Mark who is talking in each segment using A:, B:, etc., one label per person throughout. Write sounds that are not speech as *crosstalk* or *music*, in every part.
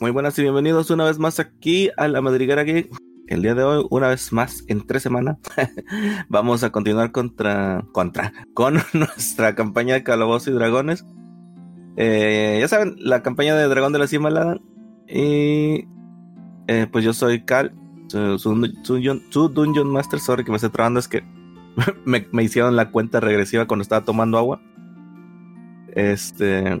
A: Muy buenas y bienvenidos una vez más aquí a la Madriguera Geek. El día de hoy, una vez más, en tres semanas, *laughs* vamos a continuar contra, contra, con *laughs* nuestra campaña de Calabozos y Dragones. Eh, ya saben, la campaña de Dragón de la Cimalada. Y eh, pues yo soy Cal, su, su, su, su, Dungeon Master. Sorry que me estoy trabando, es que *laughs* me, me hicieron la cuenta regresiva cuando estaba tomando agua. Este.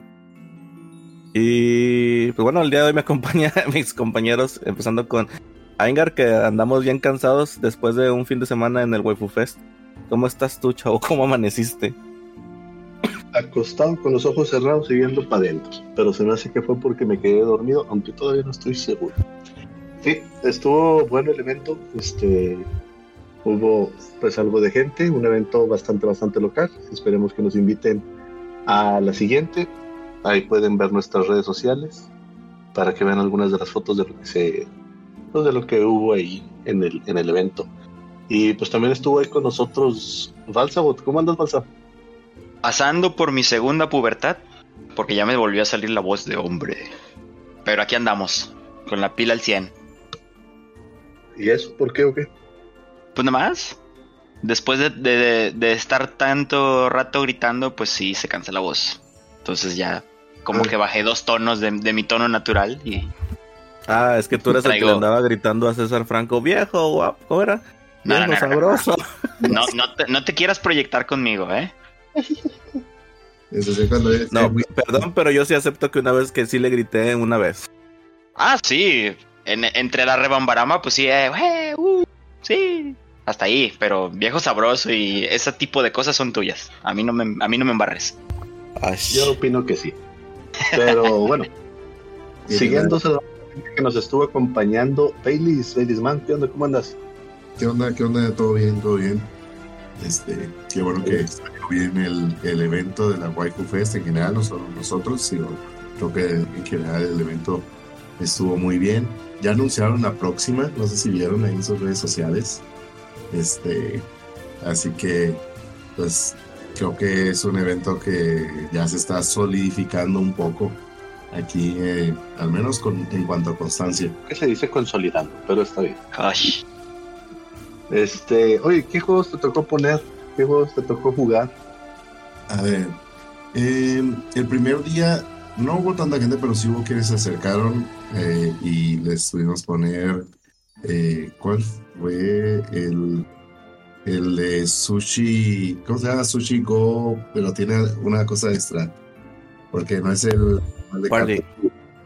A: Y pues bueno, el día de hoy me acompañan *laughs* mis compañeros, empezando con Aingar, que andamos bien cansados después de un fin de semana en el Waifu Fest. ¿Cómo estás tú, chavo? *laughs* ¿Cómo amaneciste?
B: Acostado con los ojos cerrados y viendo para adentro, pero se me hace que fue porque me quedé dormido, aunque todavía no estoy seguro. Sí, estuvo buen evento, este, hubo pues algo de gente, un evento bastante, bastante local. Esperemos que nos inviten a la siguiente, Ahí pueden ver nuestras redes sociales para que vean algunas de las fotos de lo que se pues de lo que hubo ahí en el, en el evento. Y pues también estuvo ahí con nosotros Balsabot. ¿Cómo andas, Balsa?
C: Pasando por mi segunda pubertad, porque ya me volvió a salir la voz de hombre. Pero aquí andamos, con la pila al 100.
B: ¿Y eso por qué o qué?
C: Pues nada más. Después de, de, de, de estar tanto rato gritando, pues sí, se cansa la voz. Entonces ya como que bajé dos tonos de, de, mi tono natural y...
A: Ah, es que tú eres traigo... el que le andaba gritando a César Franco, viejo, guapo, ¿cómo era?
C: No,
A: viejo,
C: no, no,
A: sabroso.
C: No, no, te, no te quieras proyectar conmigo, ¿eh?
A: Eso sí, cuando eres no, muy... perdón, pero yo sí acepto que una vez que sí le grité una vez.
C: Ah, sí. En, entre la rebambarama, pues sí, eh, eh, uh, sí. Hasta ahí, pero viejo sabroso y ese tipo de cosas son tuyas. A mí no me, a mí no me embarres.
B: Ay. Yo opino que sí. Pero
C: *laughs*
B: bueno, siguiendo que nos estuvo acompañando, Baileys, Baileys Man, ¿qué onda? ¿Cómo andas?
D: ¿Qué onda? ¿Qué onda? ¿Todo bien? ¿Todo bien? Este, qué bueno que salió bien el, el evento de la Waifu Fest en general, no solo nosotros, sino creo que en general el evento estuvo muy bien. Ya anunciaron la próxima, no sé si vieron ahí en sus redes sociales. Este, así que, pues, creo que es un evento que ya se está solidificando un poco aquí, eh, al menos con, en cuanto a constancia.
B: Que se dice consolidando, pero está bien.
C: Gosh.
B: Este, oye, ¿qué juegos te tocó poner? ¿Qué juegos te tocó jugar?
D: A ver, eh, el primer día no hubo tanta gente, pero sí hubo quienes se acercaron eh, y les pudimos poner. eh, ¿Cuál fue el el de sushi, ¿cómo se llama? Sushi Go, pero tiene una cosa extra. Porque no es el. el
C: de party.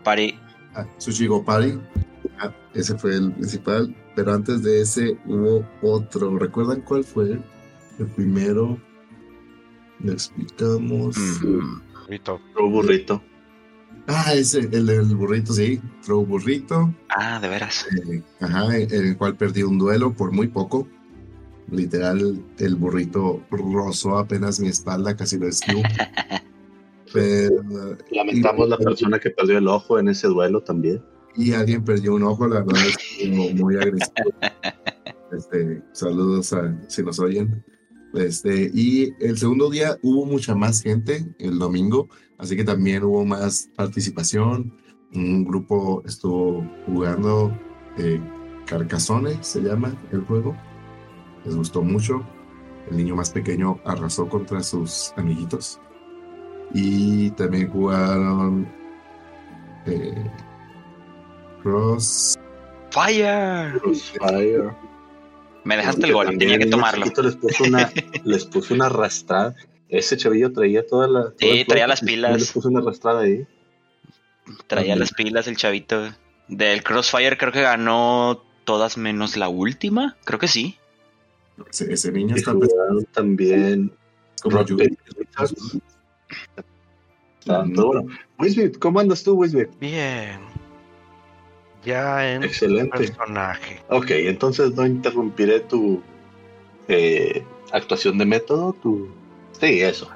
C: party.
D: Ah, sushi Go Party. Ah, ese fue el principal. Pero antes de ese hubo otro. ¿Recuerdan cuál fue? El primero. Lo explicamos.
B: Mm, burrito. Throw burrito.
D: Ah, ese, el del burrito, sí. Throw burrito.
C: Ah, de veras.
D: Eh, ajá, en, en el cual perdí un duelo por muy poco literal el burrito rozó apenas mi espalda, casi lo esquivo. Pero,
B: Lamentamos y, la persona que perdió el ojo en ese duelo también.
D: Y alguien perdió un ojo, la verdad es muy, muy agresivo. Este, saludos a, si nos oyen. Este, y el segundo día hubo mucha más gente el domingo, así que también hubo más participación. Un grupo estuvo jugando eh, Carcassonne, se llama el juego les gustó mucho. El niño más pequeño arrasó contra sus amiguitos. Y también jugaron eh, Cross
C: Fire.
B: Crossfire.
C: Me dejaste el gol, tenía que tomarlo.
B: Les puso
C: *laughs*
B: una, les puso una arrastrada. Ese chavillo traía toda la. Toda
C: sí, traía las pilas.
B: Les puso una arrastrada ahí.
C: Traía También. las pilas el chavito. Del Crossfire creo que ganó todas menos la última. Creo que sí.
D: Ese, ese, niño
B: está también como yo. bueno. Wisbit, ¿cómo andas tú, Wisbit?
E: Bien. Ya en
B: Excelente.
E: personaje.
B: Ok, entonces no interrumpiré tu eh, actuación de método, tu... Sí,
E: *laughs*
B: eso.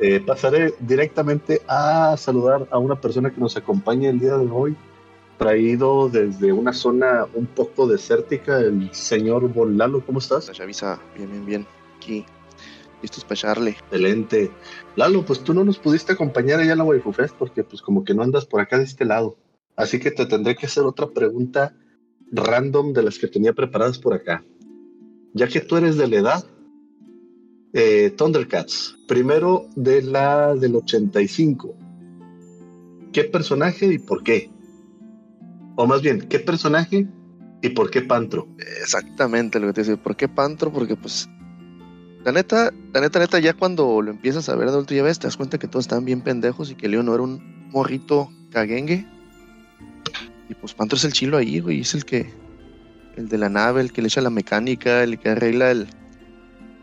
B: eh, pasaré directamente a saludar a una persona que nos acompaña el día de hoy, traído desde una zona un poco desértica, el señor Bolalo, ¿cómo estás?
F: Chavisa, bien, bien, bien, aquí, listos para echarle.
B: Excelente. Lalo, pues tú no nos pudiste acompañar allá a la Waifu Fest porque pues como que no andas por acá de este lado. Así que te tendré que hacer otra pregunta random de las que tenía preparadas por acá. Ya que tú eres de la edad, eh, Thundercats, primero de la del 85. ¿Qué personaje y por qué? O más bien, ¿qué personaje y por qué Pantro?
F: Exactamente lo que te decía. ¿Por qué Pantro? Porque pues. La neta, la neta, neta, ya cuando lo empiezas a ver de adulto ya ves, te das cuenta que todos estaban bien pendejos y que Leo no era un morrito caguengue. Y pues Pantro es el chilo ahí, güey. Es el que. El de la nave, el que le echa la mecánica, el que arregla el.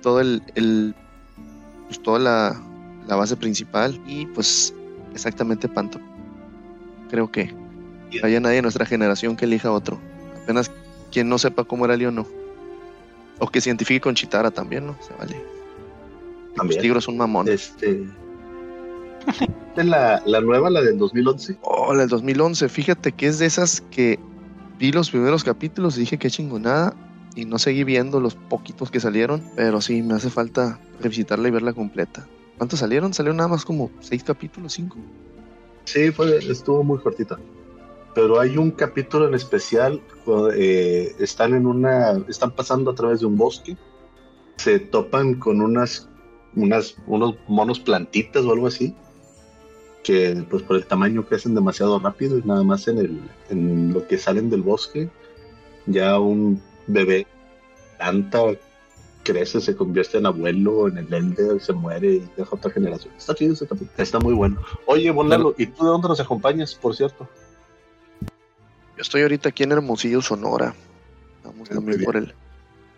F: Todo el. el- pues toda la, la base principal. Y pues. Exactamente Pantro. Creo que. No haya nadie de nuestra generación que elija otro. Apenas quien no sepa cómo era Leo no. O que se identifique con Chitara también, ¿no? Se vale. Los
B: También.
F: tigros son mamones.
B: Este. *laughs* de la, la nueva, la del 2011.
F: Oh, la del 2011. Fíjate que es de esas que vi los primeros capítulos y dije qué chingonada. Y no seguí viendo los poquitos que salieron. Pero sí, me hace falta revisitarla y verla completa. ¿Cuántos salieron? Salieron nada más como seis capítulos, cinco.
B: Sí, fue, estuvo muy cortita. Pero hay un capítulo en especial. cu- eh, están en una. Están pasando a través de un bosque. Se topan con unas. unas unos monos plantitas o algo así. Que pues por el tamaño crecen demasiado rápido. Y nada más en el. en lo que salen del bosque. Ya un bebé planta crece, se convierte en abuelo, en el elder, se muere y deja otra generación. Está chido ese capítulo. Está muy bueno. Oye, Bonalo, ¿y tú de dónde nos acompañas, por cierto?
F: Yo estoy ahorita aquí en Hermosillo, Sonora. Vamos
D: Ah,
F: también
D: muy
F: por el,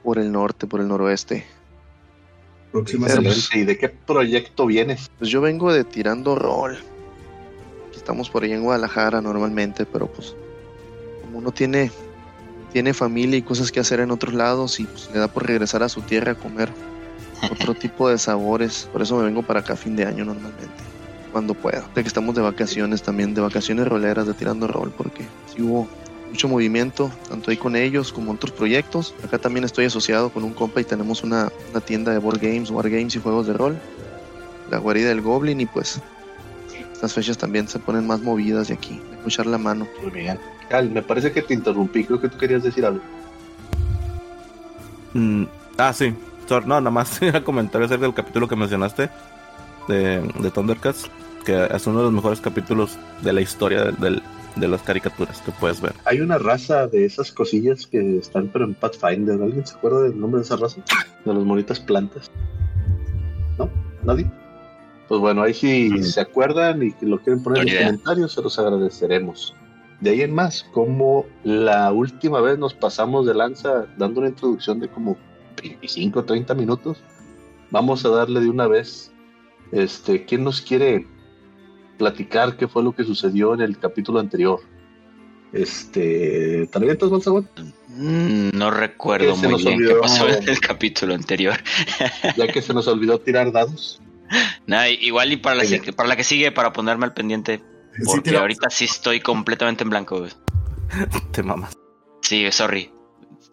F: por el norte, por el noroeste.
D: Próxima
F: Pero,
D: semana.
B: ¿Y de qué proyecto vienes?
F: Pues yo vengo de tirando rol. Estamos por ahí en Guadalajara normalmente, pero pues como uno tiene, tiene familia y cosas que hacer en otros lados y pues le da por regresar a su tierra a comer otro tipo de sabores. Por eso me vengo para acá a fin de año normalmente, cuando pueda. Ya que estamos de vacaciones también, de vacaciones roleras, de tirando rol, porque sí hubo mucho movimiento, tanto ahí con ellos como en otros proyectos. Acá también estoy asociado con un compa y tenemos una, una tienda de board games, war games y juegos de rol la guarida del Goblin y pues estas fechas también se ponen más movidas de aquí, de escuchar la mano.
B: Muy bien. Cal, me parece que te interrumpí, creo que tú querías decir algo.
A: Mm, ah, sí. Sor- No, nada más *laughs* era comentario acerca del capítulo que mencionaste de, de Thundercats, que es uno de los mejores capítulos de la historia del- del- de las caricaturas que puedes ver. *laughs*
B: Hay una raza de esas cosillas que están pero en Pathfinder. ¿Alguien se acuerda del nombre de esa raza? De las monitas plantas. ¿No? ¿Nadie? Pues bueno, ahí si
D: Mm.
B: se acuerdan y que lo quieren poner en
C: Ni
B: los
C: idea.
B: comentarios, se los agradeceremos. De ahí en más, como la última vez nos pasamos de lanza dando una introducción de como 25 30 minutos, vamos a darle de una vez este, ¿quién nos quiere platicar qué fue lo que sucedió en el capítulo anterior? Este, ¿Tarjetas Balsabot?
C: Mm, No recuerdo
B: Que se
C: muy
B: nos
C: bien qué
B: olvidó.
C: pasó en el capítulo anterior.
B: Ya que se nos olvidó tirar dados.
C: Nah, igual y para la,
B: Venga.
C: si- para la que sigue, para ponerme al pendiente,
D: Sí,
C: porque
D: tira-
C: ahorita sí estoy completamente en blanco. güey.
A: Te mamas.
C: Sí, sorry.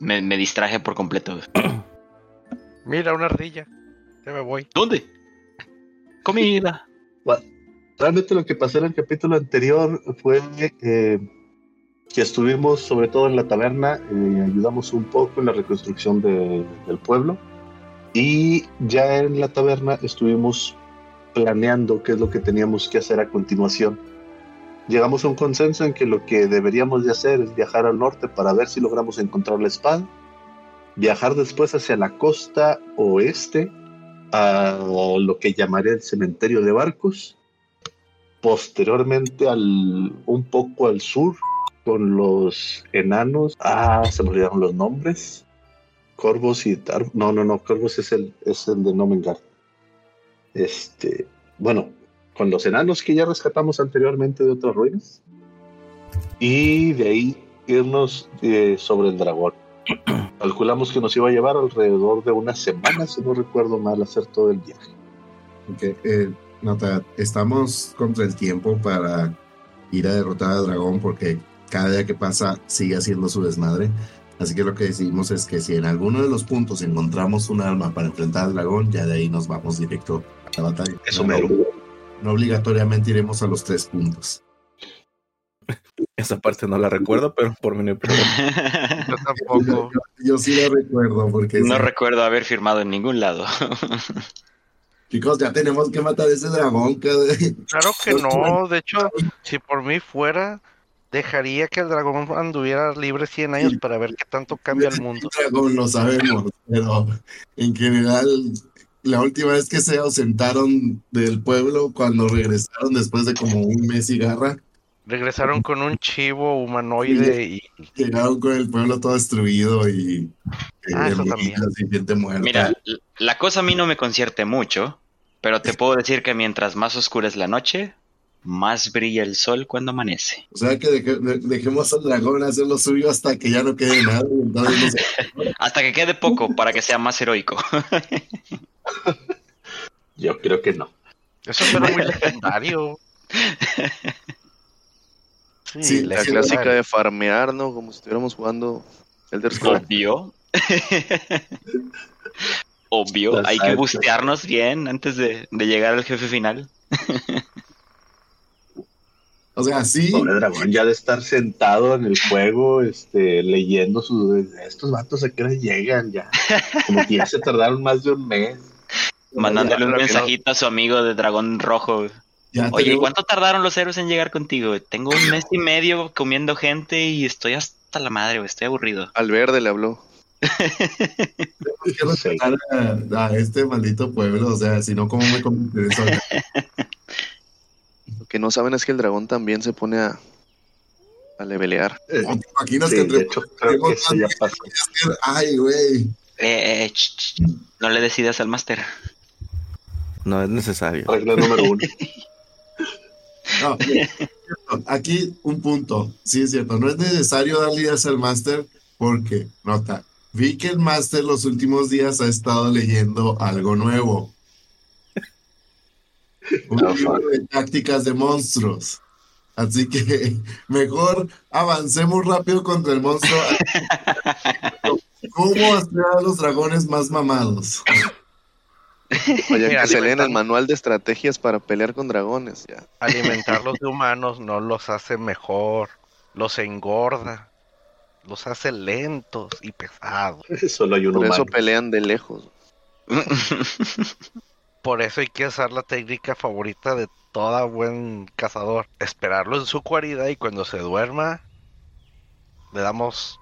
C: Me, me distraje por completo. güey.
E: *clears throat* Mira, una ardilla. Ya me voy.
C: ¿Dónde?
D: *laughs*
C: Comida.
B: Realmente lo que pasó en el capítulo anterior fue eh, que estuvimos sobre todo en la taberna, eh, ayudamos un poco en la reconstrucción de- del pueblo y ya en la taberna estuvimos planeando qué es lo que teníamos que hacer a continuación. Llegamos a un consenso en que lo que deberíamos de hacer es viajar al norte para ver si logramos encontrar la espada, viajar después hacia la costa oeste a lo que llamaré el cementerio de barcos posteriormente al un poco al sur con los enanos. Ah, se me olvidaron los nombres. Corvos y Tar- no, no, no, Corvos es el es el de Nomengar. Este, bueno, con los enanos que ya rescatamos anteriormente de otras ruinas y de ahí irnos eh, sobre el dragón. Calculamos que nos iba a llevar alrededor de una semana, si no recuerdo mal, hacer todo el viaje.
D: Ok, eh, nota, estamos contra el tiempo para ir a derrotar al dragón porque cada día que pasa sigue haciendo su desmadre. Así que lo que decidimos es que si en alguno de los puntos encontramos un arma para enfrentar al dragón, ya de ahí nos vamos directo a la batalla.
B: Eso
D: no,
B: mero.
D: no obligatoriamente iremos a los tres puntos.
A: Esa parte no la recuerdo, pero por mí no hay problema.
E: Yo tampoco.
D: *laughs* Yo sí la recuerdo porque...
C: no
D: sí.
C: recuerdo haber firmado en ningún lado.
D: Chicos, ya tenemos que matar ese dragón. que-
E: *laughs* Claro que no. De hecho, si por mí fuera, dejaría que el dragón anduviera libre 100 años para ver qué tanto cambia el mundo.
D: dragón lo sabemos, pero en general la última vez que se ausentaron del pueblo cuando regresaron después de como un mes y garra,
E: Regresaron con un chivo humanoide y
D: llegaron con el pueblo todo destruido y eh,
E: Ah, eso
D: en
E: también.
D: ruinas y gente muerta.
C: Mira, l- la cosa a mí no me concierte mucho, pero te puedo decir que mientras más oscura es la noche, más brilla el sol cuando amanece.
D: O sea que deje- de- dejemos al dragón hacer lo suyo hasta que ya no quede nada. y entonces no sé.
C: Hasta que quede poco para que sea más heroico.
B: Yo creo que no.
E: eso suena muy legendario. Sí,
D: Sí,
F: La
D: Sí,
F: clásica
E: legendario.
F: de farmear, ¿no? Como si estuviéramos jugando Elder Scrolls. *laughs*
C: Obvio. Obvio, hay que bustearnos bien antes de, de llegar al jefe final.
D: O sea, sí,
B: Pobre dragón, ya de estar sentado en el juego, este, leyendo sus. Estos vatos a qué hora llegan ya. Como que ya se tardaron más de un mes.
C: Mandándole un
F: claro que no.
C: mensajito a su amigo de Dragón Rojo.
D: ya
C: Oye, ¿y
D: tenemos-
C: ¿cuánto tardaron los héroes en llegar contigo? Tengo un mes y medio comiendo gente y estoy hasta la madre, güey, estoy aburrido.
F: Al verde le habló.
D: quiero
B: Sí.
D: sacar a, a este maldito pueblo. O sea, si no, ¿cómo me convertiré en soldado?
F: Lo que no saben es que el dragón también se pone a, a levelear.
D: ¿Te imaginas
B: Sí,
D: Eh, que
B: de
D: entre
B: hecho, creo que eso ya pasó.
D: Ay, güey.
C: Eh, eh, ch, ch, ch, no le decidas al máster. *laughs*
A: No es necesario.
B: Regla número uno.
D: No, aquí un punto. Sí, es cierto. No es necesario dar ideas al máster porque, nota, vi que el máster los últimos días ha estado leyendo algo nuevo. Un
B: Ah,
D: libro
B: fuck.
D: de tácticas de monstruos. Así que *laughs* mejor avancemos rápido contra el monstruo. ¿Cómo hacer a los dragones más mamados?
F: Oye,
E: Mira,
F: que se leen el
E: alimentando.
F: manual de estrategias para pelear con dragones, ya.
E: Alimentarlos de humanos no los hace mejor, los engorda, los hace lentos y pesados.
B: Solo hay un
F: Por eso
B: humano.
F: pelean de lejos.
E: Por eso hay que usar la técnica favorita de todo buen cazador. Esperarlo en su guarida y cuando se duerma le damos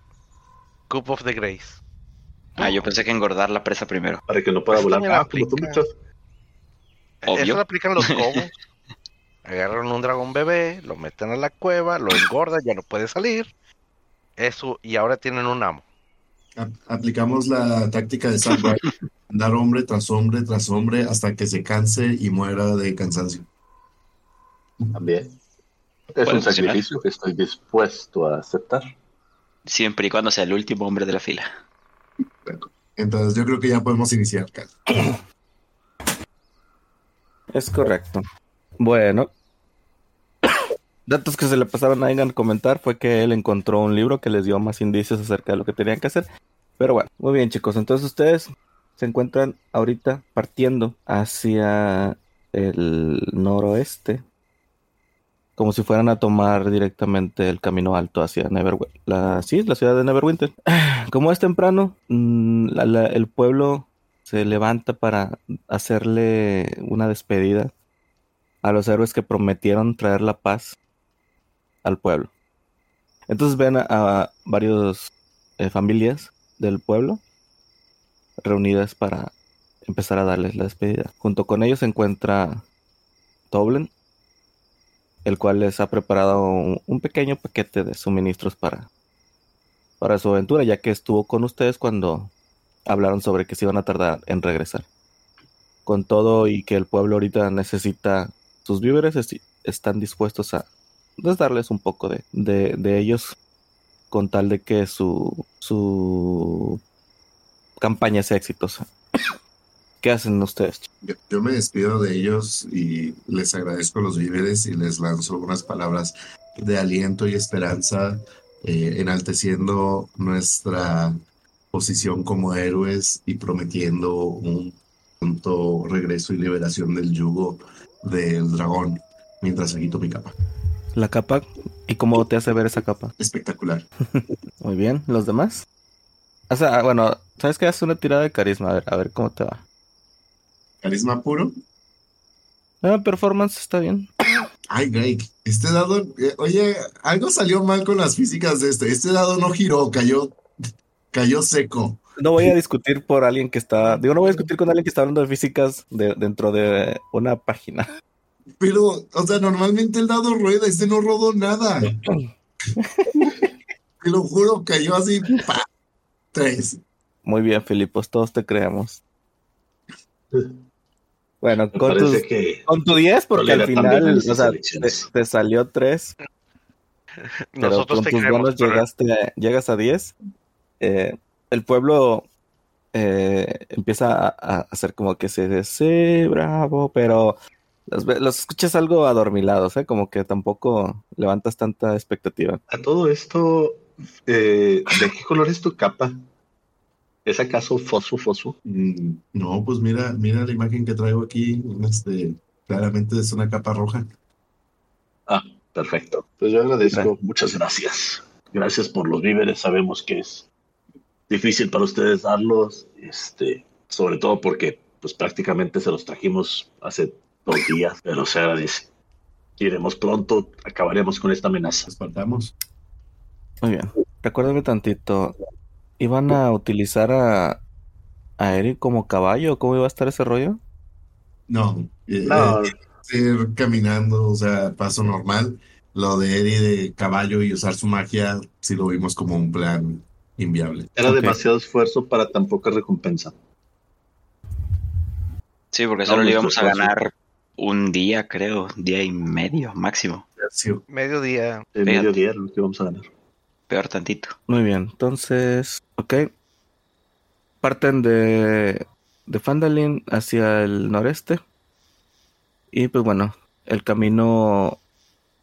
E: Cup of the Grace.
C: ah, yo pensé que engordar la presa primero.
B: Para que no pueda
E: Eso
B: volar.
E: también
B: Ah, como tú,
E: aplica.
B: muchas.
E: Eso
C: Obvio.
E: lo
A: *laughs*
E: aplican los cobos. Agarran un dragón bebé, lo meten a la cueva, lo engordan, ya no puede salir. Eso, y ahora tienen un amo.
D: Ap- Aplicamos la táctica de Sandra, andar hombre tras hombre tras hombre hasta que se canse y muera de cansancio.
B: También. Es
C: Puede
B: un
C: funcionar.
B: sacrificio que estoy dispuesto a aceptar.
C: Siempre y cuando sea el último hombre de la fila.
D: Entonces yo creo que ya podemos iniciar, Cal.
A: Es correcto. Bueno. *coughs* Datos que se le pasaron a Engan comentar fue que él encontró un libro que les dio más indicios acerca de lo que tenían que hacer. Pero bueno, muy bien chicos, entonces ustedes se encuentran ahorita partiendo hacia el noroeste, como si fueran a tomar directamente el camino alto hacia Neverwinter. La, sí, la ciudad de Neverwinter. *coughs* Como es temprano, mm, la- la- el pueblo se levanta para hacerle una despedida a los héroes que prometieron traer la paz al pueblo. Entonces ven a, a varios eh, familias del pueblo reunidas para empezar a darles la despedida. Junto con ellos se encuentra Toblen, el cual les ha preparado un, un pequeño paquete de suministros para, para su aventura, ya que estuvo con ustedes cuando hablaron sobre que se iban a tardar en regresar. Con todo y que el pueblo ahorita necesita sus víveres, esti- están dispuestos a pues, darles un poco de, de- de ellos con tal de que su, su campaña sea exitosa. ¿Qué hacen ustedes?
D: Yo, yo me despido de ellos y les agradezco los víveres y les lanzo unas palabras de aliento y esperanza, eh, enalteciendo nuestra posición como héroes y prometiendo un pronto regreso y liberación del yugo del dragón mientras agito mi capa.
A: la capa y cómo te hace ver esa capa.
D: Espectacular.
A: Muy bien, ¿los demás? O sea, bueno, ¿sabes qué? Haz una tirada de carisma, a ver, a ver cómo te va.
D: Carisma puro.
A: Ah, performance está bien.
D: Ay, Greg, este dado, eh, oye, algo salió mal con las físicas de este. Este dado no giró, cayó, cayó seco.
A: No voy a discutir por alguien que está. Digo, no voy a discutir con alguien que está hablando de físicas de- dentro de una página. *laughs*
D: Pero, o sea, normalmente el dado rueda, este no rodó nada. Te lo juro, cayó así, pa, tres.
A: Muy bien, Filipos, todos te creamos. Bueno,
B: Me
A: con, tus-
B: parece que
A: con tu 10, porque al
B: Tolera también
A: final,
B: en esas
A: o sea, te,
B: elecciones.
A: te salió 3, pero
E: Nosotros
A: con
E: te
A: tus
E: queremos.
A: bonos
E: pero-
A: llegaste, a- llegas a 10. Eh, el pueblo eh, empieza a, a hacer como que se dice, sí, bravo, pero los, ve- los escuchas algo adormilados, ¿eh? como que tampoco levantas tanta expectativa.
B: a todo esto, eh, ¿de qué color es tu capa? ¿Es acaso fosfo, fosfo?
D: Mm, No, pues mira, mira la imagen que traigo aquí. Este, claramente es una capa roja.
B: Ah, perfecto. Pues yo agradezco. Muchas gracias. Gracias por los víveres. Sabemos que es difícil para ustedes darlos, este, sobre todo porque pues prácticamente se los trajimos hace dos días, pero se agradece. Iremos pronto, acabaremos con esta amenaza.
D: Espantamos.
A: Muy bien. Recuérdame tantito. ¿Iban a utilizar a, a Eric como caballo? ¿Cómo iba a estar ese rollo?
D: No, eh,
B: No,
D: eh, ir caminando, o sea, paso normal. Lo de Eri de caballo y usar su magia, sí lo vimos como un plan inviable.
B: era
A: ok.
B: demasiado esfuerzo para tan poca recompensa.
C: Sí, porque
B: No,
C: solo
F: pues,
C: le
B: nuestro
C: íbamos a
B: esfuerzo.
C: ganar un día, creo, día y medio máximo.
D: Sí,
E: Mediodía.
B: El
C: Fíjate.
B: mediodía era lo que íbamos a ganar.
C: Peor tantito.
A: Muy bien. Entonces, ok. Parten de, de Fandalin hacia el noreste. Y pues bueno, el camino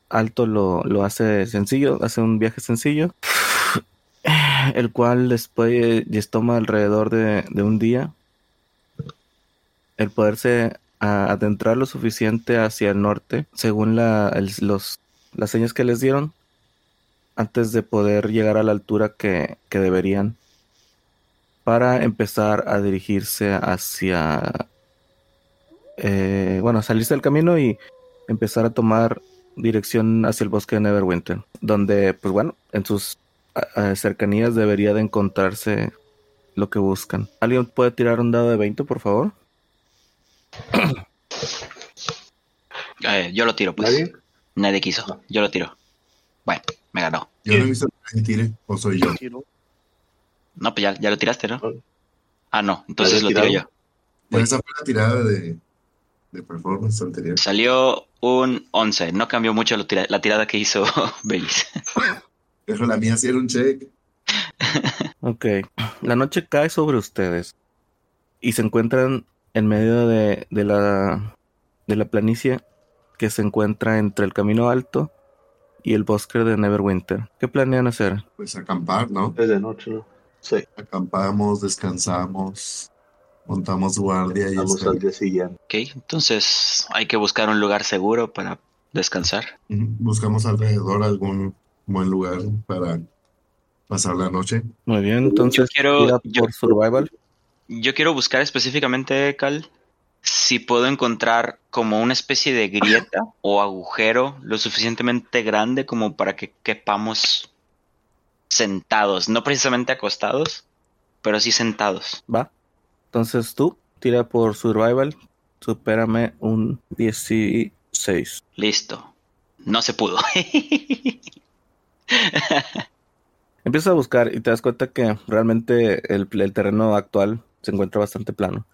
A: alto lo, lo hace sencillo, hace un viaje sencillo. El cual después les toma alrededor de, de un día el poderse a- adentrar lo suficiente hacia el norte, según la- el- los, las señas que les dieron, antes de poder llegar a la altura que, que deberían, para empezar a dirigirse hacia, eh, bueno, salirse del camino y empezar a tomar dirección hacia el bosque de Neverwinter, donde, pues bueno, en sus a- a cercanías debería de encontrarse lo que buscan. ¿Alguien puede tirar un dado de 20, por favor?
C: Eh, yo lo tiro, pues.
B: ¿Nadie?
C: ¿Nadie? quiso.
B: No.
C: Yo lo tiro. Bueno, me ganó.
D: Yo no he visto que nadie tire, o soy yo.
F: Tiro.
C: No, pues ya, ya lo tiraste, ¿no?
B: No.
C: Ah, no. Entonces lo
B: ¿Nadie ha
C: tiro yo.
B: tirado?
D: Bueno, esa fue la tirada de, de performance anterior.
C: Salió un 11. No cambió mucho lo tira- la tirada que hizo *laughs* Belis.
D: Pero la mía sí era un check.
A: Ok, la noche cae sobre ustedes y se encuentran en medio de, de la, de la planicie que se encuentra entre el camino alto y el bosque de Neverwinter. ¿Qué planean hacer?
D: Pues acampar, ¿no?
B: Es de noche, ¿no? Sí,
D: Acampamos, descansamos, montamos guardia y este,
B: vamos al
D: escala.
B: día siguiente.
C: Ok, entonces hay que buscar un lugar seguro para descansar.
D: Ujú. buscamos alrededor algún buen lugar para pasar la noche.
A: Muy bien, entonces
C: quiero-
A: tira
C: yo-
A: por survival.
C: Yo quiero buscar específicamente, Cal, si puedo encontrar como una especie de grieta o agujero lo suficientemente grande como para que quepamos sentados. No precisamente acostados, pero sí sentados.
A: Va. Entonces tú tira por survival. Supérame un 16.
C: Listo. No se pudo. *laughs*
A: Empiezas a buscar y te das cuenta que realmente el, el terreno actual se encuentra bastante plano.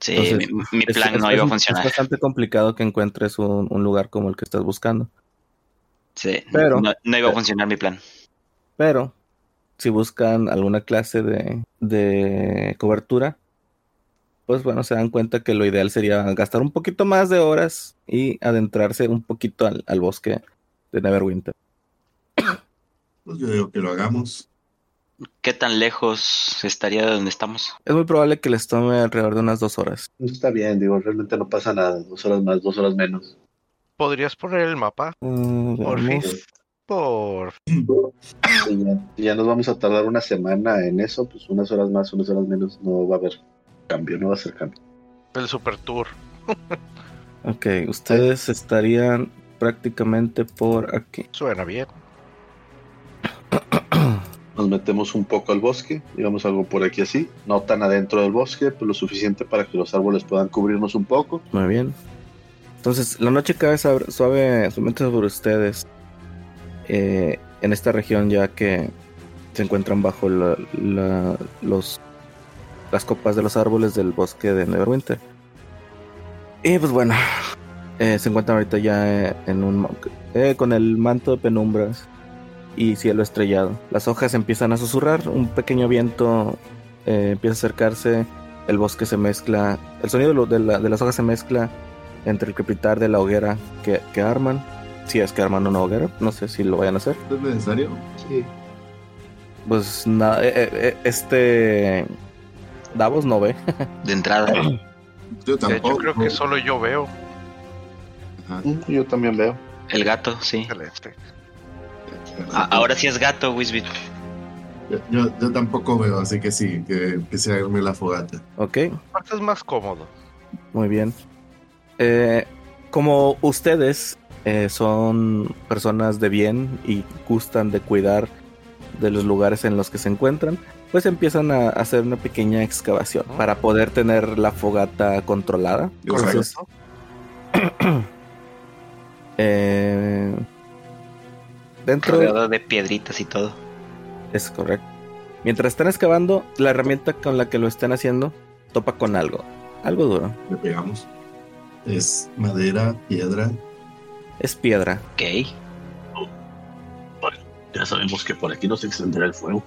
C: sí,
A: Entonces,
C: mi, mi
A: Es-
C: plan
A: es-
C: no
A: es
C: iba a
A: un-
C: funcionar.
A: Es bastante complicado que encuentres un, un lugar como el que estás buscando.
C: Sí,
A: pero- eh,
C: no, no iba a funcionar mi plan.
A: Pero si buscan alguna clase de, de cobertura, pues bueno, se dan cuenta que lo ideal sería gastar un poquito más de horas y adentrarse un poquito al, al bosque de Neverwinter.
D: Pues yo digo que lo hagamos.
C: ¿Qué tan lejos estaría de donde estamos?
A: Es muy probable que les tome alrededor de unas dos horas.
B: Está bien, digo, realmente no pasa nada. Dos horas más, dos horas menos.
E: ¿Podrías poner el mapa?
A: Mm,
E: Porfis.
A: veamos.
E: Por...
B: Y ya, si ya nos vamos a tardar una semana en eso, pues unas horas más, unas horas menos, no va a haber cambio, no va a ser cambio.
E: El Super Tour.
A: Ok, ustedes estarían prácticamente por aquí.
E: Suena bien.
B: Nos metemos un poco al bosque, digamos algo por aquí así, no tan adentro del bosque, pero lo suficiente para que los árboles puedan cubrirnos un poco.
A: Muy bien. Entonces, la noche cae sab- suave, suavemente sobre ustedes eh, en esta región ya que se encuentran bajo la- la- los, las copas de los árboles del bosque de Neverwinter. Y pues bueno, eh, se encuentran ahorita ya eh, en un, mon- eh, con el manto de penumbras y cielo estrellado. Las hojas empiezan a susurrar, un pequeño viento eh, empieza a acercarse, el bosque se mezcla, el sonido de, lo- de la- de las hojas se mezcla entre el crepitar de la hoguera que, que arman. Si es que arman una hoguera, no sé si lo vayan a hacer.
D: ¿Es necesario?
B: Sí.
A: Pues nada, eh, eh, eh, este Davos no ve. *laughs*
C: De entrada.
D: Yo
E: De
D: tampoco.
E: hecho, creo que solo yo veo.
D: Ajá.
B: Yo también veo.
C: El gato, sí.
E: Excelente.
D: Ah,
C: A- ahora sí es gato, Wisbit.
D: Yo, yo- yo tampoco veo, así que sí, que empiece a irme la fogata.
A: Ok,
E: Aparte es más cómodo.
A: muy bien. Eh, como ustedes eh, son personas de bien y gustan de cuidar de los lugares en los que se encuentran, pues empiezan a hacer una pequeña excavación para poder tener la fogata controlada.
D: Correcto.
A: Entonces, *clears throat* eh, dentro
C: Rodeado de piedritas y todo.
A: Es correcto. Mientras están excavando, la herramienta con la que lo están haciendo topa con algo. Algo duro.
D: Le pegamos. Es madera, piedra.
A: Es piedra.
C: Ok.
B: Ya sabemos que por aquí no se extenderá el fuego.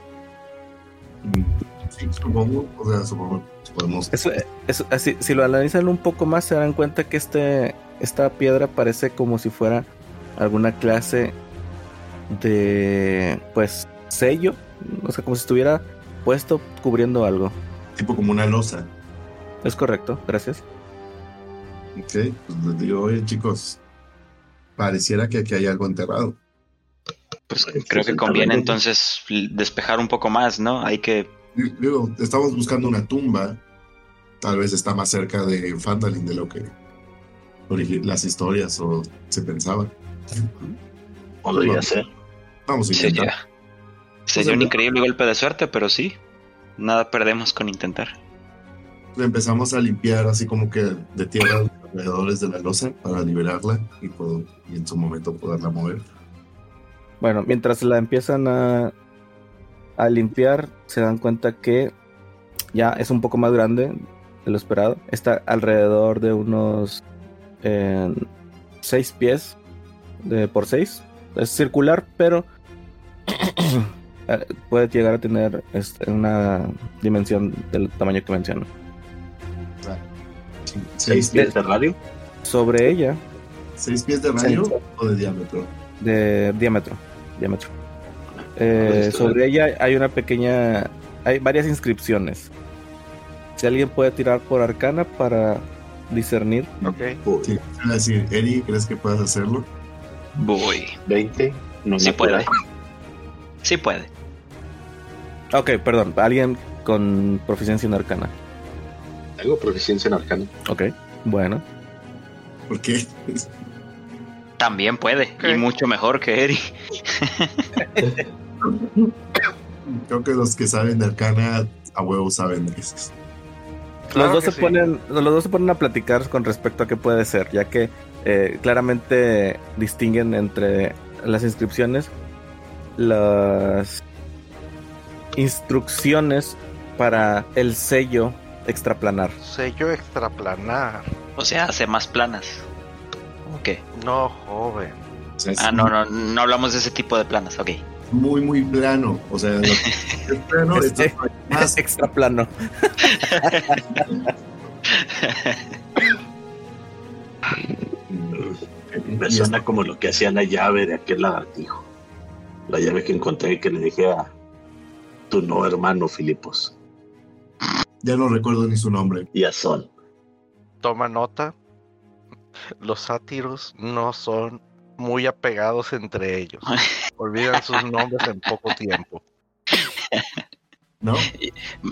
D: mm, Sí, supongo. O sea, supongo que podemos.
A: Eso, eso- así, si lo analizan un poco más, se darán cuenta que este, esta piedra parece como si fuera alguna clase de, pues, sello. O sea, como si estuviera puesto cubriendo algo.
D: Tipo como una losa.
A: Es correcto, gracias.
D: Ok, pues les digo, oye chicos, pareciera que aquí hay algo enterrado.
C: Pues
B: Pues,
C: creo
B: sí,
C: que conviene
B: también.
C: entonces l- despejar un poco más, ¿no? Hay que.
D: Di- Digo, estamos buscando una tumba. Tal vez está más cerca de Fandalin de lo que origi- las historias o se pensaba.
B: Podría ser.
D: Vamos a intentar.
C: Sería, sería un increíble golpe de suerte, pero sí. Nada perdemos con intentar.
D: Empezamos a limpiar así como que de tierra los alrededores de la losa para liberarla y, pod- y en su momento poderla mover.
A: Bueno, mientras la empiezan a, a limpiar, se dan cuenta que ya es un poco más grande de lo esperado. Está alrededor de unos 6 pies de, por 6. Es circular, pero *coughs* eh, puede llegar a tener este, una dimensión del tamaño que menciono.
D: Sí,
B: ¿Seis
D: ¿Seis,
B: pies de radio?
A: Sobre ella,
D: seis pies de radio o de diámetro?
A: de diámetro. diámetro. Eh,
B: Pues, está
A: sobre ella hay una pequeña. Hay varias inscripciones. Si alguien puede tirar por arcana para discernir.
E: Ok.
D: Sí, es decir, Eri, ¿crees que puedas hacerlo?
C: Voy.
B: 20. No
C: Sí
B: natural.
C: puede. Sí puede.
A: Ok, perdón. Alguien con proficiencia en arcana.
B: Tengo proficiencia en arcano.
A: Ok. Bueno.
D: ¿Por qué?
C: También puede.
E: Ok.
C: Y mucho mejor que Eri.
D: Creo que los que saben de Arcana a huevo saben de eso.
E: Claro
A: los, dos
E: que
A: se
E: sí.
A: ponen, los dos se ponen a platicar con respecto a qué puede ser, ya que eh, claramente distinguen entre las inscripciones, las instrucciones para el sello extraplanar.
E: Sello extraplanar.
C: O sea, hace más planas. Ok.
E: No, joven.
D: O sea, es
C: Ah, no, no, no hablamos de ese tipo de planas. Ok.
D: muy, muy plano. O sea,
C: *laughs*
D: lo- es plano,
A: Es-
D: esto
C: Este
D: es
A: *laughs*
D: más.
A: Extraplano.
B: Mm,
C: *laughs*
B: Me
D: Y es-
B: suena como lo que hacía la llave de aquel lagartijo. La llave que encontré que le dije a tu no hermano Filipos
D: ya no recuerdo ni su nombre.
B: y a Sol.
E: Toma nota. *laughs* los sátiros no son muy apegados entre
B: *laughs*
E: ellos. Olvidan sus nombres en poco tiempo.
D: ¿No?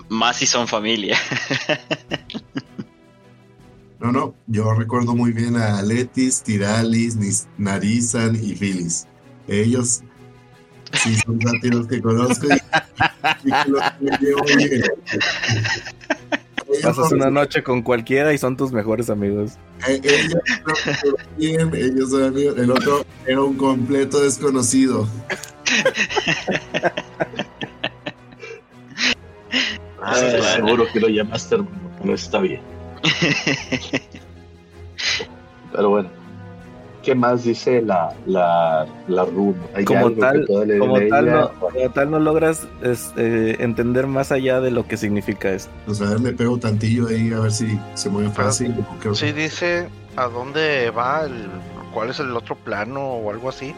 C: Más si son familia.
D: No, no, yo recuerdo muy bien a Letis, Tiralis, Nis- Narizan y Filis. Ellos sí son sátiros que conozco y, y que los llevo bien. Ellos
A: Pasas
D: son-
A: una noche con cualquiera y son tus mejores amigos.
D: eh, ellos son bien, ellos son amigos. El otro era un completo desconocido.
B: Ah, seguro que lo llamaste, hermano, pero está *laughs* bien. Pero bueno, ¿qué más dice la, la, la runa? ¿Hay
A: Como
B: algo que
A: tal-
B: pueda leer
A: Como
B: de
A: tal,
B: ella?
A: no, como tal no logras este, entender más allá de lo que significa esto.
D: Pues a ver, le pego tantillo ahí a ver si se mueve fácil. o creo-
E: Sí dice a dónde va, el, cuál es el otro plano o algo así.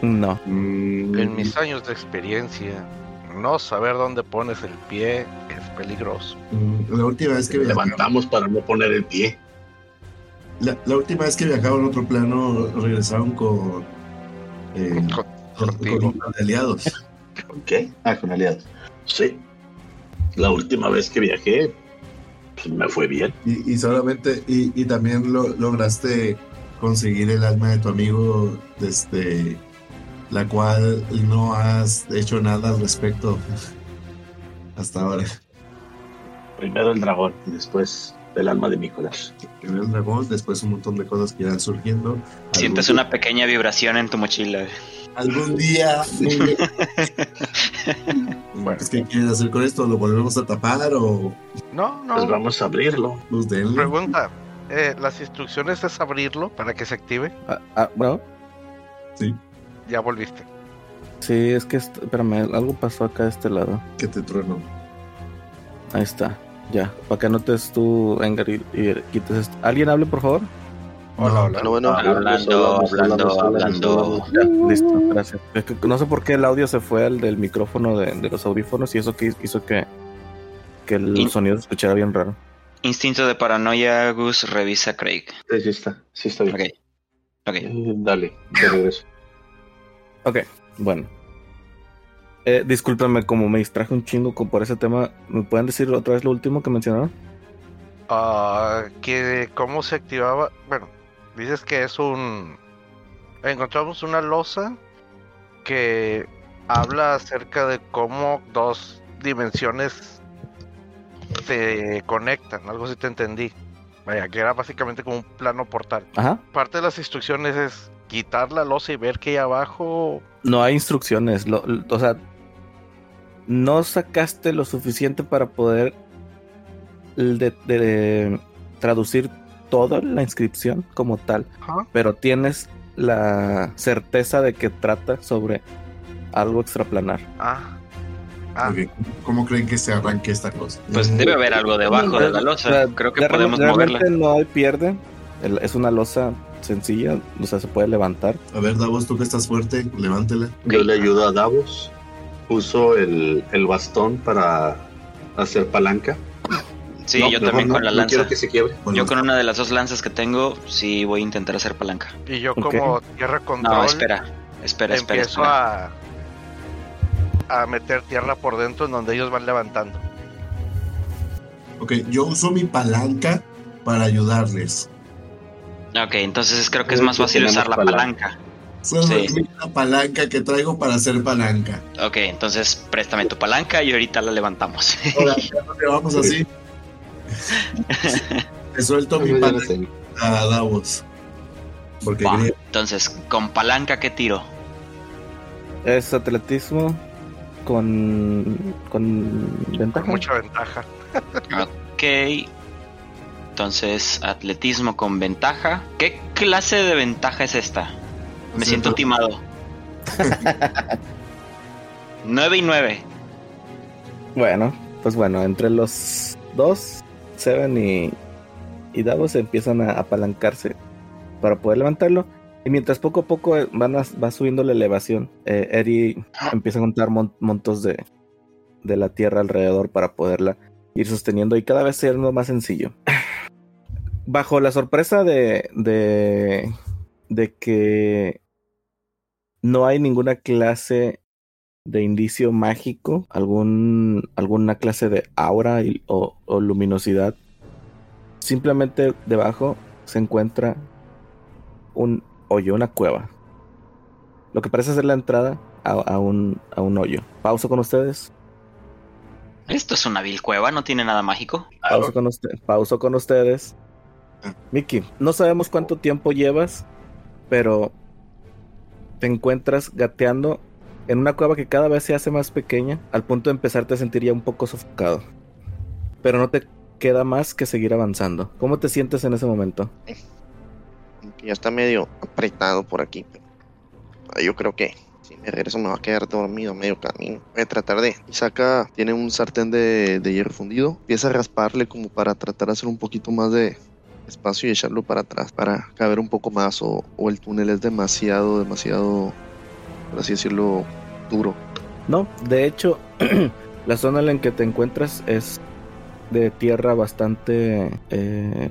A: No.
D: Mm,
E: En mis años de experiencia, no saber dónde pones el pie es peligroso.
D: mm, La última vez que viajaba,
B: Levantamos para no poner el pie.
D: la, la última vez que viajaba en otro plano regresaron con, eh,
E: Con-
B: Mm.
D: con-
E: contigo.
D: con aliados.
B: ¿Ok? Ah, con aliados. Sí. La última vez que viajé, pues, me fue bien.
D: Y, y solamente, y, y también lo- lograste conseguir el alma de tu amigo, este, la cual no has hecho nada al respecto hasta ahora.
B: Primero el dragón y después el alma de Nicolás.
D: Primero el dragón, después un montón de cosas que irán surgiendo.
C: Sientes
D: Algún-
C: una pequeña vibración en tu mochila.
D: Algún día. algún día-
E: Bueno.
D: Pues, *laughs* ¿Qué quieres hacer con esto? ¿Lo volvemos a tapar o
E: No, no.
B: Pues vamos a abrirlo.
D: los de él?
E: Pregunta, eh, las instrucciones es abrirlo para que se active.
A: Ah, ah, bueno,
E: Ya volviste.
A: sí, es que, est- espérame, algo pasó acá de este lado.
D: Que te trueno.
A: Ahí está, ya. Para que anotes tú, Engar, y, y quites esto. ¿Alguien hable, por favor?
E: Hola,
D: No.
E: hola.
F: Bueno, bueno,
C: Ah, Hablando, hablando, hablando.
A: Ya, listo, gracias. Es que no sé por qué el audio se fue al del micrófono de, de los audífonos y eso que hizo que, que el
C: Y-
A: sonido se escuchara bien raro.
C: Instinto de paranoia, Gus, revisa a Craig.
B: Sí, sí está. Sí está bien.
C: Ok. Ok.
B: Eh, Dale, de regreso.
A: Ok, bueno. Eh, discúlpenme, como me distraje un chingo con, por ese tema, ¿me pueden decir otra vez lo último que mencionaron?
E: Ah, que cómo se activaba. Bueno, dices que es un. Encontramos una losa que habla acerca de cómo dos dimensiones se conectan. Algo así te entendí. Vaya, que era básicamente como un plano portal.
A: Ajá.
E: Parte de las instrucciones es quitar la losa y ver que hay abajo.
A: No hay instrucciones, lo- lo- o sea, no sacaste lo suficiente para poder de- de- de traducir toda la inscripción como tal.
E: Ajá.
A: pero tienes la certeza de que trata sobre algo extraplanar.
E: Ah. Ah,
D: Ok, ¿Cómo creen que se arranque esta cosa? Eh,
C: Pues debe haber algo debajo de la
A: O sea,
C: losa. Creo que
A: real-
C: podemos
A: realmente
C: moverla.
A: no hay pierde. El- Es una losa sencilla, o sea, se puede levantar.
D: A ver, Davos, tú que estás fuerte, levántela.
B: Yo le ayudo a Davos. Uso el, el bastón para hacer palanca.
C: Sí,
B: No,
C: yo
B: mejor
C: también
B: no,
C: con la
B: no
C: lanza.
B: quiero que se quiebre.
D: Bueno,
C: Yo con una de las dos lanzas que tengo, sí voy a intentar hacer palanca.
E: y yo
A: ok.
E: como tierra control.
C: No, espera, espera, espera.
E: empiezo
C: espera.
E: a a meter tierra por dentro en donde ellos van levantando.
D: Ok, yo uso mi palanca para ayudarles.
C: Ok, entonces creo que es
B: Creo
C: más
B: que
C: fácil
B: Eh, tenemos
C: usar la
B: palanca.
C: palanca.
D: Solo
C: Sí.
D: es la palanca que traigo para hacer palanca.
C: Ok, entonces préstame tu palanca y ahorita
B: *laughs*
C: la levantamos. *laughs*
D: Ahora, ya nos llevamos así. Te suelto mi
B: Yo ya la
D: palanca
B: tengo.
D: a Davos. Porque
C: Va,
D: griego,
C: Entonces, con palanca, ¿qué tiro?
A: Es atletismo con, con
E: Con
A: ventaja.
E: mucha ventaja.
C: Ok. Entonces, atletismo con ventaja. ¿Qué clase de ventaja es esta? Me
D: Sí,
C: siento
D: no.
C: *laughs* timado. 9 y 9.
A: Bueno, pues bueno, entre los dos, Seven y, y Davos empiezan a apalancarse para poder levantarlo. Y mientras poco a poco eh, van a- va subiendo la elevación, eh, Eri empieza a juntar mon- montos de, de la tierra alrededor para poderla ir sosteniendo y cada vez siendo más sencillo. *clears throat* bajo la sorpresa de, de, de que no hay ninguna clase de indicio mágico, algún, alguna clase de aura y- o, o luminosidad. Simplemente debajo se encuentra un hoyo, una cueva. Lo que parece ser la entrada a, a un, a un hoyo. Pausa con ustedes.
C: Esto es una vil cueva, no tiene nada mágico.
A: Pauso con, usted- pauso con ustedes. Miki, no sabemos cuánto tiempo llevas, pero te encuentras gateando en una cueva que cada vez se hace más pequeña, al punto de empezarte a sentir ya un poco sofocado. Pero no te queda más que seguir avanzando. ¿Cómo te sientes en ese momento?
F: Aunque Ya está medio apretado por aquí. pero, ah, yo creo que si me regreso me va a quedar dormido a medio camino. Voy a tratar de. Y saca, tiene un sartén de, de hierro fundido. Empieza a rasparle como para tratar de hacer un poquito más de espacio y echarlo para atrás para caber un poco más. O, o el túnel es demasiado, demasiado, por así decirlo, duro.
A: No, de hecho, *clears throat* la zona en la que te encuentras es de tierra bastante, eh,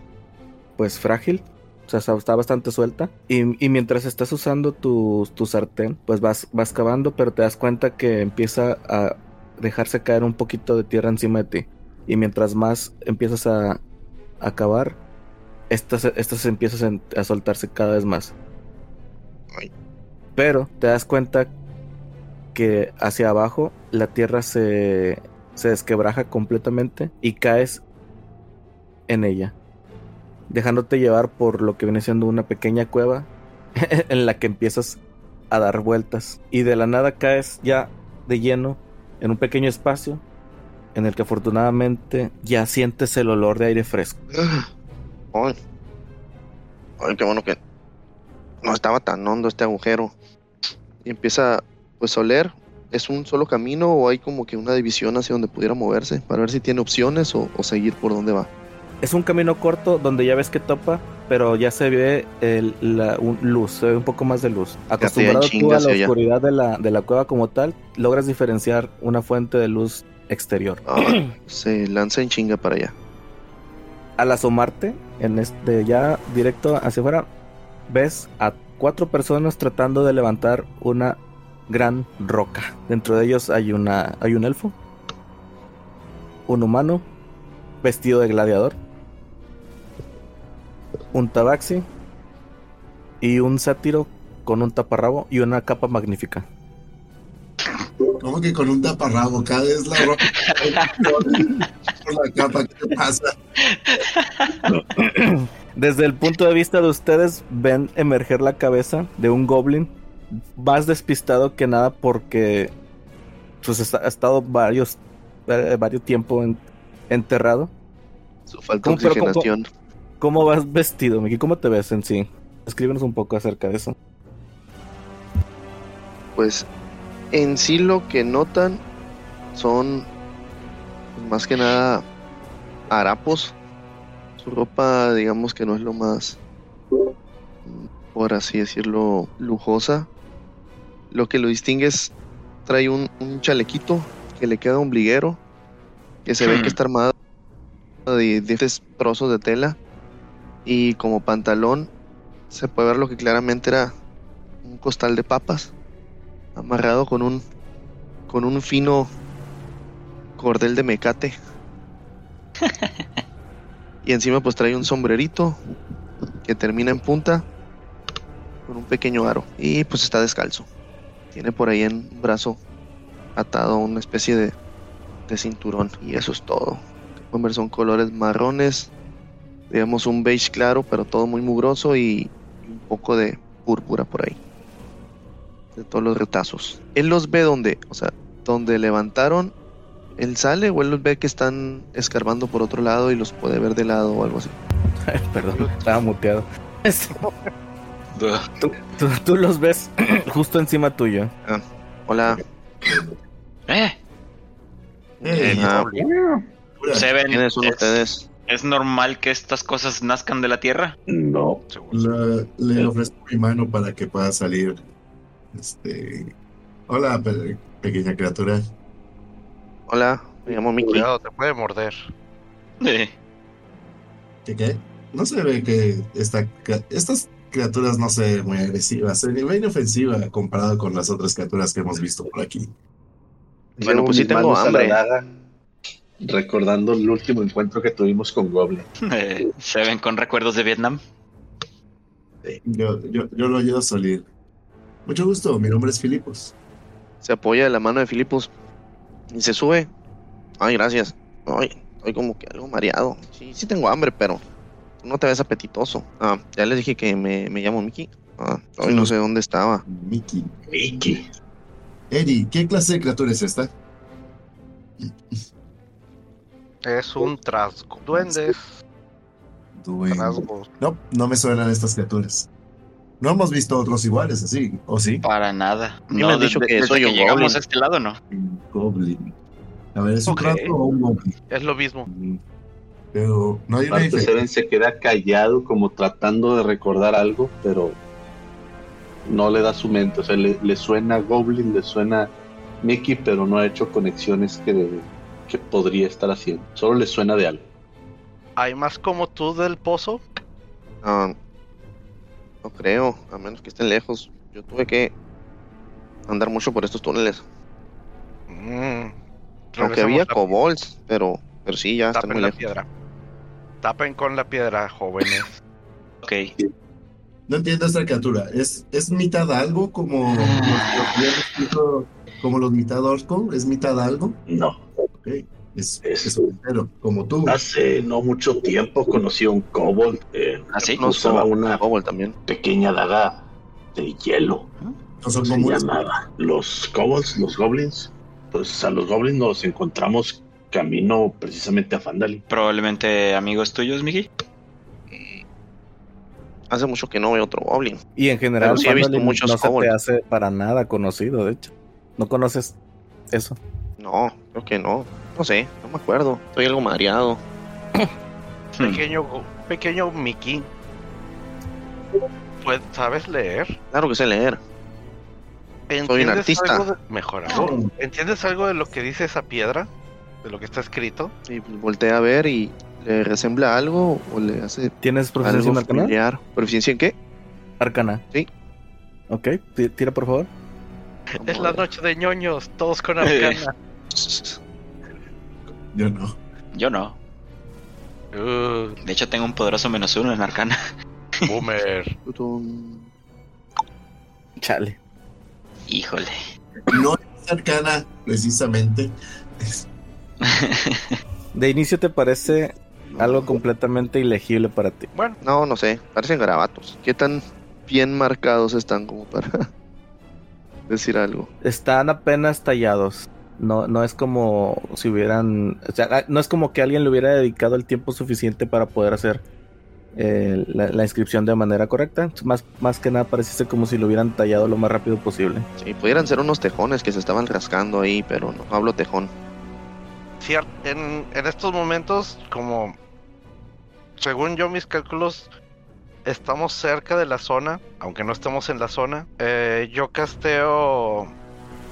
A: pues frágil. O sea, está- está bastante suelta. Y, y mientras estás usando tu, tu sartén, pues vas, vas cavando, pero te das cuenta que empieza a dejarse caer un poquito de tierra encima de ti. Y mientras más empiezas a, a cavar, estas, estas empiezan a soltarse cada vez más.
F: Ay.
A: Pero te das cuenta que hacia abajo la tierra se, se desquebraja completamente y caes en ella, dejándote llevar por lo que viene siendo una pequeña cueva *laughs* en la que empiezas a dar vueltas y de la nada caes ya de lleno en un pequeño espacio en el que afortunadamente ya sientes el olor de aire fresco.
F: Ay. Ay, qué bueno que no estaba tan hondo este agujero. Y empieza, pues, a oler. ¿Es un solo camino o hay como que una división hacia donde pudiera moverse? Para ver si tiene opciones o, o seguir por donde
A: *clears throat*
F: va.
A: Es un camino corto donde ya ves que topa, pero ya se ve el- la un- luz, se ve un poco más de luz. Acostumbrado tú
F: chinga
A: a la
F: hacia allá.
A: oscuridad de la, de la cueva como tal, logras diferenciar una fuente de luz exterior.
F: Ah, se lanza en chinga para allá.
A: Al asomarte, en este, ya directo hacia afuera, ves a cuatro personas tratando de levantar una gran roca. Dentro de ellos hay, una, hay un elfo, un humano vestido de gladiador, un tabaxi y un sátiro con un taparrabo y una capa magnífica.
D: ¿Cómo que con un taparrabo? Cada vez la
C: *laughs*
D: ropa por la capa. ¿Qué te pasa?
A: Desde el punto de vista de ustedes, ven emerger la cabeza de un goblin más despistado que nada porque pues, está- ha estado varios, eh, varios tiempo en- enterrado.
F: Su falta de
A: ¿Cómo, pero cómo,
F: oxigenación.
A: ¿Cómo vas vestido, Miki? ¿Cómo te ves en sí? Escríbenos un poco acerca de eso.
F: Pues, en sí lo que notan son pues, más que nada harapos. Su ropa, digamos que no es lo más, mm, por así decirlo, lujosa. Lo que lo distingue es trae un, un chalequito que le queda ombliguero, que se ve
C: Hmm.
F: que está armado de diferentes trozos de tela. Y como pantalón se puede ver lo que claramente era un costal de papas amarrado con un con un fino cordel de mecate. y encima pues trae un sombrerito que termina en punta con un pequeño aro y pues está descalzo. Tiene por ahí en un brazo atado a una especie de, de cinturón y eso es todo. Pueden ver, son colores marrones, digamos un beige claro, pero todo muy mugroso y un poco de púrpura por ahí de todos los retazos. Él los ve donde, o sea, donde levantaron, él sale o él los ve que están escarbando por otro lado y los puede ver de lado o algo así.
A: Perdón, estaba muteado. *laughs* Este, tú, tú los ves *clears throat* justo encima tuyo.
F: Hola,
C: Eh,
D: Eh,
F: ah,
D: pura.
C: Seven,
F: ¿quiénes son
C: es-
F: ustedes?
C: ¿Es normal que estas cosas nazcan de la tierra? *laughs*
B: No.
E: seguro.
D: La- le ofrezco mi mano para que pueda salir. Este. Hola, pe- pequeña criatura.
F: Hola, me llamo Mickey.
E: Cuidado, te puede morder.
C: Eh,
D: ¿Qué qué? No se ve que esta, ca- estas criaturas no se ven muy agresivas. Se ve inofensiva comparado con las otras criaturas que hemos visto por aquí.
F: Bueno,
B: Llevo
F: pues sí
B: mis
F: tengo
B: manos a la
F: hambre.
B: daga, recordando el último encuentro que tuvimos con Goblin.
C: Eh, se ven con recuerdos de Vietnam.
D: Eh, Yo, yo, yo lo ayudo a salir. Mucho gusto, mi nombre es Filipos.
F: Se apoya de la mano de Filipos y se sube. Ay, gracias. Ay, estoy como que algo mareado. Sí, sí tengo hambre, pero tú no te ves apetitoso. Ah, ya les dije que me, me llamo Mickey. Ah, ay, no sé dónde estaba.
D: Mickey.
B: Mickey.
D: Eri, ¿qué clase de criatura es esta?
E: Es un trasgo. Duendes,
D: Duende.
E: trasgos.
D: No, no me suenan estas criaturas. No hemos visto otros iguales así, ¿o sí?
C: Para nada.
F: me han dicho que soy un
C: llegamos
F: goblin.
C: a este lado, ¿no?
D: Un goblin. A ver, ¿es un
E: Ok.
D: rato o un goblin?
E: Es lo mismo.
D: Mm. Pero no hay una
B: Aparte,
D: diferencia.
B: Seren se queda callado, como tratando de recordar algo, pero no le da su mente. O sea, le, le suena Goblin, le suena Mickey, pero no ha hecho conexiones que, que podría estar haciendo. Solo le suena de algo.
E: ¿Hay más como tú del pozo?
F: Ah, no creo, a menos que estén lejos. Yo tuve que andar mucho por estos túneles.
E: Mm.
F: Aunque
E: Regresemos
F: había
E: la-
F: kobolds, pero, pero sí, ya están muy
E: Tapen la
F: lejos.
E: piedra. Tapen con la piedra, jóvenes.
F: *laughs*
C: Ok.
D: No entiendo esta criatura. ¿Es, es mitad algo
A: Ah.
D: como, como los- los- los- como los mitad orco? ¿Es mitad algo?
B: No.
D: Ok. Es,
B: Es- Ah,
D: es un entero, como tú.
B: Hace no mucho tiempo conocí a un Kobold. eh,
C: Así.
F: No,
B: usaba una
F: Kobold también.
B: pequeña daga de hielo.
D: No son
B: se
D: comunes.
B: llamaba. Los kobolds, los goblins, pues a los goblins nos los encontramos camino precisamente a Fandali.
C: Probablemente amigos tuyos, Miki.
F: Hace mucho que no veo otro goblin.
A: Y en general,
F: Pero sí he visto
A: Fandolin
F: muchos
A: no se te
F: kobolds.
A: hace para nada conocido, de hecho. No conoces eso.
F: No, creo que no. No sé, no me acuerdo. Estoy algo mareado.
E: Pequeño, pequeño Mickey. Pues, ¿sabes leer?
F: Claro que sé leer. un
E: ¿Entiendes
F: artista.
E: algo de- Mejor aún. ¿Entiendes algo de lo que dice esa piedra? De lo que está escrito.
F: Y pues, voltea a ver y le resembla algo o le hace
A: ¿Tienes proficiencia
F: algo
A: en arcana?
F: familiar. ¿Proficiencia en qué?
A: Arcana.
F: Sí.
A: Ok, ti- tira por favor.
E: *laughs* Es la noche de ñoños, todos *laughs* con arcana.
D: Yo no.
C: Yo no.
E: Uh,
C: De hecho, tengo un poderoso menos uno en Arcana.
E: *laughs* boomer.
F: Tutum.
A: Chale.
C: *laughs* Híjole.
D: No es cercana, precisamente.
A: De inicio te parece *laughs* algo completamente ilegible para ti.
E: Bueno,
F: No, no sé, parecen garabatos. ¿Qué tan bien marcados están como para *laughs* decir algo?
A: Están apenas tallados. No, no es como si hubieran. O sea, ah, no es como que alguien le hubiera dedicado el tiempo suficiente para poder hacer eh, la, la inscripción de manera correcta. Más, más que nada parece como si lo hubieran tallado lo más rápido posible.
F: Sí, pudieran ser unos tejones que se estaban rascando ahí, pero no, no hablo tejón.
E: cier- en, en estos momentos, como según yo mis cálculos, estamos cerca de la zona, aunque no estamos en la zona. Eh, yo casteo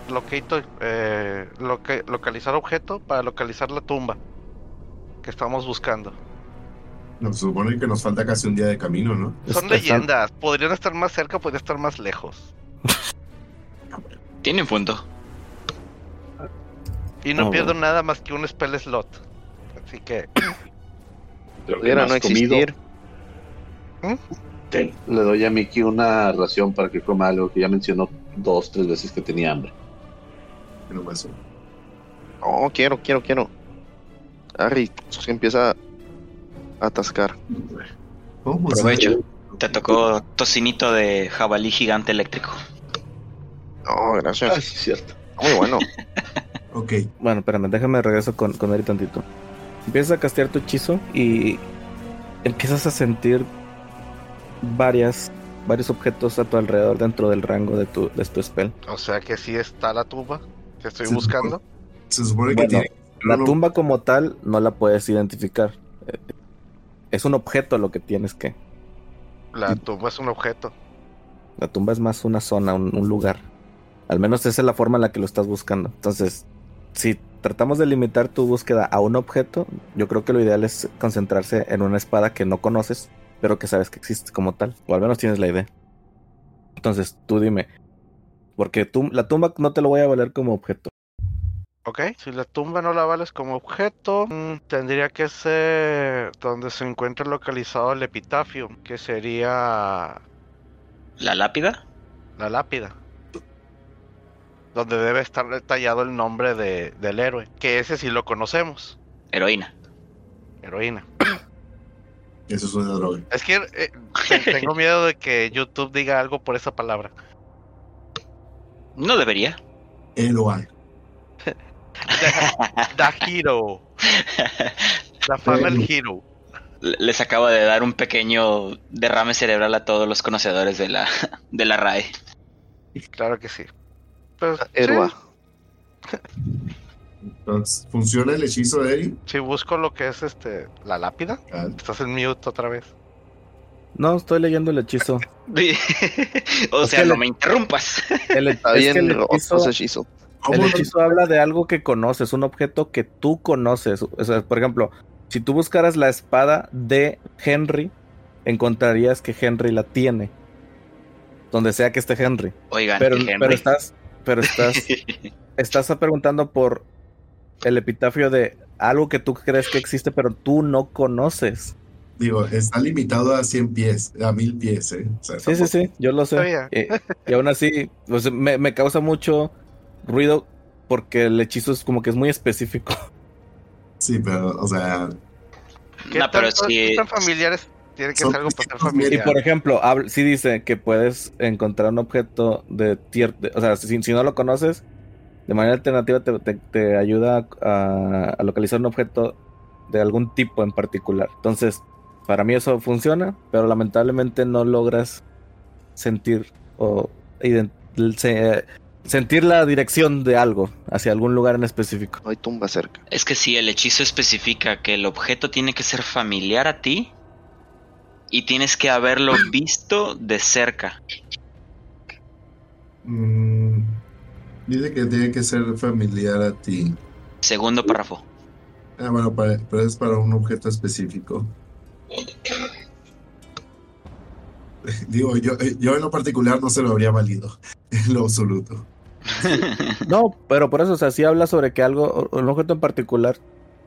E: locate, eh, loca- localizar objeto para localizar la tumba que estamos buscando.
D: Nos supone que nos falta casi un día de camino, ¿no?
E: Son
A: Está- están-
E: leyendas, podrían estar más cerca, podrían estar más lejos.
C: Tiene un punto.
E: Y no
A: Ah,
E: pierdo nada más que un spell slot. Así que
B: Creo que
F: Pudiera
B: has
F: no
B: comido.
F: existir.
B: Ten, Le doy a Mickey una ración para que coma algo que ya mencionó dos, tres veces que tenía hambre.
D: Que no más.
F: No, quiero, quiero, quiero. Harry se empieza a atascar.
D: ¿Cómo se-
C: Provecho. Te tocó tocinito de jabalí gigante eléctrico.
F: No,
B: Ah,
F: gracias.
B: *laughs* sí, cierto.
F: Muy bueno.
D: Ok,
A: Bueno, espérame, déjame regreso con, con Eri tantito. Empiezas a castear tu hechizo y empiezas a sentir varias, varios objetos a tu alrededor dentro del rango de tu, de tu spell.
E: O sea que sí está la tumba que estoy
D: Sí,
E: buscando.
D: se supone que
A: Bueno,
D: tiene.
A: La
D: no,
A: tumba como tal no la puedes identificar. Eh, Es un objeto lo que tienes que.
E: La tumba es un objeto.
A: La tumba es más una zona, un, un lugar. Al menos esa es la forma en la que lo estás buscando. Entonces, si tratamos de limitar tu búsqueda a un objeto, yo creo que lo ideal es concentrarse en una espada que no conoces, pero que sabes que existe como tal, o al menos tienes la idea. Entonces, tú dime, porque tú, la tumba no te lo voy a valer como objeto.
E: Ok, si la tumba no la vales como objeto, mm, tendría que ser donde se encuentra localizado el epitafio, que sería
C: ¿La lápida?
E: la lápida. Donde debe estar detallado el nombre de- del héroe, que ese sí lo conocemos,
C: Heroína.
E: heroína.
D: Eso es una droga.
E: Es que eh, *laughs* te- tengo miedo de que YouTube diga algo por esa palabra.
C: No debería.
D: Eloa.
E: Da Hero, la fama el Hero.
C: Le- Les acaba de dar un pequeño derrame cerebral a todos los conocedores de la, *laughs* de la RAE.
E: Claro que sí. Pues,
F: Héroe.
E: sí,
D: Entonces, ¿funciona el hechizo de Eri?
E: si busco lo que es este la lápida,
D: Ah,
E: estás en mute otra vez.
A: No, estoy leyendo el hechizo.
C: o
A: Es
C: sea,
A: que
C: no
A: le-
C: me interrumpas.
A: El,
F: *laughs* Está
A: es que
F: bien,
A: el
F: roto
A: hechizo,
F: ese hechizo.
A: el
D: ¿Cómo
A: hechizo habla de algo que conoces, un objeto que tú conoces. O sea, por ejemplo, si tú buscaras la espada de Henry, encontrarías que Henry la tiene. Donde sea que esté Ah, Henry.
C: Oigan,
A: Pero,
C: el Henry.
A: pero estás, pero *laughs* estás, estás preguntando por el epitafio de algo que tú crees que existe, pero tú no conoces.
D: Digo, está limitado a 100 pies, a 1000 pies, ¿eh? O sea,
A: Sí, sí,
D: tampoco-
A: sí, yo lo sé.
E: Sabía.
A: Eh, Y, aún así, pues, me, me causa mucho ruido porque el hechizo es como que es muy específico.
D: Sí, pero, o sea,
E: ¿Qué,
C: No, pero
E: tanto-
C: sí-
E: qué tan familiares tiene que
D: Son
E: ser algo para ser
D: distintos medios.
A: Y
E: familiar?
A: por ejemplo, habl- sí dice que puedes encontrar un objeto de tier, de- o sea, si, si no lo conoces, de manera alternativa te, te- te ayuda a, a localizar un objeto de algún tipo en particular. Entonces, para mí eso funciona, pero lamentablemente no logras sentir o ident- se- sentir la dirección de algo hacia algún lugar en
F: *laughs*
A: específico.
F: No hay tumba cerca.
C: Es que si el hechizo especifica que el objeto tiene que ser familiar a ti y tienes
A: *clears throat*
C: que haberlo visto de cerca.
D: mm, dice que tiene que ser familiar a ti.
C: Segundo
A: *laughs*
C: párrafo.
D: Ah, bueno, para- pero es para un objeto específico. *laughs* Digo, yo, eh, yo en lo particular no se lo habría valido, *laughs* en lo absoluto.
A: No, pero por eso, o sea, sí habla sobre que algo, un objeto en particular,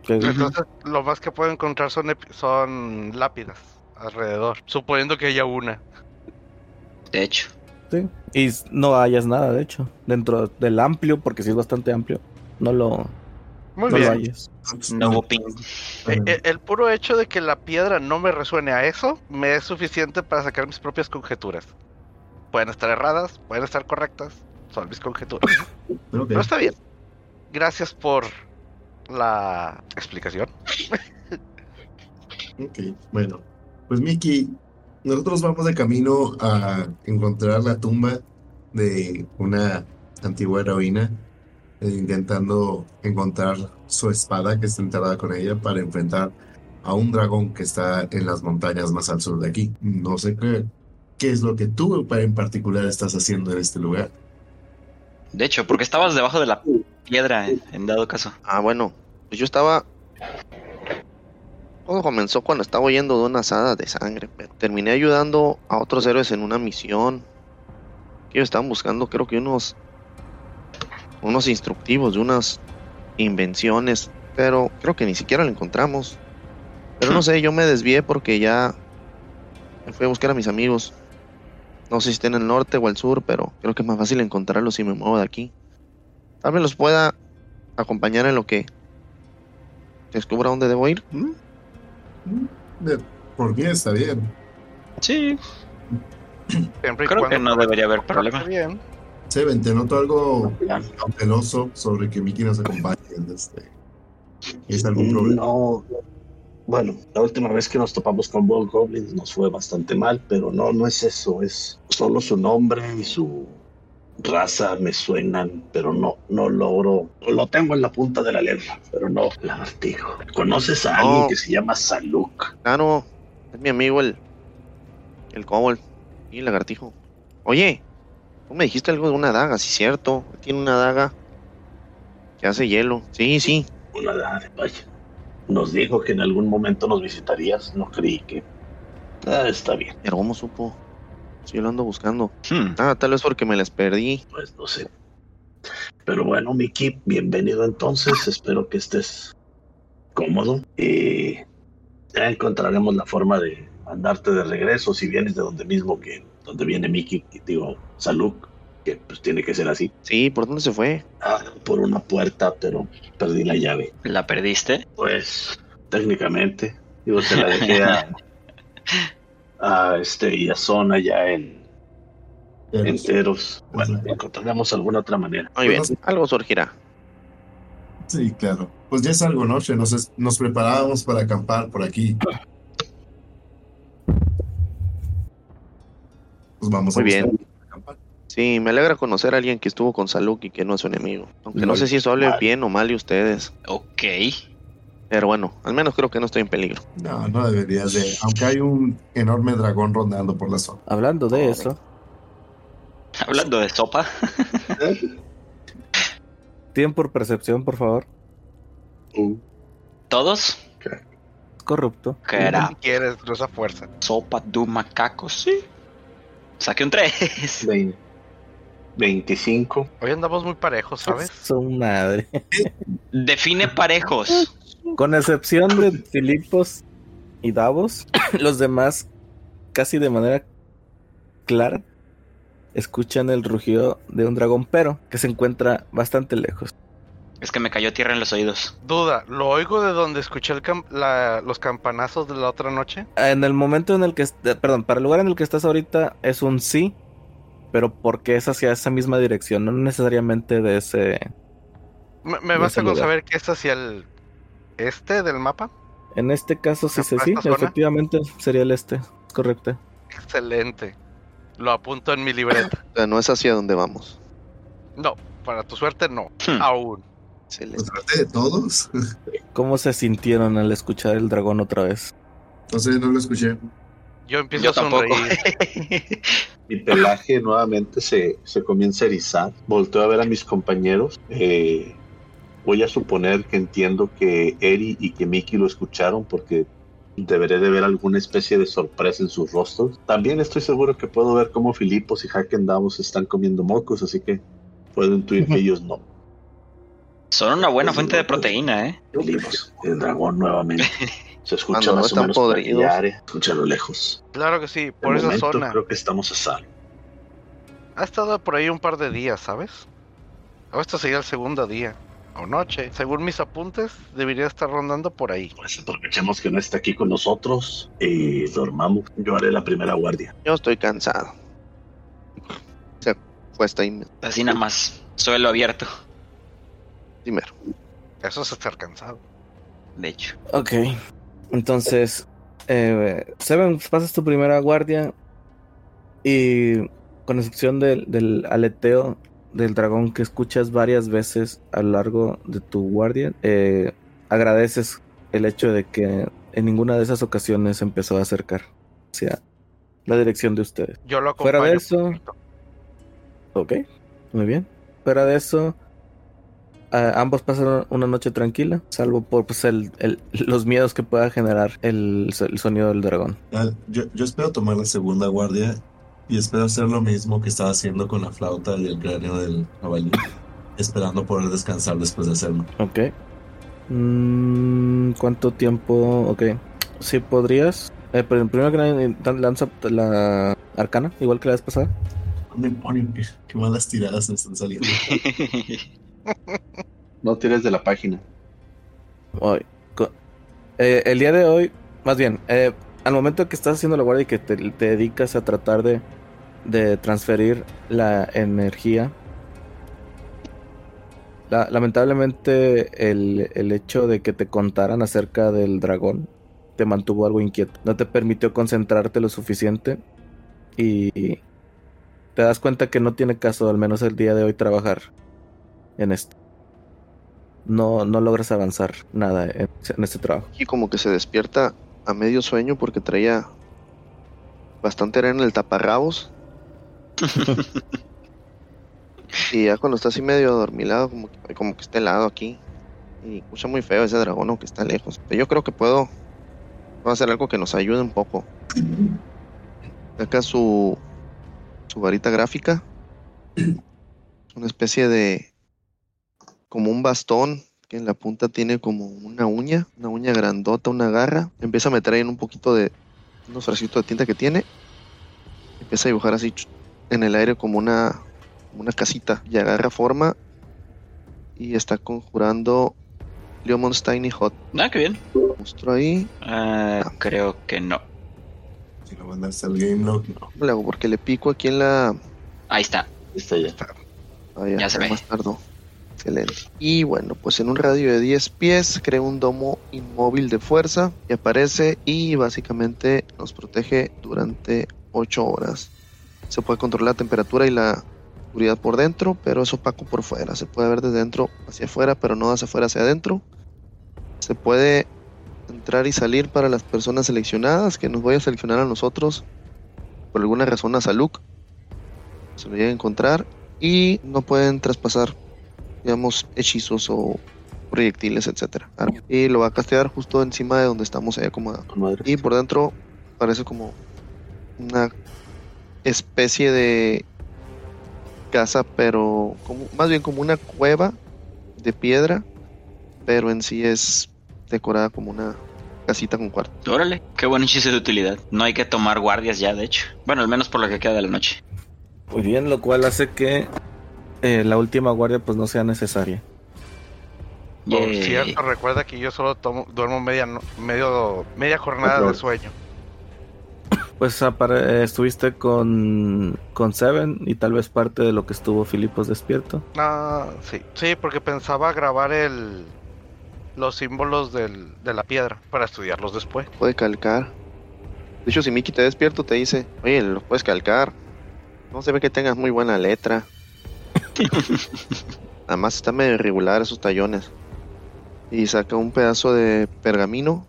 A: que-
E: Entonces, lo más que puedo encontrar son, epi- son lápidas alrededor, suponiendo que haya una.
C: De hecho,
A: Sí. Y s- no hayas nada, de hecho. Dentro del amplio, porque sí es bastante amplio, no lo, no
E: Muy
A: lo
E: bien.
A: halles.
C: no hubo ping.
E: E- e- El, puro hecho de que la piedra no me resuene a eso me es suficiente para sacar mis propias conjeturas. Pueden estar erradas, pueden estar correctas, son mis conjeturas.
D: Ok.
E: Pero está bien. Gracias por la explicación.
D: Ok, bueno. Pues Miki, nosotros vamos de camino a encontrar la tumba de una antigua heroína, eh, intentando encontrar su espada que está enterrada con ella para enfrentar a un dragón que está en las montañas más al sur de aquí. No sé qué, qué es lo que tú pa- en particular estás haciendo en este lugar.
C: De hecho, porque estabas debajo de la piedra, en, en dado caso.
F: Ah, bueno. Pues yo estaba. Todo comenzó cuando estaba huyendo de una asada de sangre. pero Terminé ayudando a otros héroes en una misión. Que ellos estaban buscando, creo que unos. Unos instructivos de unas invenciones. Pero creo que ni siquiera lo encontramos. Pero no sé, yo me desvié porque ya. Me fui a buscar a mis amigos. No sé si está en el norte o el sur, pero creo que es más fácil encontrarlos si me muevo de aquí. Tal vez los pueda acompañar en lo que descubra dónde debo ir.
D: De- Por mí está bien.
C: Sí,
E: Siempre y
C: creo que
E: cuando
C: no debería haber
E: corte
C: problema.
E: bien.
D: Seven, te noto algo cauteloso sobre que Miki nos acompañe. Este. ¿Es algún problema?
B: Este, No. Bueno, la última vez que nos topamos con Bob Goblins nos fue bastante mal, pero no, no es eso, es solo su nombre y su raza me suenan, pero no, no logro, lo tengo en la punta de la lengua, pero no la artigo. ¿Conoces a alguien
F: No.
B: que se llama Saluk?
F: Claro, es mi amigo el. El Cobol y el lagartijo. Oye, tú me dijiste algo de una daga, sí, cierto. Él Tiene una daga que hace hielo. Sí, sí.
B: Una edad, vaya. Nos dijo que en algún momento nos visitarías. No creí que. Ah, está bien.
F: Pero ¿cómo supo? Sí, lo ando buscando.
C: Hmm.
F: Ah, tal vez porque me las perdí.
B: Pues no sé. Pero bueno, Miki, bienvenido entonces. Espero que estés cómodo. Y ya encontraremos la forma de andarte de regreso si vienes de donde mismo que donde viene Miki, que digo, Saluk, que pues tiene que ser así.
F: Sí, ¿por dónde se fue?
B: Ah, por una puerta, pero perdí la llave.
C: ¿La perdiste?
B: Pues técnicamente, digo, se la dejé a, a este y a Zona ya en enteros. Bueno, encontraremos alguna otra manera.
F: Muy bien, algo surgirá.
D: Sí, claro. Pues ya es algo noche, nos, es- nos preparábamos para acampar por aquí. Pues vamos
F: Muy
D: a buscar-
F: Sí, me alegra conocer a alguien que estuvo con Saluk y que no es su enemigo. Aunque no
A: Mal.
F: sé si eso hable
B: Mal.
F: bien o mal de ustedes.
C: Ok.
F: Pero bueno, al menos creo que no estoy en peligro.
D: No, no deberías de. Aunque hay un enorme dragón rondando por la zona.
A: Hablando de
F: Joder.
A: eso,
C: Hablando de sopa.
A: tiempo por percepción, por favor.
B: Uh,
C: ¿Todos?
A: Es corrupto.
C: ¿Qué era?
E: Si quieres, no esa fuerza.
C: Sopa de macaco, sí. Saqué un 3.
B: vein- 25.
E: Hoy andamos muy parejos, ¿sabes?
A: *laughs* Su madre.
C: *laughs* Define parejos.
A: Con excepción de Filipos y Davos, *coughs* los demás, casi de manera clara, escuchan el rugido de un dragón, pero que se encuentra bastante lejos.
C: Es que me cayó tierra en los oídos.
E: Duda, ¿lo oigo de donde escuché el cam- la- los campanazos de la otra noche?
A: En el momento en el que, est- perdón, para el lugar en el que estás ahorita es un sí, pero porque es hacia esa misma dirección, no necesariamente de ese,
E: Me,
A: De
E: me basta
A: ese
E: con
A: lugar.
E: saber que es hacia el este del mapa.
A: En este caso sí
E: Ah,
A: se
E: ¿para
A: sí,
E: esta zona?
A: efectivamente sería el este, es correcto.
E: Excelente. Lo apunto en mi libreta.
F: O sea, no es hacia donde vamos.
E: No, para tu suerte no,
C: Hmm.
E: aún.
F: Excelente.
D: Pues trate de todos. *laughs*
A: ¿Cómo se sintieron al escuchar el dragón otra vez?
D: Entonces no lo escuché.
E: Yo empiezo
C: Yo
E: a
C: tampoco. *laughs*
E: sonreír.
B: Mi pelaje nuevamente se, se comienza a erizar. Volteo a ver a mis compañeros. Eh, voy a suponer que entiendo que Eri y que Miki lo escucharon porque deberé de ver alguna especie de sorpresa en sus rostros. También estoy seguro que puedo ver cómo Filipos y Haken Davos están comiendo mocos, así que puedo intuir que ellos no.
C: Son una buena fuente de proteína, ¿eh?
B: Filipos, el dragón nuevamente. Se escucha
F: Cuando no
B: más o
F: están
B: menos por
F: podridos.
B: aquella área. Escucha a lo lejos.
E: Claro que sí,
B: De
E: por esa
B: momento
E: zona.
B: creo que estamos a salvo.
E: Ha estado por ahí un par de días, ¿sabes? O esto sería el segundo día. O noche. Según mis apuntes, debería estar rondando por ahí.
B: Pues aprovechemos que no está aquí con nosotros y dormamos. Yo haré la primera guardia.
F: Yo estoy cansado. Se acuesta ahí
C: Así nada más. Suelo abierto.
F: primero.
E: Eso es estar cansado.
C: De hecho. *laughs*
A: Ok, entonces, eh, Seven, pasas tu primera guardia y con excepción del, del aleteo del dragón que escuchas varias veces a lo largo de tu guardia, eh, agradeces el hecho de que en ninguna de esas ocasiones empezó a acercar hacia la dirección de ustedes.
E: Yo lo acompaño.
A: Fuera de eso-
E: perfecto.
A: Ok, muy bien. Fuera de eso, a- ambos pasaron una noche tranquila, salvo por pues, el- el- los miedos que pueda generar el, so- el sonido del dragón.
D: Ah, Yo, yo espero tomar la segunda guardia y espero hacer lo mismo que estaba haciendo con la flauta y el cráneo del caballo. Esperando poder descansar después de hacerlo.
A: Ok. Mm, ¿Cuánto tiempo? Ok. Si podrías. Eh, pero primero que nada, eh, dan- lanza la arcana, igual que la vez pasada.
D: Demonio, qué, qué malas tiradas me están *laughs* saliendo.
B: No tires de la página.
A: Hoy. co- eh, el día de hoy, más bien, eh, al momento que estás haciendo la guardia y que te, te dedicas a tratar de, de transferir la energía, la- lamentablemente el, el hecho de que te contaran acerca del dragón te mantuvo algo inquieto. No te permitió concentrarte lo suficiente y te das cuenta que no tiene caso, al menos el día de hoy, trabajar en esto. No, no logras avanzar nada en, en este trabajo.
F: Y como que se despierta a medio sueño porque traía bastante arena en el taparrabos. Y ya cuando está así medio adormilado, como que, como que está helado aquí. Y escucha muy feo ese dragón, aunque está lejos. Pero yo creo que puedo, puedo hacer algo que nos ayude un poco. Saca su, su varita gráfica. *clears throat* Una especie de. como un bastón que en la punta tiene como una uña, una uña grandota, una garra. Empieza a meter ahí en un poquito de. unos frasquitos de tinta que tiene. Empieza a dibujar así ch- en el aire como una como una casita y agarra forma y está conjurando Leomon's Tiny Hot.
C: Ah, qué bien.
F: Mostro ahí.
C: Ah, creo que no.
D: Si lo mandaste al Game Lock, no.
F: ¿Cómo le hago? Porque le pico aquí en la.
C: Ahí está.
B: Está ya.
F: Ah,
C: Ya se ve.
F: Más tardó. Excelente. Y bueno, pues en un radio de 10 pies crea un domo inmóvil de fuerza y aparece y básicamente nos protege durante 8 horas. Se puede controlar la temperatura y la oscuridad por dentro, pero es opaco por fuera. Se puede ver desde dentro hacia afuera, pero no hacia afuera hacia adentro. Se puede entrar y salir para las personas seleccionadas, que nos voy a seleccionar a nosotros por alguna razón a Saluk. Se lo llega a encontrar y no pueden traspasar, digamos, hechizos o proyectiles, etcétera. Arma. Y lo va a castear justo encima de donde estamos ahí acomodados.
B: Con madre.
F: Y por dentro parece como una especie de casa, pero como, más bien como una cueva de piedra, pero en sí es decorada como una casita con cuarto.
C: Órale, qué buen hechizo de utilidad. No hay que tomar guardias ya, de hecho. Bueno, al menos por lo que queda de la noche.
A: Muy bien, lo cual hace que eh, la última guardia pues no sea necesaria.
E: Por
C: Yay.
E: cierto, recuerda que yo solo tomo- duermo media, no- medio, media jornada
B: Cuatro
E: de
B: horas.
E: sueño.
A: Pues apare- eh, estuviste con, con Seven y tal vez parte de lo que estuvo Filipos despierto.
E: Ah, sí. Sí, porque pensaba grabar el los símbolos del- de la piedra para estudiarlos después.
F: Puede calcar. De hecho, si Miki te despierto, te dice, oye, lo puedes calcar. No se ve que tengas muy buena letra. Además, está medio irregular esos tallones. Y saca un pedazo de pergamino,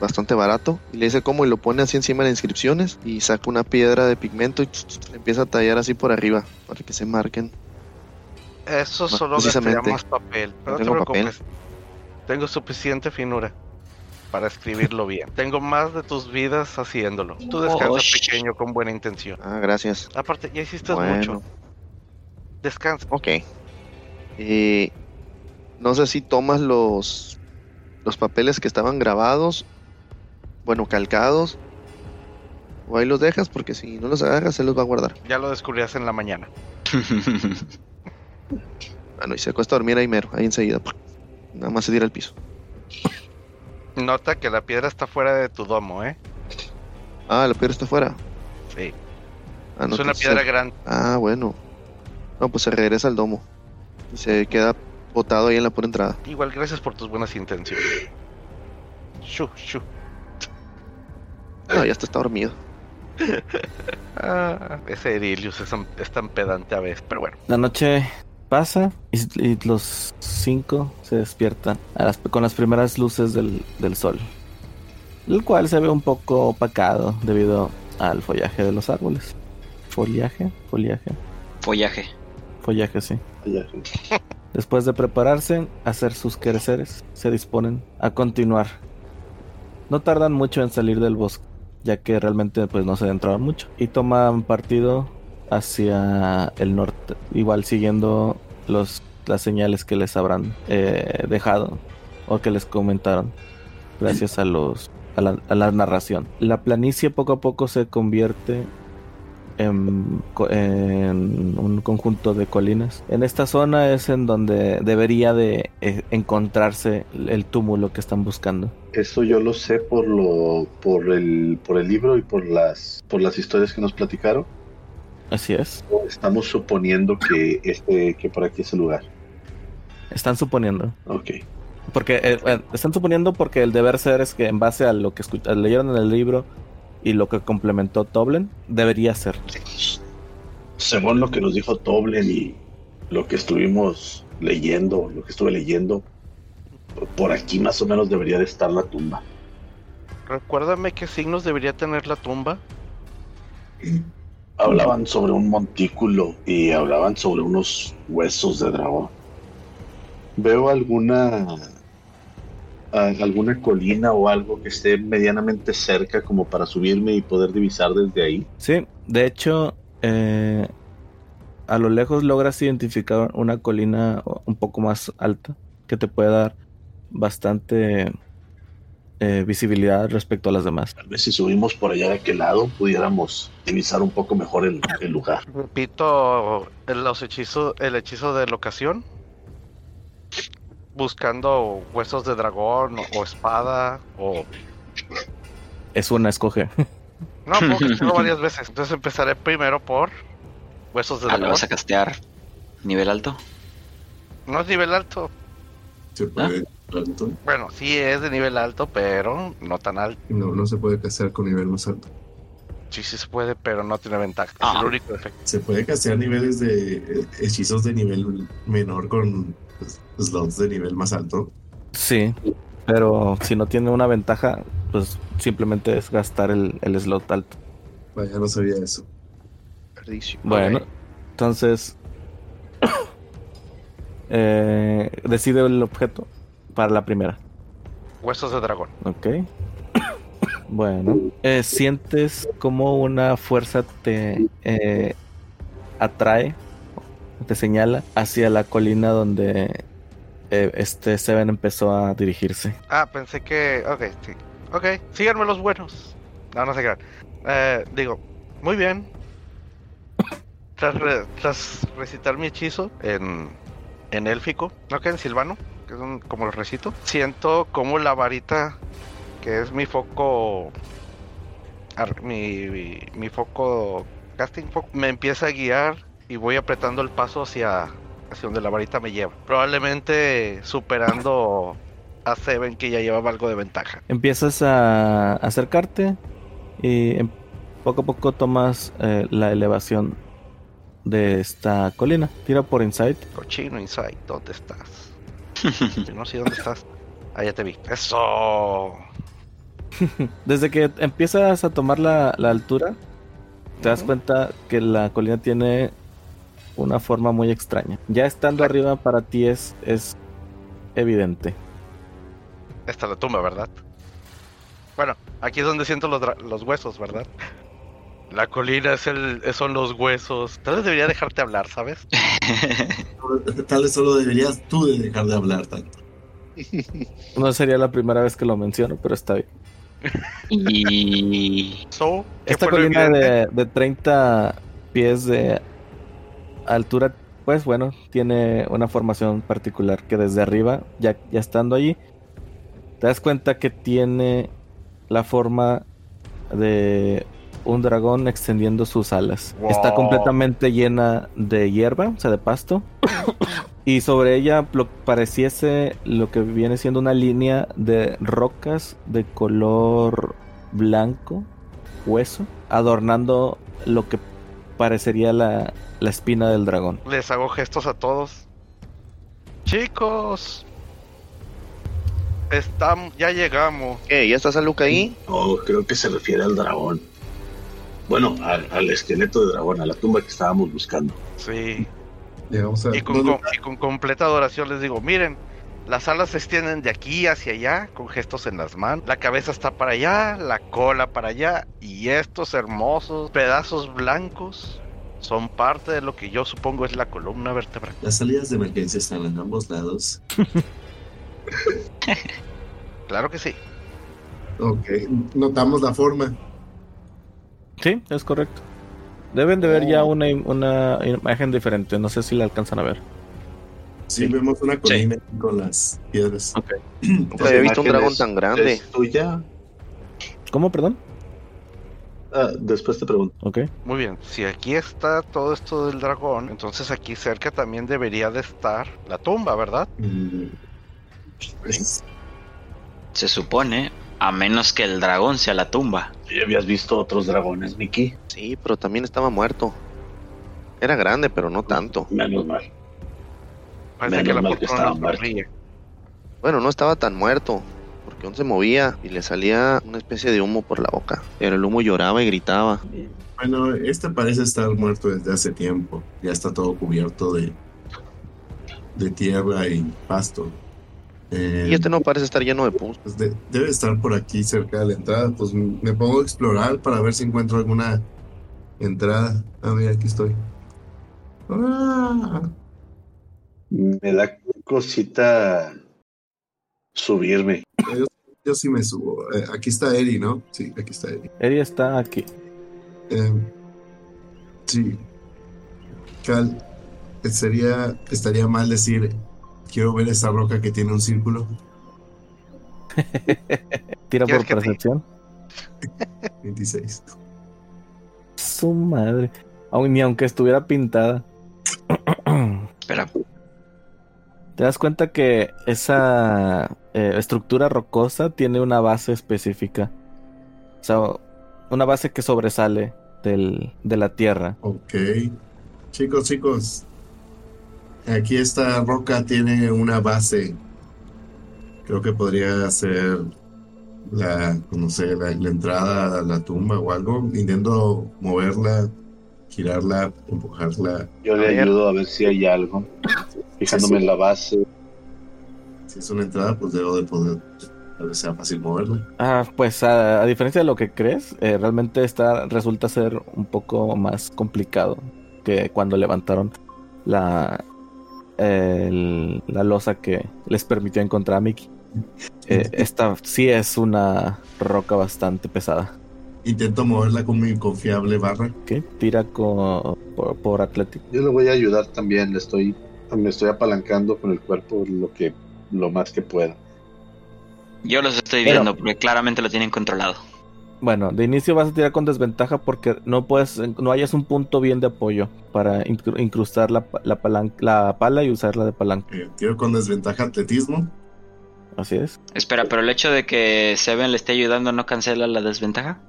F: bastante barato, y le dice cómo, y lo pone así encima de las inscripciones. Y saca una piedra de pigmento y tss, tss, le empieza a tallar así por arriba, para que se marquen.
E: Eso
F: Bueno,
E: solo
F: precisamente.
E: gastaría más papel. Pero no te
F: tengo
E: preocupes. Tengo suficiente finura para escribirlo bien. Tengo más de tus vidas haciéndolo. Tú descansas
C: Osh.
E: pequeño con buena intención.
F: Ah, gracias.
E: Aparte, ya hiciste
F: Bueno.
E: mucho. Descansa.
F: Ok. Eh, no sé si tomas los, los papeles que estaban grabados, bueno, calcados, o ahí los dejas, porque si no los agarras, él los va a guardar.
E: Ya lo descubrirás en la mañana.
F: Bueno, Ah, y se acuesta a dormir ahí mero, ahí enseguida. pues. Nada más se tira al piso.
E: Nota que la piedra está fuera de tu domo, ¿eh?
F: Ah, la piedra está afuera.
E: Sí.
F: Ah, no,
E: es una
F: entonces-
E: piedra grande.
F: Ah, bueno. No, pues se regresa al domo. Y se queda botado ahí en la pura entrada.
E: Igual, gracias por tus buenas intenciones. Shu, shu.
F: No, ya está, está dormido.
E: Ah, ese Erilius es, tan- es tan pedante a veces, pero bueno.
A: La noche pasa y, y los cinco se despiertan a las- con las primeras luces del, del sol, el cual se ve un poco opacado debido al follaje de los árboles. Follaje, follaje,
C: *laughs* Follaje.
A: follaje, sí.
B: Ya.
A: Después de prepararse, hacer sus quehaceres, se disponen a continuar. No tardan mucho en salir del bosque, ya que realmente pues no se adentraron mucho y toman partido hacia el norte, igual siguiendo los las señales que les habrán eh, dejado o que les comentaron gracias a los a la, a la narración. La planicie poco a poco se convierte en, co- en un conjunto de colinas. En esta zona es en donde debería de eh, encontrarse el el túmulo que están buscando.
B: Eso yo lo sé por lo, por el, por el libro y por las, por las historias que nos platicaron.
A: Así es.
B: Estamos suponiendo que este, que por aquí es el lugar.
A: Están suponiendo.
B: Ok.
A: Porque eh, bueno, están suponiendo porque el deber ser es que en base a lo que escu- leyeron en el libro y lo que complementó Toblen, debería ser.
B: Según lo que nos dijo Toblen y lo que estuvimos leyendo, lo que estuve leyendo, por aquí más o menos debería de estar la tumba.
E: Recuérdame qué signos debería tener la tumba.
G: Hablaban sobre un montículo y hablaban sobre unos huesos de dragón.
B: ¿Veo alguna a- alguna colina o algo que esté medianamente cerca como para subirme y poder divisar desde ahí?
A: Sí, de hecho, eh, a lo lejos logras identificar una colina un poco más alta que te puede dar bastante eh, visibilidad respecto a las demás.
G: Tal vez si subimos por allá de aquel lado pudiéramos divisar un poco mejor el, el lugar.
E: Repito los hechizos, el hechizo de locación. Buscando huesos de dragón o espada o...
A: Es una escoge.
E: No,
C: *laughs*
E: puedo castearlo varias veces. Entonces empezaré primero por huesos de
C: Ah, lo
E: dragón.
C: vas a castear. Nivel alto.
E: No es nivel alto.
D: Se puede. alto.
E: Bueno, sí es de nivel alto, pero no tan alto.
D: No, no se puede castear con nivel más alto.
E: Sí, sí se puede, pero no tiene ventaja. Es
C: Ah.
E: el único efecto.
D: Se puede castear niveles de eh, hechizos de nivel menor con pues, slots de nivel más alto.
A: Sí, pero si no tiene una ventaja, pues simplemente es gastar el, el slot alto.
D: Vaya, no sabía eso.
F: Perdición.
A: Bueno, entonces *coughs* eh, decide el objeto para la primera.
E: Huesos de dragón.
A: Ok. Bueno, eh, sientes como una fuerza te eh, atrae, te señala hacia la colina donde eh, este Seven empezó a dirigirse.
E: Ah, pensé que. Ok, sí. Ok, síganme los buenos. No, no se crean. Eh, digo, muy bien. Tras, re- tras recitar mi hechizo en, en élfico, no que en silvano, que es un- como lo recito, siento como la varita, que es mi foco. ar- mi, mi, mi foco. Casting foco, me empieza a guiar y voy apretando el paso hacia, hacia donde la varita me lleva. Probablemente superando a Seven que ya llevaba algo de ventaja.
A: Empiezas a acercarte y em- poco a poco tomas eh, la elevación de esta colina. Tira por Insight.
E: Cochino Inside, ¿dónde estás? No sé dónde estás. Ah, ya te vi. Eso.
A: Desde que empiezas a tomar la, la altura, te das
E: Ujú.
A: cuenta que la colina tiene una forma muy extraña. Ya estando arriba para ti es, es evidente.
E: Esta es la tumba, ¿verdad? Bueno, aquí es donde siento los, dra- los huesos, ¿verdad? La colina es el, son los huesos. Tal vez debería dejarte hablar, ¿sabes?
D: Tal vez solo deberías tú de dejar de hablar tanto.
A: No sería la primera vez que lo menciono, pero está bien.
C: y.
E: So, ¿qué
A: Esta
E: fue lo
A: colina
E: evidente?
A: de, de 30 pies de altura, pues bueno, tiene una formación particular que desde arriba, ya, ya estando allí, te das cuenta que tiene la forma de un dragón extendiendo sus alas.
E: Wow.
A: Está completamente llena de hierba, o sea, de pasto. y sobre ella lo- pareciese lo que viene siendo una línea de rocas de color blanco, hueso, adornando lo que parecería la, la espina del dragón.
E: Les hago gestos a todos. Chicos. Estamos, ya llegamos.
F: ¿Qué? ¿Ya estás a Luca ahí?
G: No, creo que se refiere al dragón. Bueno, al, al esqueleto de dragón, a la tumba que estábamos buscando.
E: Sí.
D: Llegamos a.
E: Y con, con- y con completa adoración les digo, miren, las alas se extienden de aquí hacia allá, con gestos en las manos. La cabeza está para allá, la cola para allá, y estos hermosos pedazos blancos son parte de lo que yo supongo es la columna vertebral.
D: Las salidas de emergencia están en ambos lados.
E: Claro que sí.
D: Ok, notamos la forma.
A: Sí, es correcto. Deben de ver ya una, im- una imagen diferente, no sé si la alcanzan a ver.
D: Sí, vemos una colina con las piedras. Pues,
A: Ok.
F: Nunca había visto un dragón
B: imágenes
F: tan grande.
B: ¿Es tuya?
A: ¿Cómo, perdón?
B: Ah, después te pregunto.
A: Ok.
E: Muy bien, si aquí está todo esto del dragón, entonces aquí cerca también debería de estar la tumba, ¿verdad?
D: Mm. Es-
C: Se supone, a menos que el dragón sea la tumba.
G: ¿Ya habías visto otros dragones, Mickey?
F: Sí, pero también estaba muerto. Era grande, pero no tanto.
G: Menos mal.
E: Parece
G: Menos
E: que la
G: mal que
E: fortuna
G: estaba
E: nos
G: muerto.
E: sonríe.
F: Bueno, no estaba tan muerto. porque aún se movía y le salía una especie de humo por la boca. Pero el humo lloraba y gritaba.
D: Bueno, este parece estar muerto desde hace tiempo. Ya está todo cubierto de, de tierra y pasto. Eh,
F: Y este no parece estar lleno de pus.
D: pues de- debe estar por aquí cerca de la entrada. Pues m- me pongo a explorar para ver si encuentro alguna entrada. Ah, mira, aquí estoy. Ah,
G: Me da cosita subirme.
D: yo sí me subo. Eh, aquí está Eri, ¿no? Sí, aquí está Eri.
A: Eri está aquí.
D: Em, sí. Cal, sería, estaría mal decir, quiero ver esa roca que tiene un círculo.
A: Tira
E: ¿Quieres
A: por
E: que te-
A: percepción.
D: 26.
A: Su madre. Aun- ni aunque estuviera pintada. *clears throat*
C: Espera,
A: Te das cuenta que esa eh, estructura rocosa tiene una base específica. O sea, una base que sobresale del, de la tierra.
D: Ok. Chicos, chicos. Aquí esta roca tiene una base. Creo que podría ser la, no sé, la, la entrada a la tumba o algo. Intento moverla, girarla, empujarla.
G: Yo le
E: A ver.
G: ayudo a ver si hay algo. Fijándome en la base.
D: Si es una entrada, pues debo de poder. Tal vez sea fácil moverla.
A: Ah, pues a, a diferencia de lo que crees, eh, realmente está, resulta ser un poco más complicado que cuando levantaron la, el- la losa que les permitió encontrar a Mickey. Eh, esta sí es una roca bastante pesada.
D: Intento moverla con mi confiable barra.
A: Ok, Tira con, por, por Atlético.
B: Yo le voy a ayudar también, le estoy, me estoy apalancando con el cuerpo lo que, lo más que pueda.
C: yo los estoy
A: Pero-
C: viendo porque claramente lo tienen controlado.
A: Bueno, de inicio vas a tirar con desventaja porque no puedes, no hayas un punto bien de apoyo para incru- incrustar la, pa- la, palan- la pala y usarla de palanca.
D: Eh, tiro con desventaja atletismo.
A: Así es.
C: Espera, pero el hecho de que Seven le esté ayudando no cancela la desventaja.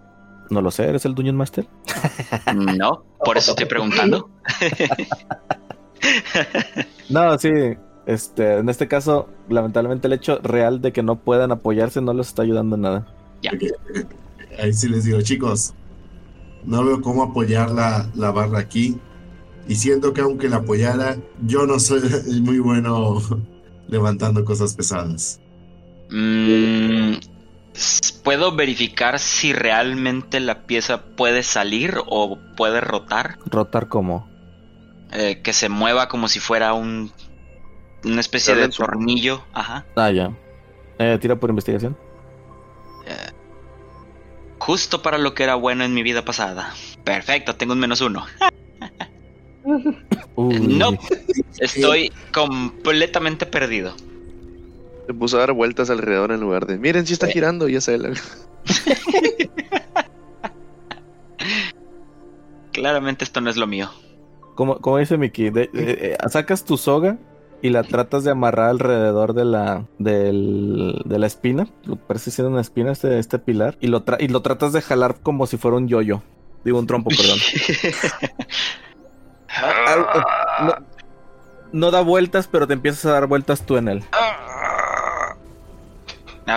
A: No lo sé, eres el Dungeon Master.
C: No, por eso estoy preguntando.
A: No, sí. Este, en este caso, lamentablemente el hecho real de que no puedan apoyarse no les está ayudando en nada.
D: Ahí sí les digo, chicos, no veo cómo apoyar la, la barra aquí. Y siento que aunque la apoyara, yo no soy *laughs* muy bueno *laughs* levantando cosas pesadas.
C: Mm, s- ¿Puedo verificar si realmente la pieza puede salir o puede rotar?
A: Rotar como.
C: Eh, que se mueva como si fuera un una especie
F: Darle
C: de
F: en su-
C: tornillo. Ajá.
A: Ah, ya. Eh, tira por investigación.
C: Justo para lo que era bueno en mi vida pasada. Perfecto, tengo un menos uno.
A: Uy,
C: No, estoy completamente perdido.
F: Se puso a dar vueltas alrededor en lugar de. Miren, si está girando, ya sé. la-
C: Claramente esto no es lo mío.
A: Como, como dice Miki, de- eh, eh, sacas tu soga y la tratas de amarrar alrededor de la, del- de la espina. Lo- Parece siendo una espina este, este pilar. Y lo, tra- y lo tratas de jalar como si fuera un yoyo. Digo, un trompo, perdón. No, no da vueltas, pero te empiezas a dar vueltas tú en él.
C: Ah,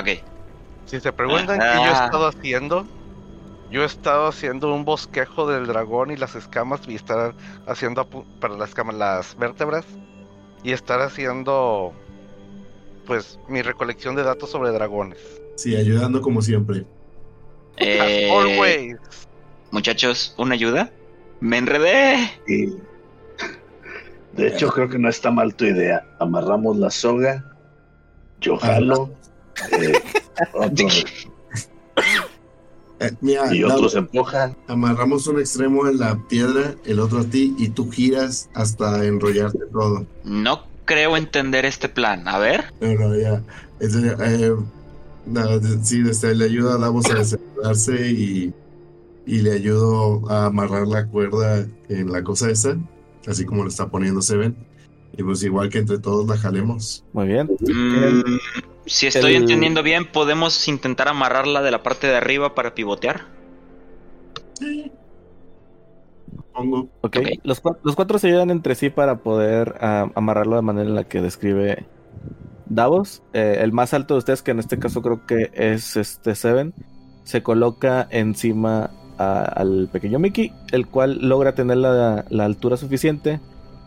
C: ok.
E: Si se preguntan qué yo he
C: Ajá.
E: estado haciendo, yo he estado haciendo un bosquejo del dragón y las escamas y estar haciendo apu- para las escamas, las vértebras y estar haciendo pues mi recolección de datos sobre dragones.
D: Sí, ayudando como siempre.
E: As
C: Eh,
E: always.
C: muchachos, ¿una ayuda? Me enredé.
G: Y... De hecho, creo que no está mal tu idea. Amarramos la soga. Yo
B: Ah,
G: jalo. eh,
B: *laughs*
G: otros-
D: Eh,
B: Ah,
D: mira,
G: y
D: la-
G: otros empujan.
D: amarramos un extremo en la piedra, el otro a ti, y tú giras hasta enrollarte todo.
C: No creo entender este plan. A ver.
D: No, no, ya. En serio, eh, no, de- sí, este, le ayudo a Davos a desenredarse y, y le ayudo a amarrar la cuerda en la cosa esa, así como lo está poniendo Seven. Y pues igual que entre todos la jalemos.
A: Muy bien.
C: Mm, si estoy
A: el-
C: entendiendo bien, podemos intentar amarrarla de la parte de arriba para pivotear.
D: Pongo.
A: Ok.
C: Ok.
A: Los, cua- los cuatro se ayudan entre sí para poder ah, amarrarlo de manera en la que describe Davos, eh, el más alto de ustedes, que en este caso creo que es este Seven, se coloca encima a- al pequeño Mickey, el cual logra tener la, la altura suficiente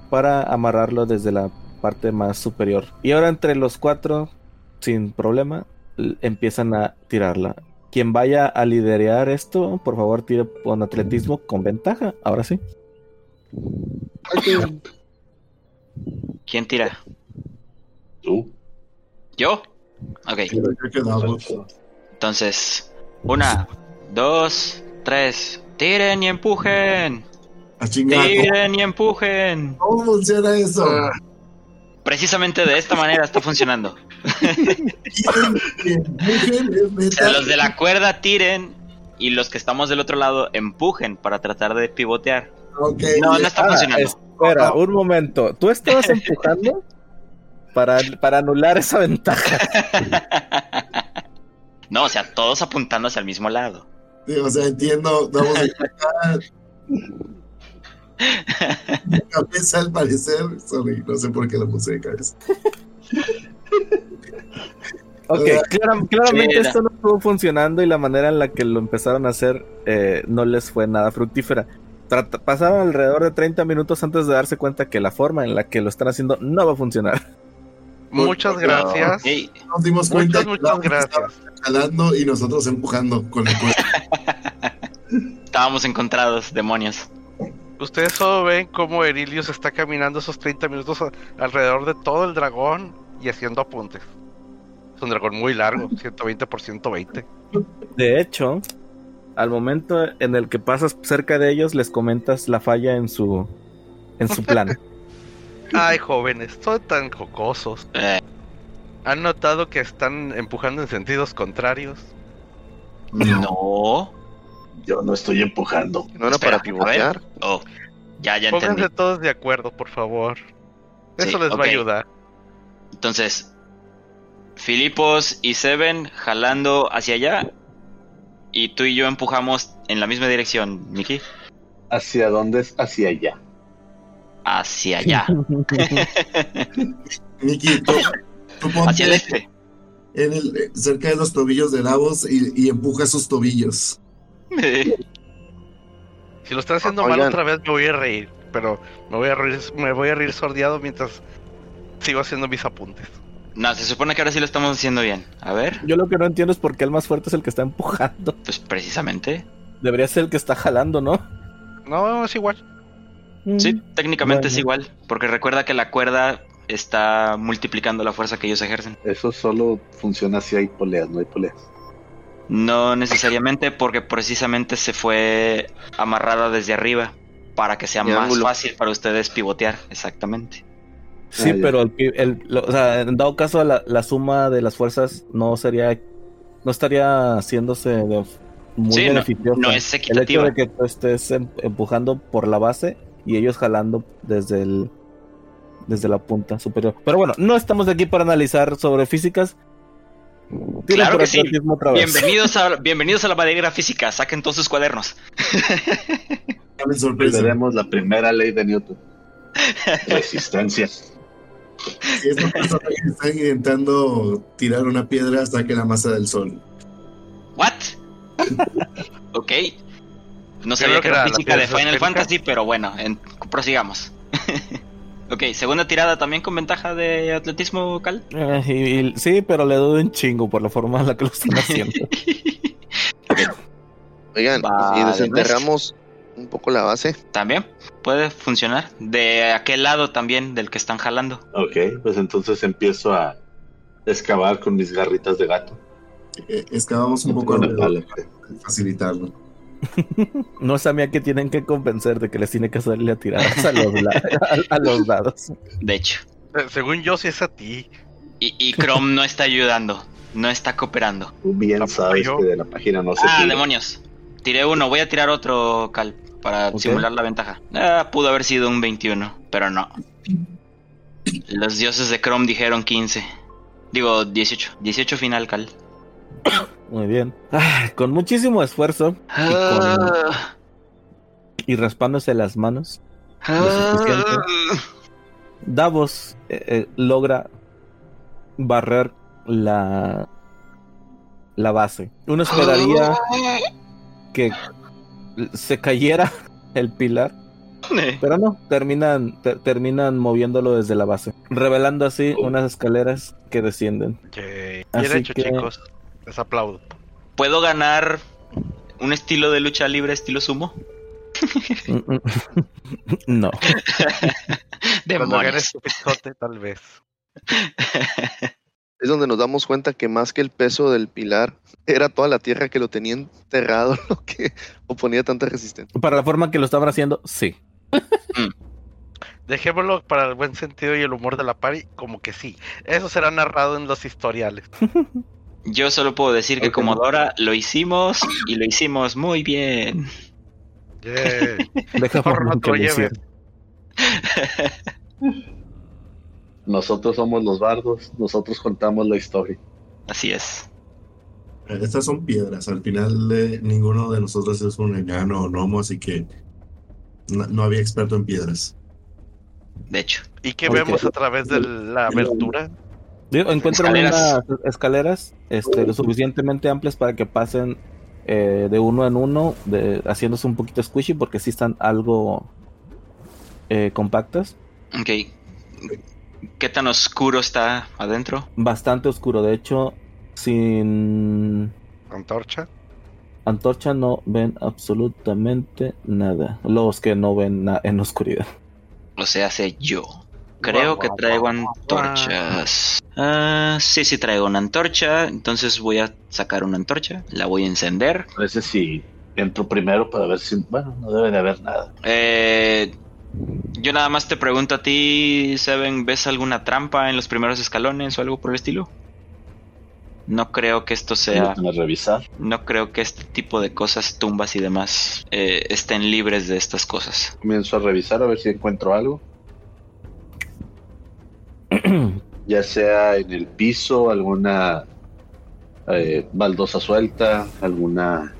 A: para amarrarlo desde la parte más superior. Y ahora entre los cuatro, sin problema, l- empiezan a tirarla. Quien vaya a liderar esto, por favor, tire con atletismo con ventaja. Ahora sí.
C: ¿Quién tira?
G: Tú.
C: ¿Yo? Ok,
D: Yo creo que Davos.
C: entonces. Una, dos, tres. Tiren y empujen.
D: A chingar.
C: Tiren y empujen.
D: ¿Cómo funciona eso?
C: Ah. Precisamente de esta manera está funcionando.
D: Bien, bien, es
C: O sea,
D: neta.
C: los de la cuerda tiren y los que estamos del otro lado empujen para tratar de pivotear.
D: Ok,
C: No, no está
A: Ah,
C: funcionando.
A: Espera, un momento. ¿Tú estabas empujando para, para anular esa ventaja?
C: No, o sea, todos apuntando hacia el mismo lado.
D: sí, o sea, entiendo. Davos de Mi cabeza, al parecer. Sorry, no sé por qué la puse de cabeza.
A: Ok,
D: Ah.
A: claram- claramente
C: Mira.
A: esto no estuvo funcionando y la manera en la que lo empezaron a hacer eh, no les fue nada fructífera. Trata- pasaron alrededor de 30 minutos antes de darse cuenta que la forma en la que lo están haciendo no va a funcionar.
E: Muchas gracias.
C: Ey,
D: Nos dimos cuenta.
E: Muchas,
D: que
E: muchas
D: Davos
E: gracias.
D: estaba Jalando y nosotros empujando con el
E: *laughs*
D: cuerpo.
C: estábamos encontrados, demonios.
E: Ustedes solo ven cómo Erilius está caminando esos 30 minutos a- alrededor de todo el dragón y haciendo apuntes. Es un dragón muy largo, 120 por 120.
A: De hecho, al momento en el que pasas cerca de ellos, les comentas la falla en su, en su plan.
E: Ay, jóvenes, son tan jocosos.
C: Eh.
E: ¿Han notado que están empujando en sentidos contrarios?
C: No.
G: Yo no estoy empujando.
F: No era
C: Espera,
F: para pivotear.
C: Oh, ya, ya entendí.
E: Pónganse todos de acuerdo, por favor. Eso
C: Sí,
E: les va
C: ok.
E: a ayudar.
C: Entonces, Filipos y Seven jalando hacia allá. Y tú y yo empujamos en la misma dirección, Miki.
B: ¿Hacia dónde es? Hacia allá.
C: Hacia allá.
D: Miki, tú, tú
C: hacia el
D: ponte
C: este. *laughs*
D: en el, eh, cerca de los tobillos de Davos y, y empuja sus tobillos.
E: Si lo están haciendo mal
F: Oigan.
E: otra vez, me voy a reír. Pero me voy a reír, me voy a reír sordeado mientras sigo haciendo mis apuntes.
C: no, se supone que ahora sí lo estamos haciendo bien. A ver,
A: *laughs* Yo lo que no entiendo es por qué el más fuerte es el que está empujando.
C: pues precisamente.
A: Debería ser el que está jalando, ¿no?
E: No, es igual.
C: Sí, técnicamente es
A: Bueno.
C: igual. Porque recuerda que la cuerda está multiplicando la fuerza que ellos ejercen.
B: Eso solo funciona si hay poleas, no hay poleas.
C: No necesariamente porque precisamente se fue amarrada desde arriba para que sea
F: Y
C: más
F: ángulo.
C: fácil para ustedes pivotear, exactamente.
A: Sí,
B: Ah, ya.
A: pero el, pi- el- lo- o sea, en dado caso la, la suma de las fuerzas no sería no estaría haciéndose de- muy
C: Sí, no-
A: beneficiosa.
C: no es
A: el hecho
C: equitativa.
A: de que tú estés em- empujando por la base y ellos jalando desde el desde la punta superior. Pero bueno, no estamos aquí para analizar sobre físicas. Tira
C: Claro
A: por
C: que sí.
A: atletismo otra vez.
C: Bienvenidos a, bienvenidos a la madriguera física, saquen todos sus cuadernos.
D: Dame sorpresa.
B: Perderemos la primera ley de Newton.
G: Resistencia.
D: Si esta persona que está intentando tirar una piedra, saque la masa del sol.
C: ¿What? *laughs* ok. No sabía que
E: creo que
C: era
E: era la
C: física de
E: piedra
C: Final
E: esférica.
C: Fantasy, pero bueno, en- prosigamos. *laughs* ok, segunda tirada también con ventaja de atletismo, Cal. *laughs*
A: Eh, *laughs* y- y- sí, pero le doy un chingo por la forma en la que lo
C: *laughs*
A: están haciendo.
F: Oigan,
C: Vale,
F: y si
C: pues.
F: desenterramos un poco la base.
C: También puede funcionar. De aquel lado también del que están jalando.
B: Ok, pues entonces empiezo a excavar con mis garritas de gato.
D: Eh, Excavamos un poco
B: Con el
D: alrededor
B: palo.
D: para facilitarlo.
A: No es a mí a qué tienen que convencer de que les tiene que hacerle a tirar a los, la- a- a los dados.
C: De hecho.
E: Eh, Según yo, si es a ti.
C: Y, y Chrome no está ayudando. No está cooperando.
B: Tú bien
E: Tampoco
B: sabes
E: yo.
B: que de la página no se
C: Ah,
B: tira.
C: demonios. Tiré uno. Voy a tirar otro, Cal. Para
A: Ok.
C: simular la ventaja. Ah, pudo haber sido un 21, pero no. Los dioses de Chrome dijeron 15. Digo 18. 18 final, Cal.
A: Muy bien. Ah, con muchísimo esfuerzo
C: Ah,
A: y raspándose las manos,
C: ah,
A: suficiente. Davos eh, eh, logra barrer la, la base. Uno esperaría que se cayera el pilar, pero no, terminan, te- terminan moviéndolo desde la base, revelando así unas escaleras que descienden.
E: Yay. Bien
A: Así
E: hecho,
A: que-
E: chicos. Les aplaudo.
C: *laughs* ¿Puedo ganar un estilo de lucha libre estilo sumo?
A: Mm, *laughs* mm. no.
E: Cuando
C: Demonios.
E: ganes tu picote, este tal vez.
F: Es donde nos damos cuenta que más que el peso del pilar, era toda la tierra que lo tenía enterrado *laughs* lo que oponía tanta resistencia.
A: Para la forma que lo estaban haciendo, sí.
E: Dejémoslo para el buen sentido y el humor de la pari, como que sí. Eso será narrado en los historiales.
C: Yo solo puedo decir que
A: Ok.
C: como Dora lo hicimos y lo hicimos muy bien.
E: *laughs* Yay.
A: Deja
E: Por
A: forma
E: no te
A: que
E: lo
A: lo
E: lleves.
A: hicieron.
B: Nosotros somos los bardos, nosotros contamos la historia.
C: Así es.
D: Estas son piedras. Al final eh, ninguno de nosotros es un enano o gnomo, así que no, no había experto en piedras.
C: De hecho.
E: ¿Y qué
A: Ok.
E: vemos a través de la abertura?
A: Digo, encuentran
C: Escaleras.
A: unas escaleras este, lo suficientemente amplias para que pasen eh, de uno en uno, de- haciéndose un poquito squishy porque sí están algo eh, compactas.
C: Ok. ¿Qué tan oscuro está adentro?
A: Bastante oscuro, de hecho, sin
E: Antorcha.
A: antorcha no ven absolutamente nada. Los que no ven na- en oscuridad.
C: O sea, hace yo. Creo que traigo antorchas. Ah, sí, sí traigo una antorcha. Entonces voy a sacar una antorcha. La voy a encender.
G: Parece si entro primero para ver si. Bueno, no debe de haber nada.
C: Eh, yo nada más te pregunto a ti, Seven, ¿ves alguna trampa en los primeros escalones o algo por el estilo? No creo que esto sea,
G: Déjame revisar.
C: no creo que este tipo de cosas, tumbas y demás, eh, estén libres de estas cosas.
B: Comienzo a revisar a ver si
A: *clears throat*
B: encuentro algo, ya sea en el piso, alguna eh, baldosa suelta, alguna,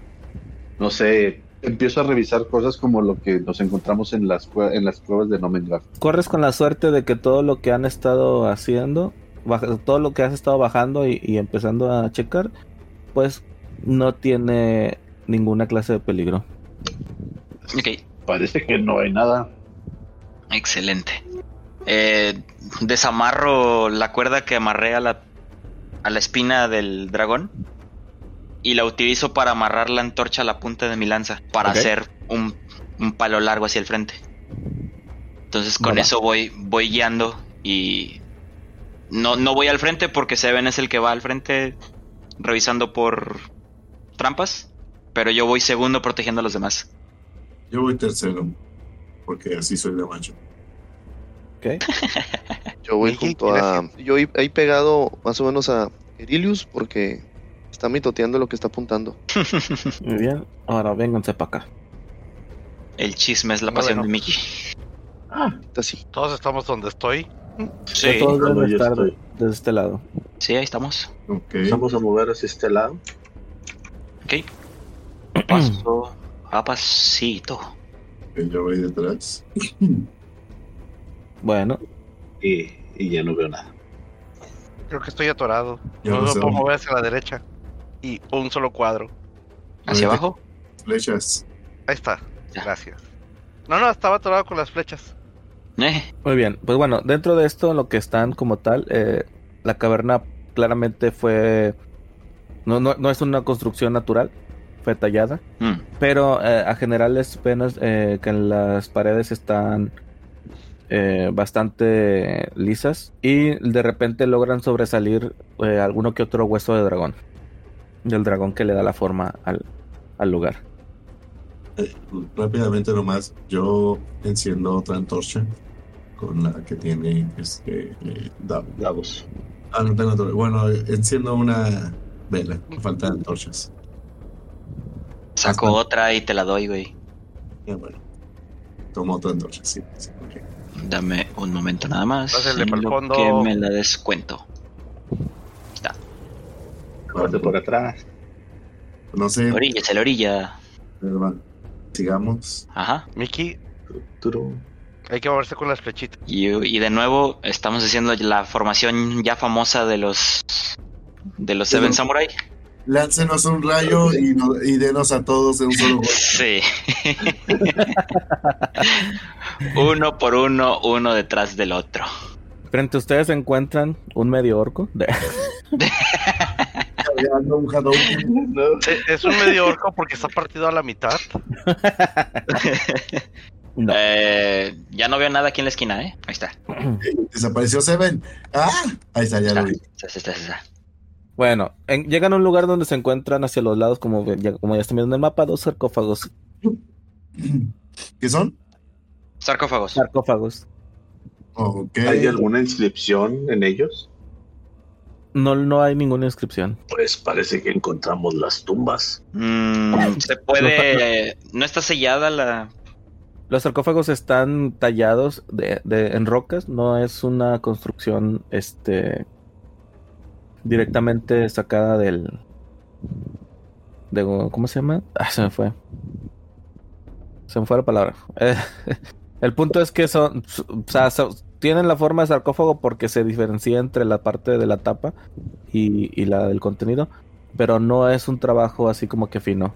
B: no sé. Empiezo a revisar cosas como lo que nos encontramos en las, cue- en las cuevas de Nomengraf.
A: Corres con la suerte de que todo lo que han estado haciendo, baja- todo lo que has estado bajando y, y empezando a checar, pues no tiene ninguna clase de peligro.
C: Ok,
G: Parece que no hay nada.
C: excelente. Eh, desamarro la cuerda que amarré a la, a la espina del dragón y la utilizo para amarrar la antorcha a la punta de mi lanza, para
A: Ok.
C: hacer un, un palo largo hacia el frente. Entonces con
A: Va.
C: eso voy, voy guiando y no, no voy al frente porque Seven es el que va al frente revisando por trampas, pero yo voy segundo protegiendo a los demás.
D: Yo voy tercero, porque así soy de macho.
B: *laughs*
A: ¿ok?
F: Yo voy
E: Miki,
F: junto a. Yo ahí ahí pegado más o menos a Erilius porque está mitoteando lo que está apuntando.
A: Muy bien. Ahora vénganse para acá.
C: El chisme es la
E: No,
C: pasión
E: bueno.
C: de Mickey.
F: Está así.
E: Todos estamos donde estoy.
A: Ya
C: Sí,
A: todos
B: no, no,
A: deben
B: yo
A: estar
B: estoy.
A: desde este lado.
C: sí, ahí estamos.
D: Ok.
B: Vamos a mover hacia este lado.
C: Ok. Paso a pasito.
D: Yo voy detrás.
A: Bueno,
B: y, y ya no veo nada.
E: Creo que estoy atorado.
D: Yo
E: no
D: no
E: me
D: sé
E: puedo
D: dónde.
E: mover hacia la derecha. Y un solo cuadro.
C: ¿Hacia
D: Ahorita-
C: abajo?
D: Flechas.
E: Ahí está.
C: Ya.
E: Gracias. No, no, estaba atorado con las flechas.
C: Eh,
A: muy bien. Pues bueno, dentro de esto, lo que están como tal, eh, la caverna claramente fue. No, no, no es una construcción natural, fue tallada.
C: mm,
A: Pero eh, a generales penas eh, que en las paredes están eh, bastante lisas y de repente logran sobresalir eh, alguno que otro hueso de dragón. Del dragón que le da la forma al, al lugar.
D: Eh, rápidamente nomás, yo enciendo otra antorcha con la que tiene este eh, Davo.
B: Davos.
D: Ah, no tengo antorcha. Bueno, enciendo una vela. Me faltan antorchas.
C: Saco
D: Hasta-
C: otra y te la doy, güey.
D: Ya, Ah, bueno. Tomo otra antorcha, sí. sí, ok.
C: Dame un momento nada más.
E: Pásale pa'l
C: en lo
E: fondo.
C: Que me la descuento.
B: Parte por atrás.
D: No sé,
C: Orilla, se la orilla.
D: pero va. sigamos.
C: Ajá.
E: Miki,
B: Turu.
E: Hay que moverse con las flechitas.
C: Y, y de nuevo estamos haciendo la formación ya famosa de los de los Seven Samurai.
D: Láncenos un rayo y, no- y denos a todos de un
C: *laughs*
D: solo golpe.
C: Sí. uno por uno, uno detrás del otro.
A: Frente a ustedes se encuentran un medio orco. De- *laughs*
D: Cargando un Hadouken.
B: No,
E: E- Es un medio orco porque está partido a la mitad.
A: No.
C: Eh, ya no veo nada aquí en la esquina, ¿eh? Ahí está.
D: Desapareció Seven. Ah, ahí está, ya lo vi.
C: Está, está, está, está.
A: Bueno, en- llegan a un lugar donde se encuentran hacia los lados, como ve- ya, como ya están viendo en el mapa, dos sarcófagos.
D: ¿Qué son?
C: Sarcófagos.
A: Sarcófagos.
D: Ok.
A: Eh.
B: ¿Hay alguna inscripción en ellos?
A: No, no hay ninguna inscripción.
G: Pues parece que encontramos las tumbas.
C: Mm, se puede. No está sellada la.
A: Los sarcófagos están tallados de, de- en rocas, no es una construcción este directamente sacada del de ¿cómo se llama? Ah, se me fue. Se me fue la palabra. *laughs* Eh, el punto es que son, o sea, son- tienen la forma de sarcófago porque se diferencia entre la parte de la tapa y, y la del contenido, pero no es un trabajo así como que fino.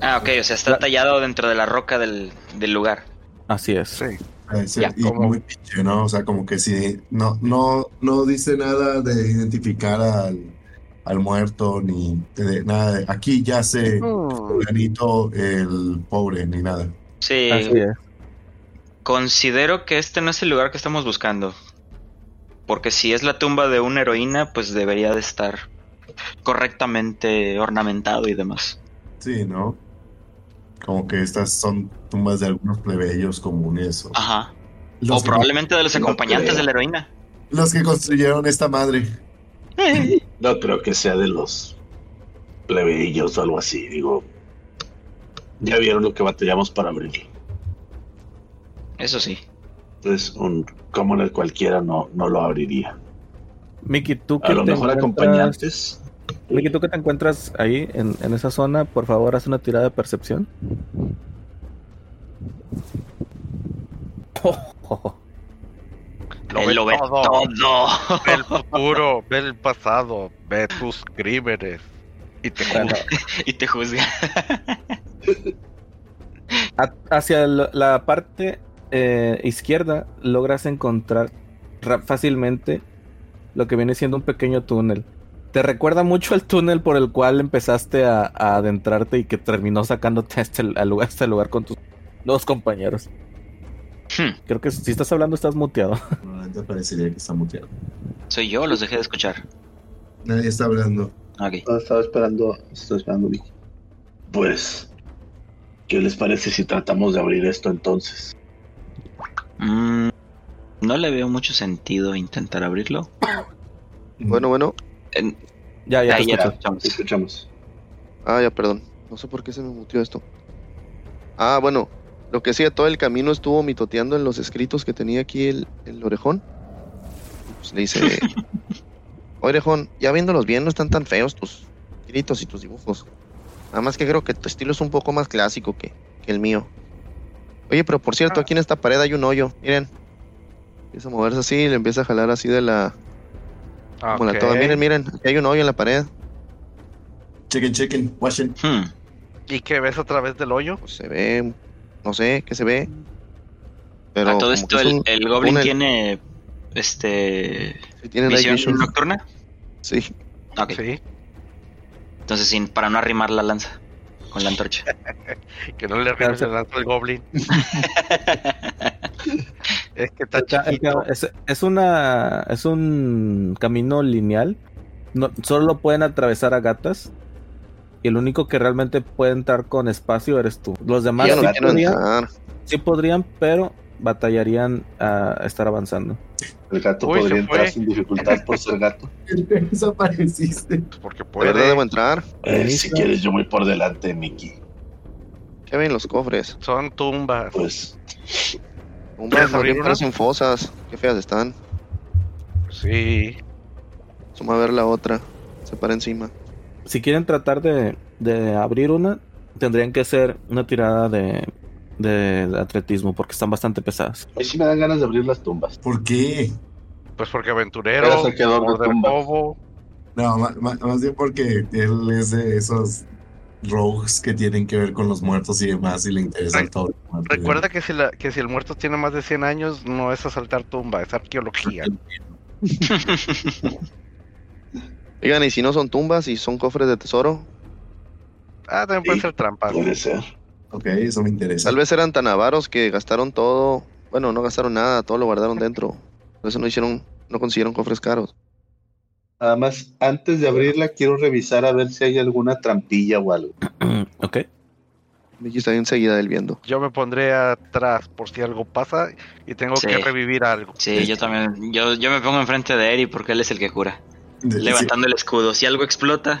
C: Ah, ok, o sea, está
A: La-
C: tallado dentro de la roca del, del lugar.
A: Así es.
D: Ah, sí,
C: Ya,
D: y
E: como-
D: muy pinche, ¿no? O sea, como que sí, no, no, no dice nada de identificar al, al muerto, ni de- nada de aquí ya se Oh. fulanito el pobre, ni nada.
C: Sí,
A: Así es.
C: considero que este no es el lugar que estamos buscando. Porque si es la tumba de una heroína, pues debería de estar correctamente ornamentado y demás.
D: Sí, ¿no? Como que estas son tumbas de algunos plebeyos comunes. o-
C: Ajá.
D: los,
C: o
D: que,
C: probablemente de los
G: no
C: acompañantes
G: creo.
C: de la heroína.
D: los que construyeron esta madre.
G: No creo que sea de los plebeyos o algo así. Digo, ya vieron lo que batallamos para abrirlo.
C: Eso sí.
G: Es un commoner cualquiera no, no lo abriría.
A: Miki, tú
G: A
A: que
G: lo
A: te
G: mejor
A: encuentras-
G: acompañantes.
A: Miki, tú que te encuentras ahí en, en esa zona, por favor, haz una tirada de
C: *laughs*
A: percepción.
E: Lo
C: Él
E: ve
C: lo ve
E: todo.
C: todo.
E: Ve el futuro, ve el pasado, ve tus crímenes. Y te
A: Bueno,
E: juzga.
C: y te juzga.
A: a- hacia la- la parte eh, izquierda logras encontrar ra- fácilmente lo que viene siendo un pequeño túnel. Te recuerda mucho al túnel por el cual empezaste a, a adentrarte y que terminó sacándote a este, al lugar, a este lugar con tus dos compañeros.
C: Hmm,
A: Creo que si estás hablando estás muteado. *laughs*
D: Antes parecería que está muteado.
C: Soy yo, los dejé de escuchar.
D: Nadie está hablando.
C: Ok.
B: No, estaba esperando, estaba esperando Miki.
G: Pues, ¿qué les parece si tratamos de abrir esto entonces?
C: Mm, no le veo mucho sentido intentar abrirlo.
F: Bueno, bueno.
C: En-
A: Ya, ya te
C: ahí ya
A: escucho.
C: escuchamos.
G: Escuchamos.
F: Ah, ya, perdón. No sé por qué se me mutió esto. Ah, bueno. Lo que sí, todo el camino estuvo mitoteando en los escritos que tenía aquí el, el orejón. Pues le dice... Orejón, ya viéndolos bien, no están tan feos tus escritos y tus dibujos. Nada más que creo que tu estilo es un poco más clásico que, que el mío. Oye, pero por cierto, aquí en esta pared hay un hoyo. Miren. Empieza a moverse así y le empieza a jalar así de la... Como la
E: Ok.
F: toga. Miren, miren. Aquí hay un hoyo en la pared.
D: Chequen, chequen, *laughs* washen.
C: Hmm,
E: ¿Y qué ves a través del hoyo?
F: pues, se ve, no sé qué se ve. Pero
C: A todo
F: como
C: esto,
F: que es
C: el,
F: un-
C: el Goblin
F: túnel.
C: tiene. Este.
F: sí tiene night
C: Visión
F: vision.
C: nocturna.
F: Sí,
C: Ok. Entonces, sin, para no arrimar la lanza con la antorcha.
E: Sí, que no le arruines el lanzo al goblin. es que está
A: Está-
E: chiquito.
A: está- es, es una es un camino lineal. No, solo lo pueden atravesar a gatas. Y el único que realmente puede entrar con espacio eres tú. Los demás
F: yo
A: sí
F: no quiero
A: podrían,
F: entrar.
A: sí podrían, pero batallarían a estar avanzando.
B: El gato
E: Uy, se
B: podría
E: fue.
B: entrar sin dificultad por ser gato.
D: Desapareciste.
E: Porque
F: ¿De verdad
E: puede.
F: debo entrar?
G: *laughs* Eh,
A: Listo.
G: si quieres, yo voy por delante, Mickey.
F: ¿Qué ven los cofres?
E: Son tumbas.
G: Pues,
F: Un
E: ¿Quieres
F: barrio
E: abrir una?
F: parecen fosas. Qué feas están.
E: Sí.
F: Suma a ver la otra. Se para encima.
A: Si quieren tratar de, de abrir una, tendrían que hacer una tirada de del atletismo porque están bastante pesadas. *clears throat*
B: Ahí sí me dan ganas de abrir las tumbas.
D: ¿Por qué?
E: Pues porque aventurero,
B: Eres el que doble
E: morder
B: tumba.
E: bobo.
D: No, ma- ma- más, bien porque él es de esos rogues que tienen que ver con los muertos y demás y le interesa
E: Re-
D: el todo.
E: Recuerda que si, la, que si el muerto tiene más de 100 años, no es asaltar tumba, es arqueología.
F: Oigan, y si no son tumbas y son cofres de tesoro,
E: Ah, también puede
G: Sí.
E: ser trampa.
G: Puede ser.
D: Ok, eso me interesa.
F: tal vez eran tan avaros que gastaron todo. Bueno, no gastaron nada, todo lo guardaron dentro. Por eso no hicieron, no consiguieron cofres caros.
B: Además, antes de abrirla, quiero revisar a ver si hay alguna trampilla o algo.
A: ok.
F: Vicky está enseguida del viendo.
E: Yo me pondré atrás por si algo pasa y tengo
C: Sí.
E: que revivir algo.
C: Sí, yo también. Yo, yo me pongo enfrente de Eri porque él es el que cura.
D: De-
C: Levantando el escudo. Si algo explota,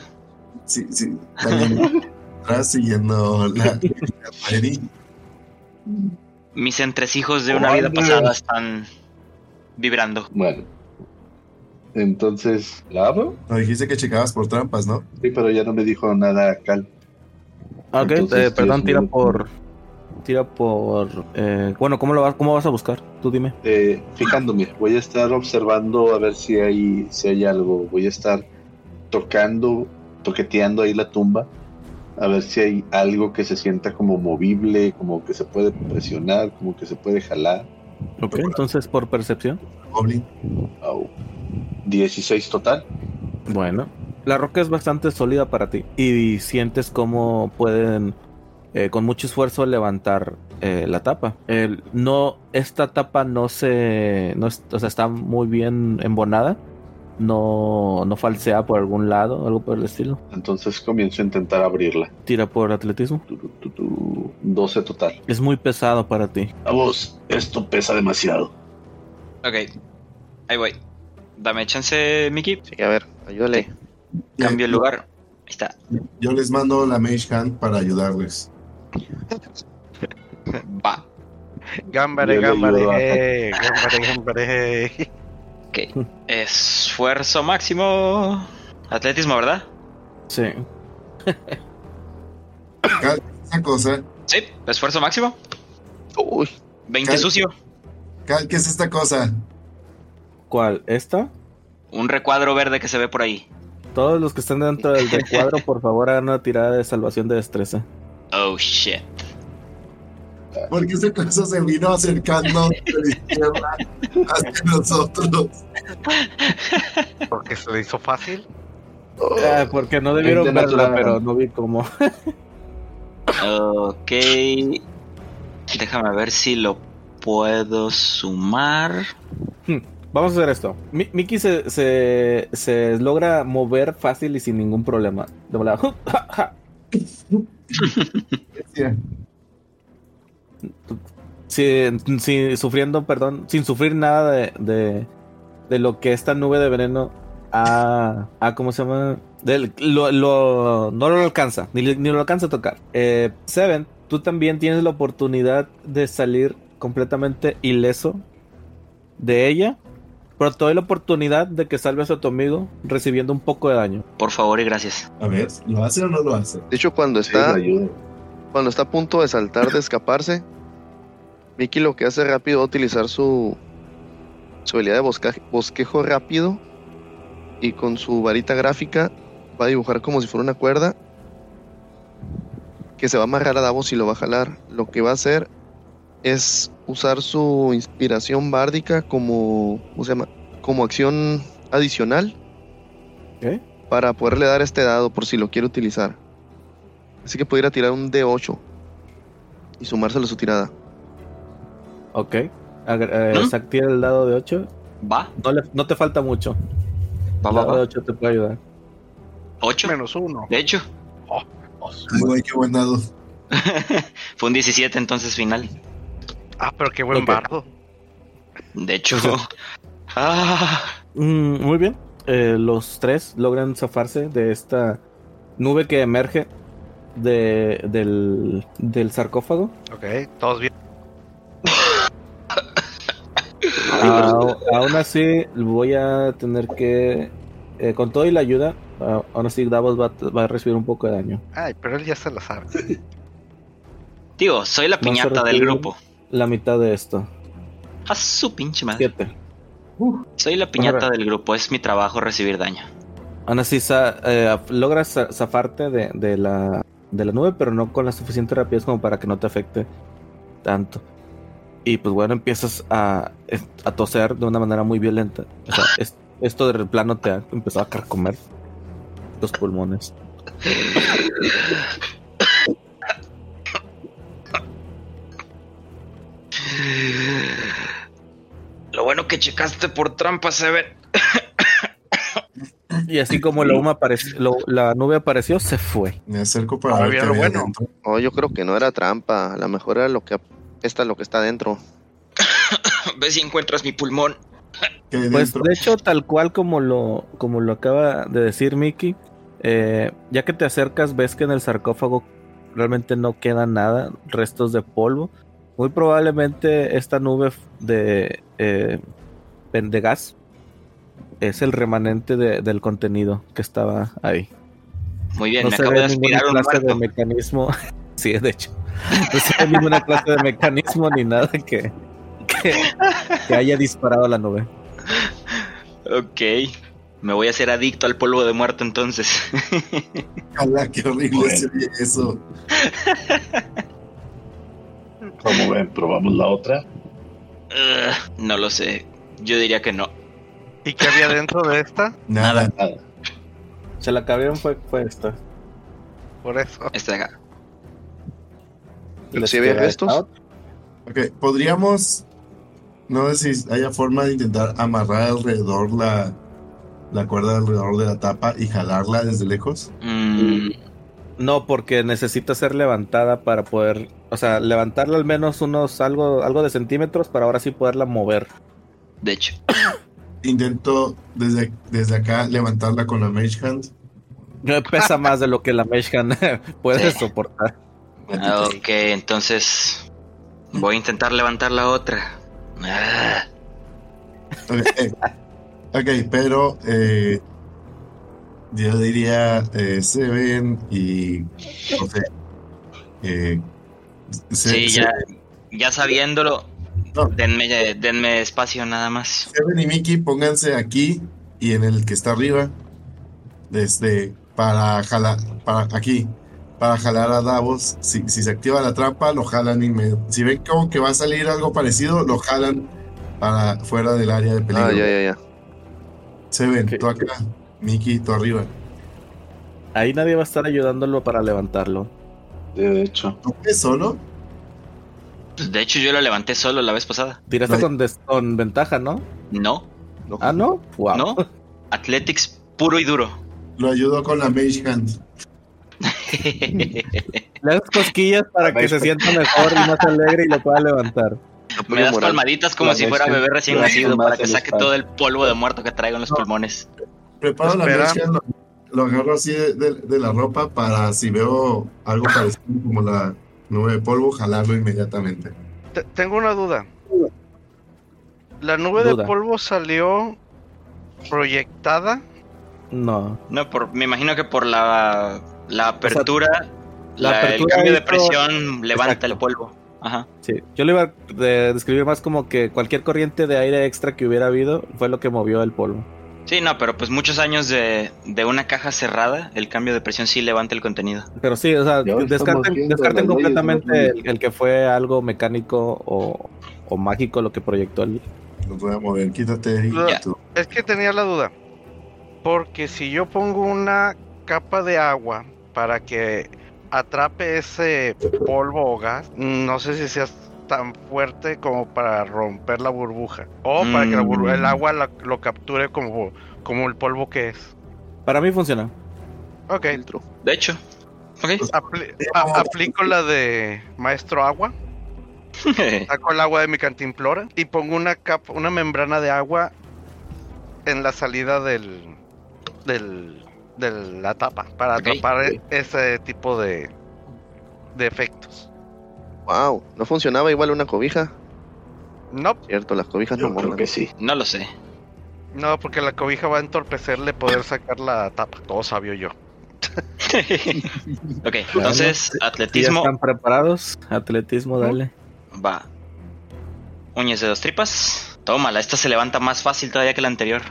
D: Sí, sí, sí, también. Atrás siguiendo la. Eddie,
C: mis entresijos de una vida
B: Órale.
C: pasada están vibrando.
B: Bueno. Entonces, ¿la abro?
D: no dijiste que checabas por trampas, ¿no?
B: Sí, pero ya no me dijo nada Cal.
A: Ok,
B: Entonces,
A: eh, perdón,
B: sí,
A: tira
B: sí.
A: por. Tira por. eh, bueno, ¿cómo, lo vas, ¿cómo vas a buscar? Tú dime.
B: Eh, fijándome, voy a estar observando a ver si hay, si hay algo. Voy a estar tocando, toqueteando ahí la tumba, a ver si hay algo que se sienta como movible, como que se puede presionar, como que se puede jalar.
A: Ok, entonces por percepción.
D: Goblin.
B: Au. 16 total.
A: Bueno, la roca es bastante sólida para ti y sientes cómo pueden eh, con mucho esfuerzo levantar eh, la tapa. El- no, esta tapa no se, no es- o sea, está muy bien embonada, no, no falsea por algún lado, algo por el estilo.
B: Entonces comienzo a intentar abrirla.
A: Tira por atletismo.
B: Tu, tu, tu, tu. 12 total.
A: Es muy pesado para ti.
G: A vos, esto pesa demasiado.
C: Ok, ahí voy. Dame chance, Mickey.
F: Sí, a ver, ayúdale.
C: Cambio el
D: Eh,
C: lugar. Ahí está.
D: Yo les mando la Mage Hand para ayudarles.
C: Va.
E: Gambare,
B: Yo le ayudo a-
E: gambare, eh, gambare, gambare. eh. *laughs*
C: Ok. Esfuerzo máximo. Atletismo, ¿verdad?
A: Sí.
D: Cal, esa cosa,
C: Sí, esfuerzo máximo.
F: Uy,
C: 20
D: Cal-
C: sucio.
D: Cal, ¿qué es esta cosa?
A: ¿Cuál? ¿Esta?
C: Un recuadro verde que se ve por ahí.
A: Todos los que están dentro del recuadro, por favor, hagan una tirada de salvación de destreza.
C: Oh shit.
D: Porque esta cosa se vino acercando de la izquierda hacia nosotros.
E: Porque se le hizo fácil.
A: *laughs* Ah, porque no debieron
B: Gente
A: verla,
B: natural.
A: pero no vi cómo.
C: Ok. Déjame ver si lo puedo sumar.
A: Vamos a hacer esto. Mi- Mickey se, se, se logra mover fácil y sin ningún problema. De volada. *laughs* ¡Ju! ¡Ja! ¡Ja!
D: Decía,
A: Sin, sin- sufriendo, perdón, sin sufrir nada de, de, de lo que esta nube de veneno a, ¿cómo se llama? Del- lo- lo- no lo alcanza, ni, le- ni lo alcanza a tocar. Eh, Seven, tú también tienes la oportunidad de salir completamente ileso de ella, pero te doy la oportunidad de que salves a tu amigo recibiendo un poco de daño.
C: Por favor y gracias.
D: A ver, ¿lo hace o no lo hace?
F: de hecho, cuando
B: Sí, la
F: está,
B: ayuda.
F: cuando está a punto de saltar, de escaparse, Mickey lo que hace rápido es utilizar su, su habilidad de bosca- bosquejo rápido y con su varita gráfica va a dibujar como si fuera una cuerda que se va a amarrar a Davos y lo va a jalar. Lo que va a hacer es usar su inspiración bárdica como, ¿cómo se llama? como acción adicional
A: ¿Ok?
F: para poderle dar este dado por si lo quiere utilizar. Así que pudiera tirar un D8 y sumárselo a su tirada.
A: Ok. Agre- eh,
C: ¿Mm?
A: sac- tira el dado de 8.
C: Va,
A: No, le- no te falta mucho.
C: va,
A: El
C: Ah, va,
A: dado de
C: va.
A: 8 te puede ayudar.
C: 8.
E: Menos uno.
C: De hecho,
D: Ay, güey, qué buen dado.
C: fue un 17 entonces final.
E: Ah, pero qué buen
A: Ok.
E: bardo.
C: De hecho. Ah,
A: Mm, muy bien. Eh, los tres logran zafarse de esta nube que emerge de- del, del sarcófago.
E: Ok, todos bien.
A: Ah, aún así, voy a tener que. eh, con todo y la ayuda, ah, aún así Davos va, a- va a recibir un poco de daño.
E: Ay, pero él ya se la sabe.
C: Digo, soy la piñata del
A: requiere-
C: grupo.
A: La mitad de esto.
C: A su pinche madre.
A: Siete.
C: Soy la piñata del grupo, es mi trabajo recibir daño.
A: Aún así, sa- eh, logras za- zafarte de, de la, de la nube, pero no con la suficiente rapidez como para que no te afecte tanto. Y pues bueno, empiezas a, es- a toser de una manera muy violenta. O sea, es- esto de plano te ha empezado a carcomer los pulmones.
C: Lo bueno que checaste por trampa, Seven. *laughs*
A: Y así como la, huma aparec- lo- la nube apareció, se fue.
D: Me acerco para
E: Ah,
D: ver
E: bien,
D: qué había
E: bueno.
D: adentro.
F: Oh, yo creo que no era trampa. A lo mejor era lo que esta lo que está adentro.
C: Ve si encuentras mi pulmón.
D: ¿Qué hay
A: Pues
D: dentro?
A: de hecho, tal cual como lo, como lo acaba de decir Mickey, eh, ya que te acercas, ves que en el sarcófago realmente no queda nada, restos de polvo. Muy probablemente esta nube f- de, eh, pen- de gas es el remanente de- del contenido que estaba ahí.
C: Muy bien,
A: no
C: me
A: se
C: acabo
A: ve
C: de
A: ninguna
C: aspirar un
A: clase de
C: muerto.
A: mecanismo. *laughs* sí, de hecho. No se ve ninguna clase de mecanismo ni nada que, que, que haya disparado la nube.
C: Ok. Me voy a hacer adicto al polvo de muerto entonces. *laughs*
D: Ojalá, qué horrible
G: Bueno.
D: se oye eso.
G: Como ven, probamos la otra.
C: Ugh, no lo sé. Yo diría que no.
E: ¿Y qué había dentro de esta?
D: Nada.
A: Se la acabaron fue, fue esta.
E: Por eso.
C: Está acá.
F: ¿Sí había gestos?
D: Ok, podríamos. No sé si haya forma de intentar amarrar alrededor la, la cuerda alrededor de la tapa y jalarla desde lejos.
C: Mm,
A: No, porque necesita ser levantada para poder, o sea, levantarla al menos unos algo, algo de centímetros para ahora sí poderla mover.
C: de hecho.
D: Intento desde, desde acá levantarla con la Mage Hand.
A: No pesa más de lo que la Mesh Hand *laughs* puede
C: Sí.
A: soportar.
D: Maldita sea.
C: Ah, Ok, entonces voy a intentar levantar la otra. Ah,
D: Ok, eh. Ok, pero eh, yo diría eh, Seven y no sé, eh, se-
C: sí,
D: se-
C: ya, ya sabiéndolo,
D: No.
C: denme, denme espacio nada más.
D: Seven y Mickey pónganse aquí y en el que está arriba desde para jalar para aquí para jalar a Davos si, si se activa la trampa lo jalan inmediatamente si ven como que va a salir algo parecido lo jalan para fuera del área de peligro
F: Ah, ya, ya, ya.
D: Seven
A: Ok.
D: tú acá Mickey tú arriba
A: Ahí nadie va a estar ayudándolo para levantarlo.
B: De hecho,
D: ¿Tú qué solo?
C: De hecho, yo la levanté solo la vez pasada.
A: Tiraste
D: No.
A: con, des- con ventaja, ¿no?
C: No,
A: Ah, no. Wow.
C: no. Athletics puro y duro.
D: Lo ayudó con la Mage Hand.
A: *laughs* Le haces cosquillas para que se sienta mejor y más alegre y lo pueda levantar.
C: Me das
F: moral.
C: palmaditas como
B: La
C: si fuera
B: leche.
C: bebé recién
B: La
C: nacido
B: leche
C: para
B: más
C: que
B: en
C: saque
B: los
C: todo el polvo de muerto que traigo en los pulmones.
D: Preparo la
E: Espera.
D: Mage Hand, lo, lo agarro así de, de- de la ropa para si veo algo parecido como la nube de polvo, jalarlo inmediatamente.
E: Te- tengo una duda. ¿La nube
A: Duda.
E: de polvo salió proyectada?
A: No.
C: No, por, me imagino que por la, la apertura,
A: la
C: la- el
A: apertura
C: cambio de
A: hizo-
C: presión levanta el
A: Exacto.
C: polvo. Ajá.
A: Sí, yo le iba a eh, describir más como que cualquier corriente de aire extra que hubiera habido fue lo que movió el polvo.
C: Sí, no, pero pues muchos años de, de una caja cerrada, el cambio de presión sí levanta el contenido.
A: Pero sí, o sea,
B: Ya estamos
A: descarten,
B: viendo
A: descarten
B: las
A: completamente
B: leyes de
A: el, el que fue algo mecánico o, o mágico lo que proyectó el...
D: Lo voy a mover, quítate. y
E: Ya.
D: tú.
E: Es que tenía la duda. Porque si yo pongo una capa de agua para que atrape ese polvo o gas, no sé si sea tan fuerte como para romper la burbuja. O para que la burbu-
C: Mm.
E: el agua la- lo capture como, como el polvo que es.
A: Para mí funciona.
E: Ok,
F: Filtro.
C: De hecho, ok. *laughs*
E: apli- a- aplico la de maestro agua. Saco el agua de mi cantimplora y pongo una capa, una membrana de agua en la salida del, del, de la tapa para
C: Ok.
E: atrapar e- ese tipo de, de efectos.
F: Wow. No funcionaba igual una cobija.
E: No,
F: Cierto, las cobijas no
G: Yo creo
F: molan.
G: que sí.
C: no lo sé. *laughs*
E: no, porque la cobija va a entorpecerle poder sacar la tapa. Todo sabio yo.
C: ok, entonces,
A: Si ya
C: atletismo
A: están preparados, atletismo, dale.
C: va. Uñas de dos tripas. Tómala, esta se levanta más fácil todavía que la anterior.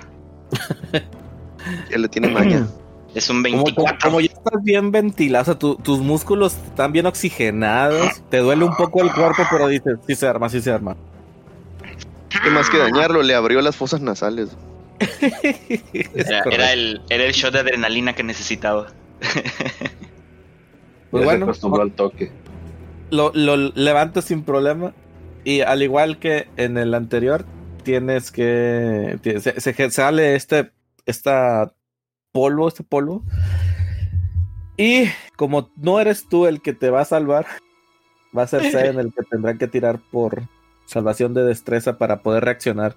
F: Ya le tiene
E: *clears throat*
F: maña.
C: Es un
A: Como, como-
C: 24.
A: como ya estás bien ventilado, o sea, tu- tus músculos están bien oxigenados, te duele un poco el cuerpo, pero dices, sí se arma, sí se arma. *laughs*
F: Y más que dañarlo, le abrió las fosas nasales.
A: Es
C: Era,
A: correcto.
C: era el, era el shot de adrenalina que necesitaba. *laughs*
A: Pues
B: ya se
A: bueno,
B: acostumbró al toque.
A: lo, lo levantas sin problema. Y al igual que en el anterior, tienes que. ti- Se, se ge- sale este esta polvo, este polvo. Y como no eres tú el que te va a salvar, va a ser Seven el que tendrá que tirar por salvación de destreza para poder reaccionar.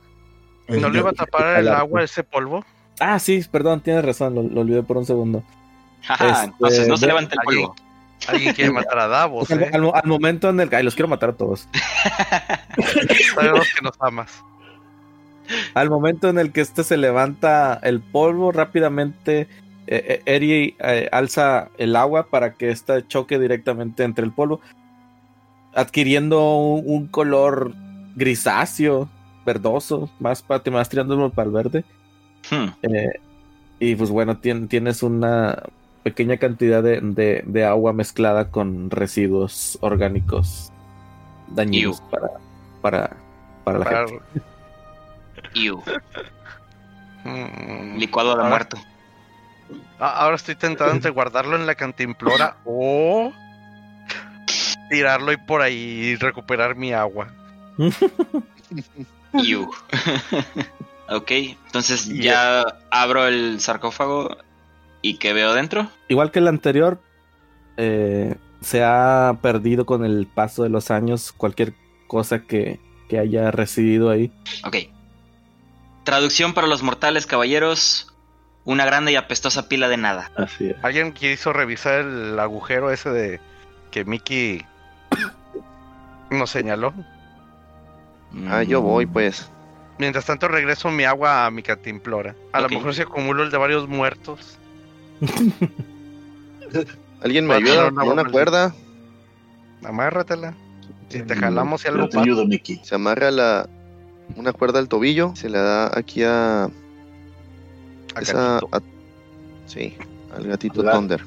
E: ¿No le iba a tapar el
A: Jalar,
E: agua ese polvo?
A: Ah, sí, perdón, tienes razón, lo, lo olvidé por un segundo.
C: Ajá,
A: Este,
C: entonces no se
A: ve-
C: levanta el
E: Alguien-
C: polvo.
E: Alguien quiere matar a Davos,
A: Al,
E: ¿eh?
A: al mo- al momento en el que. Ay, los quiero matar a todos.
E: Sabemos que nos amas.
A: Al momento en el que este se levanta el polvo, rápidamente eh, eh, Eri eh, alza el agua para que ésta choque directamente entre el polvo, adquiriendo un, un color grisáceo, verdoso, más, pa- más tirándolo para el verde.
C: Hmm,
A: Eh, y pues bueno, tien- tienes una pequeña cantidad de, de- de agua mezclada con residuos orgánicos dañinos
C: Ew.
A: para, para, para la
E: Para-
A: gente.
C: ew,
E: Mm.
C: licuado de
A: Ah.
E: Ahora-
A: *laughs*
C: muerto.
E: A- Ah, Ahora estoy tentado
G: *laughs*
E: entre guardarlo en la cantimplora o tirarlo y por ahí recuperar mi agua.
C: Ew. *laughs* ok, entonces ya abro el sarcófago y ¿qué veo dentro?
A: igual que el anterior, eh, se ha perdido con el paso de los años cualquier cosa que, que haya residido ahí.
C: Ok. Traducción para los mortales, caballeros. Una grande y apestosa pila de nada.
B: Así es.
E: Alguien quiso revisar el agujero ese de que Mickey nos señaló.
C: Hmm.
F: Ah, yo voy, pues.
E: Mientras tanto regreso mi agua a mi cantimplora. A
C: Ok.
E: lo mejor si acumulo el de varios muertos.
F: ¿Alguien me
E: Voy a
F: ayuda
E: tirar
F: con
E: una bomba
F: una
E: al-
F: cuerda?
E: Amárratela. Si te
F: Mm,
E: jalamos y algo
G: Yo te
E: pasa.
G: ayudo, Mickey.
F: Se amarra la, una cuerda al tobillo. Se la da aquí a,
E: a
F: esa-
E: Gatito.
F: a- sí, al gatito
B: Hola.
F: Thunder.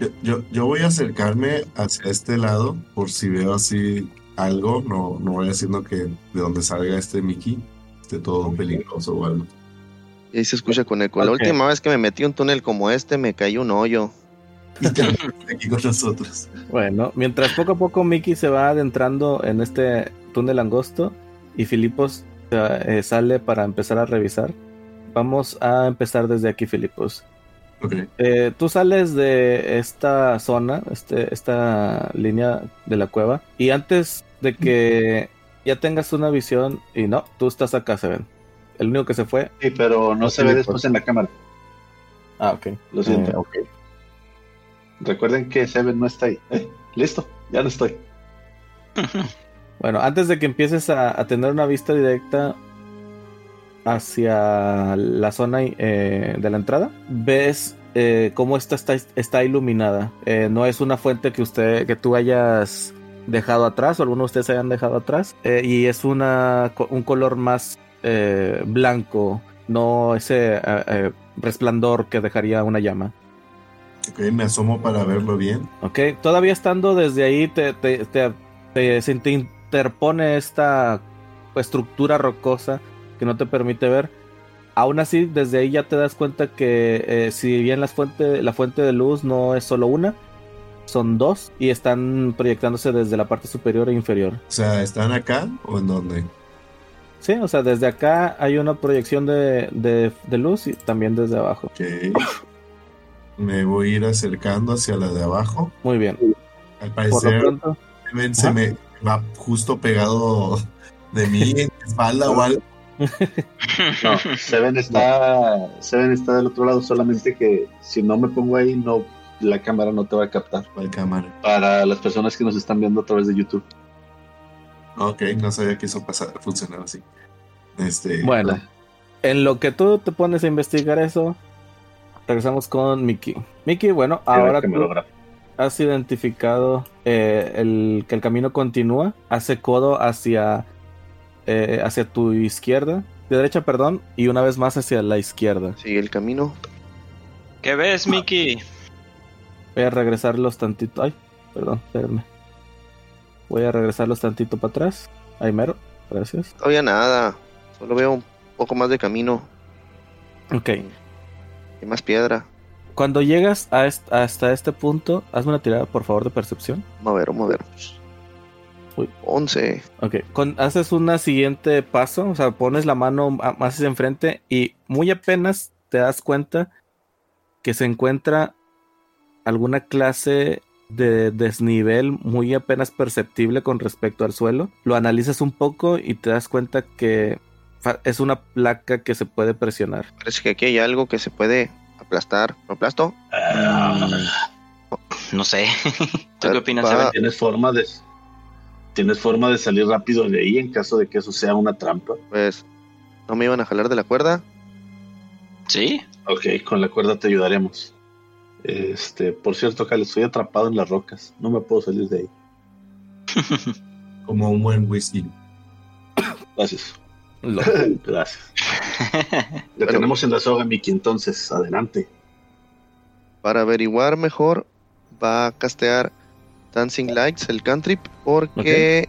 D: Yo, yo, yo voy a acercarme hacia este lado por si veo así algo, no, no voy haciendo que de donde salga este Mickey esté todo peligroso o algo.
F: Y ahí se escucha con eco. La
A: Ok.
F: última vez que me metí un túnel como este, me cayó un hoyo.
D: Y
E: *laughs*
D: te aquí con nosotros.
A: Bueno, mientras poco a poco Mickey se va adentrando en este túnel angosto y Filipos eh, sale para empezar a revisar. Vamos a empezar desde aquí, Filipos.
D: Ok,
A: Eh, tú sales de esta zona, este, esta línea de la cueva, y antes de que ya tengas una visión, y no, tú estás acá, se ven. El único que se fue.
G: Sí, pero no se ve después en la cámara.
A: Ah, ok.
G: Lo siento.
A: Eh, ok.
B: Recuerden que Seven no está ahí. Eh, Listo, ya no estoy.
A: Bueno, antes de que empieces a, a tener una vista directa hacia la zona eh, de la entrada, ves eh, cómo esta está, está iluminada. Eh, no es una fuente que usted, que tú hayas dejado atrás o alguno de ustedes hayan dejado atrás. eh, y es una, co- un color más eh, blanco, no ese eh, eh, resplandor que dejaría una llama.
D: ok, me asomo para verlo bien.
A: Ok, todavía estando desde ahí te, te- te- te- se te interpone esta estructura rocosa que no te permite ver. Aún así, desde ahí ya te das cuenta que eh, si bien las fuente, la fuente de luz no es solo una, son dos y están proyectándose desde la parte superior e inferior.
D: O sea, ¿están acá o en dónde?
A: Sí, o sea, desde acá hay una proyección de, de- de luz y también desde abajo.
D: Ok. Me voy a ir acercando hacia la de abajo.
A: Muy bien.
D: Al
A: Por lo
D: parecer,
A: pronto,
D: Steven se me va justo pegado de mí, en la espalda o algo.
B: No, Seven está, Seven está del otro lado, solamente que si no me pongo ahí, no, la cámara no te va a captar.
D: La cámara.
B: Para las personas que nos están viendo a través de YouTube.
D: Ok, no sabía que eso pasaba, funcionaba así. Este,
A: bueno, en lo que tú te pones a investigar eso, Regresamos con Mickey. Mickey, bueno, ahora
G: que me
A: tú
G: lo grabé.
A: has identificado eh, el, que el camino continúa, hace codo hacia, eh, hacia tu izquierda, de derecha, perdón, y una vez más hacia la izquierda.
F: Sigue el camino.
C: *laughs* ¿Qué ves, Mickey?
A: Voy a regresarlos tantito. Ay, perdón, espérenme. Voy a regresarlos tantito para atrás. Ahí mero, gracias.
F: Todavía nada. Solo veo un poco más de camino
A: Ok.
F: y más piedra.
A: Cuando llegas a est- hasta este punto, hazme una tirada, por favor, de percepción.
F: Vamos a ver, vamos a ver.
A: Uy.
F: 11.
A: Ok, con, haces un siguiente paso, o sea, pones la mano a- más hacia enfrente y muy apenas te das cuenta que se encuentra alguna clase de desnivel muy apenas perceptible con respecto al suelo. Lo analizas un poco y te das cuenta que fa- es una placa que se puede presionar.
F: Parece que aquí hay algo que se puede aplastar. ¿Lo aplasto?
G: Ah,
C: No sé. *laughs* ¿Tú
A: Ah,
C: qué opinas,
F: Pa-
C: Evan?
G: ¿Tienes forma de tienes forma de salir rápido de ahí en caso de que eso sea una trampa?
F: Pues no me iban a jalar de la cuerda.
C: Sí. *laughs*
G: Ok, con la cuerda te ayudaremos. Este, por cierto, Cal, estoy atrapado en las rocas. No me puedo salir de ahí.
D: Como un buen whisky.
A: *laughs*
G: Gracias.
A: Lo-
G: Gracias. Lo tenemos en la soga, Mickey, entonces, adelante.
F: Para averiguar mejor, va a castear Dancing Lights, el cantrip, porque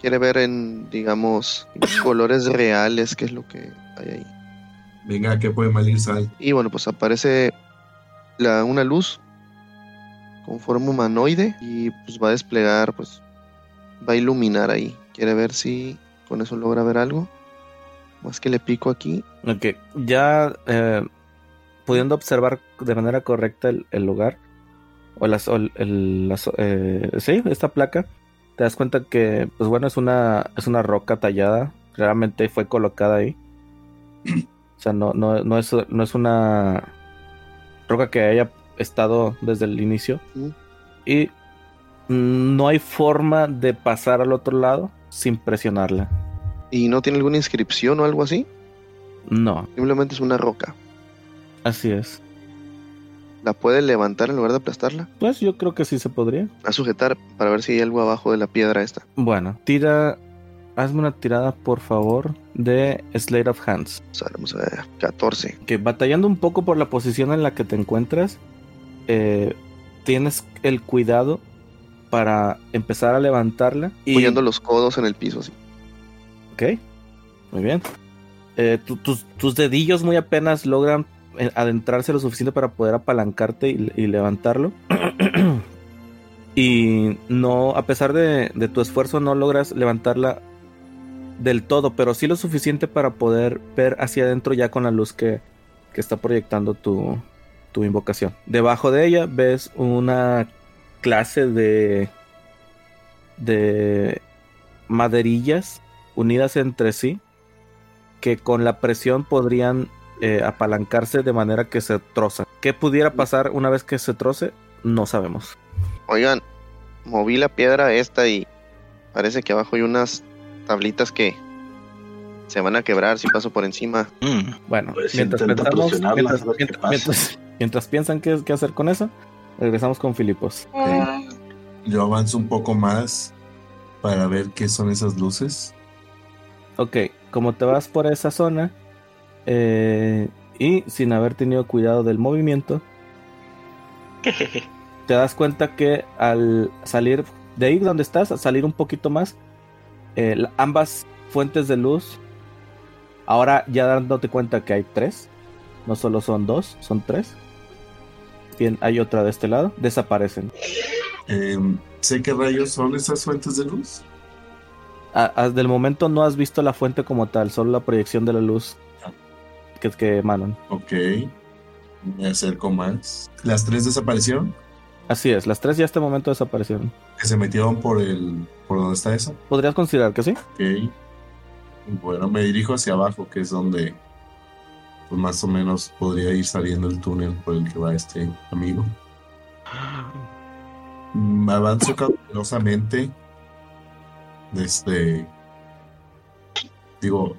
F: quiere ver en, digamos, colores reales qué es lo que hay ahí.
D: Venga, que puede mal ir sal.
F: Y bueno, pues aparece la, una luz con forma humanoide y pues va a desplegar, pues va a iluminar ahí. Quiere ver si con eso logra ver algo. Más que le pico aquí.
A: Ok, ya eh, pudiendo observar de manera correcta el, el lugar, o, las, o el- el- las- eh, sí, esta placa, te das cuenta que, pues bueno, es una, es una roca tallada, realmente fue colocada ahí. O sea, no, no, no, es, no es una roca que haya estado desde el inicio.
F: Mm.
A: Y mm, no hay forma de pasar al otro lado sin presionarla.
F: ¿Y no tiene alguna inscripción o algo así?
A: No,
F: Simplemente es una roca.
A: así es.
F: ¿La puede levantar en lugar de aplastarla?
A: Pues yo creo que sí se podría.
F: A sujetar para ver si hay algo abajo de la piedra esta.
A: Bueno, tira. Hazme una tirada, por favor, de Slate of Hands.
F: Vamos a ver, vamos a ver. 14.
A: Que batallando un poco por la posición en la que te encuentras, eh, tienes el cuidado para empezar a levantarla. Y,
F: Apoyando los codos en el piso así.
A: Ok, muy bien. Eh, tu- tus, tus dedillos muy apenas logran eh, adentrarse lo suficiente para poder apalancarte y, y levantarlo. *clears throat* y no, a pesar de, de tu esfuerzo, no logras levantarla del todo, pero sí lo suficiente para poder ver hacia adentro ya con la luz que, que está proyectando tu, tu invocación. Debajo de ella ves una clase de, de maderillas unidas entre sí que con la presión podrían eh, apalancarse de manera que se troza. ¿Qué pudiera pasar una vez que se troce? No sabemos.
F: Oigan, moví la piedra esta y parece que abajo hay unas tablitas que se van a quebrar si paso por encima.
C: Mm.
A: *laughs* Bueno,
G: Pues
A: mientras
G: intenta
A: pensamos,
G: presionarla,
A: mientras,
G: a ver qué
A: mientras-
G: pasa.
A: mientras- mientras piensan qué, qué hacer con eso, regresamos con Filipos.
D: Yo avanzo un poco más para ver qué son esas luces.
A: Ok, como te vas por esa zona eh, y sin haber tenido cuidado del movimiento, te das cuenta que al salir de ahí donde estás, al salir un poquito más, eh, la- ambas fuentes de luz, ahora ya dándote cuenta que hay tres, no solo son dos, son tres. Bien, hay otra de este lado, desaparecen.
D: Em, sé qué rayos son esas fuentes de luz.
A: A- hasta el momento no has visto la fuente como tal, solo la proyección de la luz que, que emanan.
D: Ok. Me acerco más. Las tres desaparecieron.
A: Así es, las tres ya a este momento desaparecieron.
D: Que se metieron por el. por donde está eso.
A: ¿Podrías considerar que sí?
D: Ok. Bueno, me dirijo hacia abajo, que es donde pues, más o menos podría ir saliendo el túnel por el que va este amigo. Mm, Avanzo cautelosamente. Este. Digo,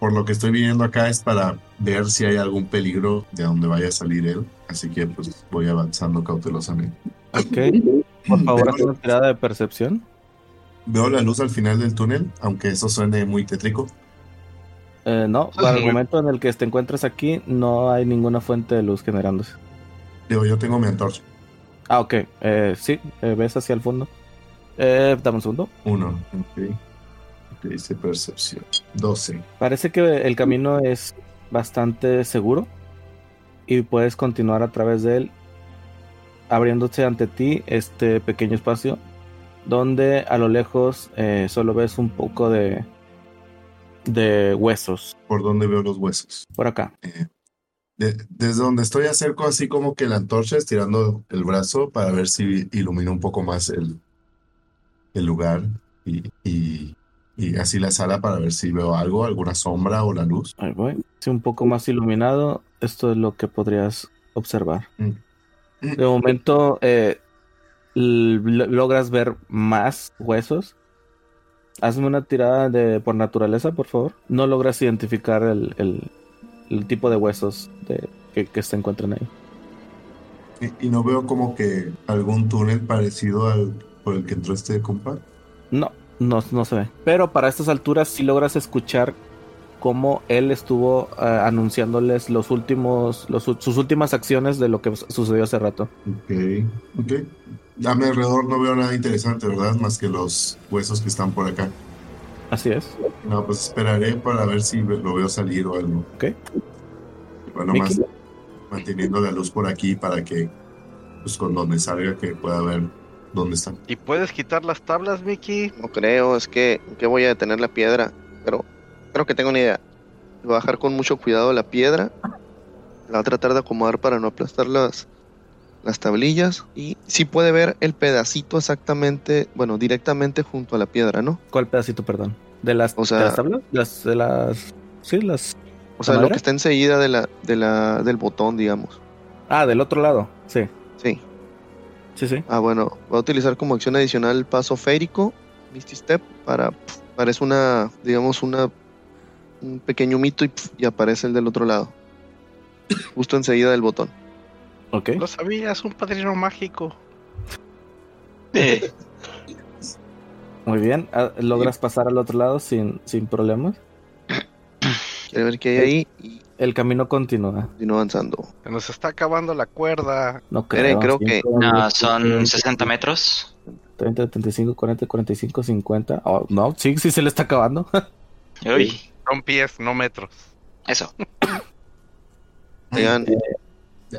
D: por lo que estoy viendo acá es para ver si hay algún peligro de a donde vaya a salir él. Así que pues voy avanzando cautelosamente.
A: Ok. Por favor, haz una tirada de percepción.
D: Veo la luz al final del túnel, aunque eso suene muy tétrico.
A: Eh, no, para el momento en el que te encuentras aquí, no hay ninguna fuente de luz generándose.
D: Digo, yo tengo mi antorcha.
A: Ah, ok. Eh, sí, eh, ves hacia el fondo. Eh, dame un segundo.
D: Uno. Ok. Te dice percepción. 12.
A: Parece que el camino es bastante seguro y puedes continuar a través de él, abriéndose ante ti este pequeño espacio donde a lo lejos eh, solo ves un poco de de huesos
D: ¿Por dónde veo los huesos?
A: por acá.
D: De- desde donde estoy acerco así como que la antorcha, estirando el brazo para ver si ilumina un poco más el, el lugar y, y- y así la sala para ver si veo algo, alguna sombra o la luz.
A: Ahí voy. Sí, un poco más iluminado. Esto es lo que podrías observar.
D: Mm.
A: De momento eh, l- lo- logras ver más huesos. Hazme una tirada de por naturaleza, por favor. No logras identificar el, el- el tipo de huesos de- que, que se encuentran ahí.
D: Y, y no veo como que algún túnel parecido al por el que entró este compa.
A: No, no, no se ve. Pero para estas alturas sí logras escuchar cómo él estuvo eh, anunciándoles los últimos, los u- sus últimas acciones de lo que sucedió hace rato.
D: Ok, ok. A mi alrededor no veo nada interesante, ¿verdad? Más que los huesos que están por acá.
A: Así es.
D: No, pues esperaré para ver si ve- lo veo salir o algo.
A: Ok.
D: Bueno,
A: Mickey.
D: más manteniendo la luz por aquí para que, pues con donde salga, que pueda ver dónde están.
E: ¿Y puedes quitar las tablas, Mickey?
F: No creo, es que, que voy a detener la piedra, pero creo que tengo una idea. Voy a bajar con mucho cuidado la piedra, la voy a tratar de acomodar para no aplastar las, las tablillas y sí puede ver el pedacito exactamente, bueno, directamente junto a la piedra, ¿no?
A: ¿Cuál pedacito, perdón? ¿De las,
F: O sea-
A: de las tablas? Las, de las... Sí, las...
F: O sea,
A: ¿La
F: lo
A: madera?
F: que está enseguida de la, de la, del botón, digamos.
A: Ah, del otro lado. Sí,
F: Sí.
A: sí, sí.
F: Ah, bueno, voy a utilizar como acción adicional el paso férico, Misty Step, para. pf, Parece una, digamos, una un pequeño mito y, pf, y aparece el del otro lado. *coughs* Justo enseguida del botón.
A: Ok.
E: Lo sabías, un padrino mágico.
C: Eh,
A: Muy bien. Ah, Logras pasar al otro lado sin, sin problemas.
F: Quiere ver qué hay ahí y
A: El camino continúa.
F: continúa avanzando.
E: Se nos está acabando la cuerda.
A: No
F: Esperen,
A: creo.
F: creo que-
C: no, ah, son 60 metros.
A: 30, 35, 40, 45, 50. Oh, no, sí, sí se le está acabando. *laughs*
C: Uy,
E: Son pies, no metros.
C: eso.
F: Oigan,
D: Ya-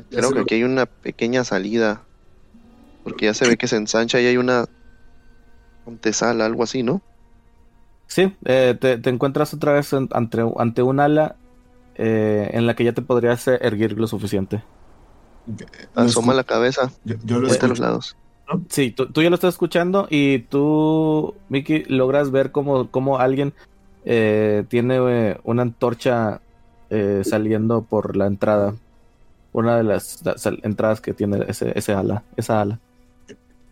D: ya
F: creo
D: se
F: que
D: lo-
F: aquí hay una pequeña salida. Porque ya se ve que se ensancha y hay una antesala, algo así, ¿no?
A: Sí, eh, te, te encuentras otra vez en- ante, ante un ala eh, en la que ya te podrías eh, erguir lo suficiente.
D: lo
F: Asoma
D: escu-
F: la cabeza,
D: yo, yo lo
F: vete a los
D: escucho.
F: lados.
A: Sí, tú, tú ya lo estás escuchando y tú, Mickey, logras ver cómo, cómo alguien eh, tiene eh, una antorcha eh, saliendo por la entrada. Una de las, las entradas que tiene ese, ese ala, esa ala.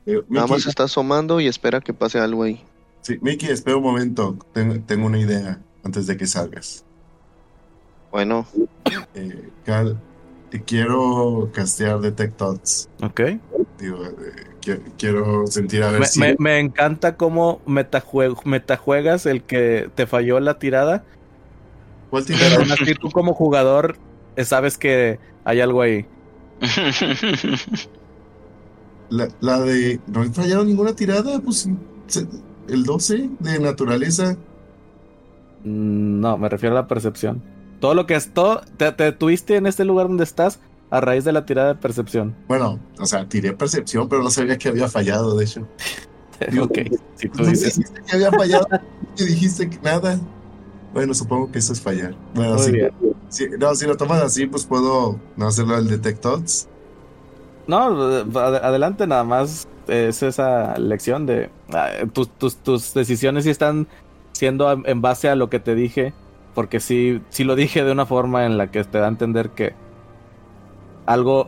D: Eh,
F: Nada
D: Mickey,
F: más está asomando y espera que pase algo ahí.
D: sí, Mickey, espera un momento. Ten- tengo una idea antes de que salgas.
F: Bueno,
D: Eh, Cal, te quiero castear Detect Thoughts.
A: Ok.
D: Digo, eh, qui- quiero sentir a ver
A: Me,
D: si.
A: me- me encanta cómo metajue- metajuegas el que te falló la tirada,
D: ¿Cuál tiene
A: pero aún así tú como jugador eh, sabes que hay algo ahí.
D: La, la de. No fallaron ninguna tirada, pues. se- el 12 de naturaleza.
A: Mm, No, me refiero a la percepción. Todo lo que es todo, te, te detuviste en este lugar donde estás a raíz de la tirada de percepción. *laughs*
D: Bueno, o sea, tiré percepción, pero no sabía que había fallado, de hecho. Digo,
A: ok, si tú
D: no
A: dices.
D: dijiste que había fallado *laughs* y dijiste que nada. Bueno, supongo que eso es fallar. Bueno,
A: Muy
D: sí.
A: bien.
D: Sí, no, si lo tomas así, pues puedo no hacerlo al Detect Thoughts.
A: No, eh, ad- adelante nada más. eh, Es esa lección de ah, eh, tus, tus, tus decisiones sí están siendo a- en base a lo que te dije, porque sí, sí lo dije de una forma en la que te da a entender que algo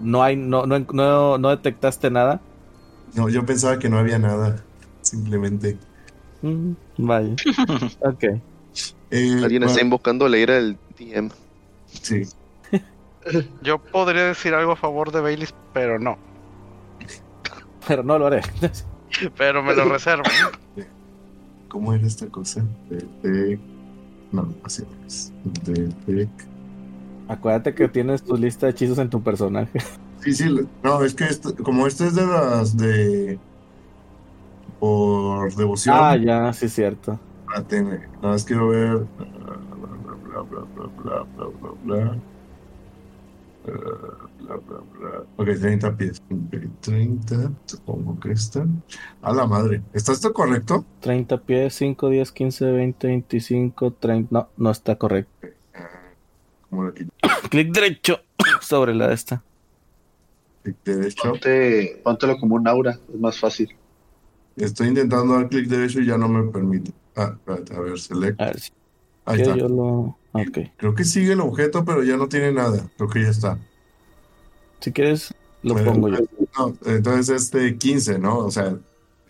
A: no hay, no, no, no, no detectaste nada.
D: No, yo pensaba que no había nada. Simplemente.
A: Mm, vaya. ok.
D: Eh,
F: alguien
D: bueno,
F: está invocando la ira del DM.
D: Sí.
E: Yo podría decir algo a favor de Baileys, pero no.
A: Pero no lo haré.
E: *laughs* Pero me lo reservo.
D: ¿Cómo era esta cosa? Detect. No, así no es. Detect.
A: Acuérdate que tienes tu lista de hechizos en tu personaje.
D: Sí, sí, lo- no, es que esto- como esto es de las de. por devoción.
A: Ah, ya, sí, cierto.
D: Ah, tiene- Nada más quiero ver. Bla, bla, bla, bla, bla, bla, bla, bla. Eh, bla, bla, bla. Ok, 30 pies. Ok, 30, supongo que está. A la madre. ¿Está esto correcto?
A: 30 pies, 5, 10, 15, 20, 25, 30. No, no está correcto.
D: Como lo que
A: Clic derecho *coughs* sobre la de esta.
D: clic derecho.
B: Ponte, póntelo como un aura, es más fácil.
D: Estoy intentando dar clic derecho y ya no me permite. Ah, espérate, a ver, select.
A: A ver si
D: Ahí
A: que
D: está.
A: yo lo. ah, Ok.
D: Creo que sigue el objeto, pero ya no tiene nada. Creo que ya está.
A: Si quieres, lo
D: Bueno,
A: pongo yo.
D: No, entonces este 15, ¿no? O sea,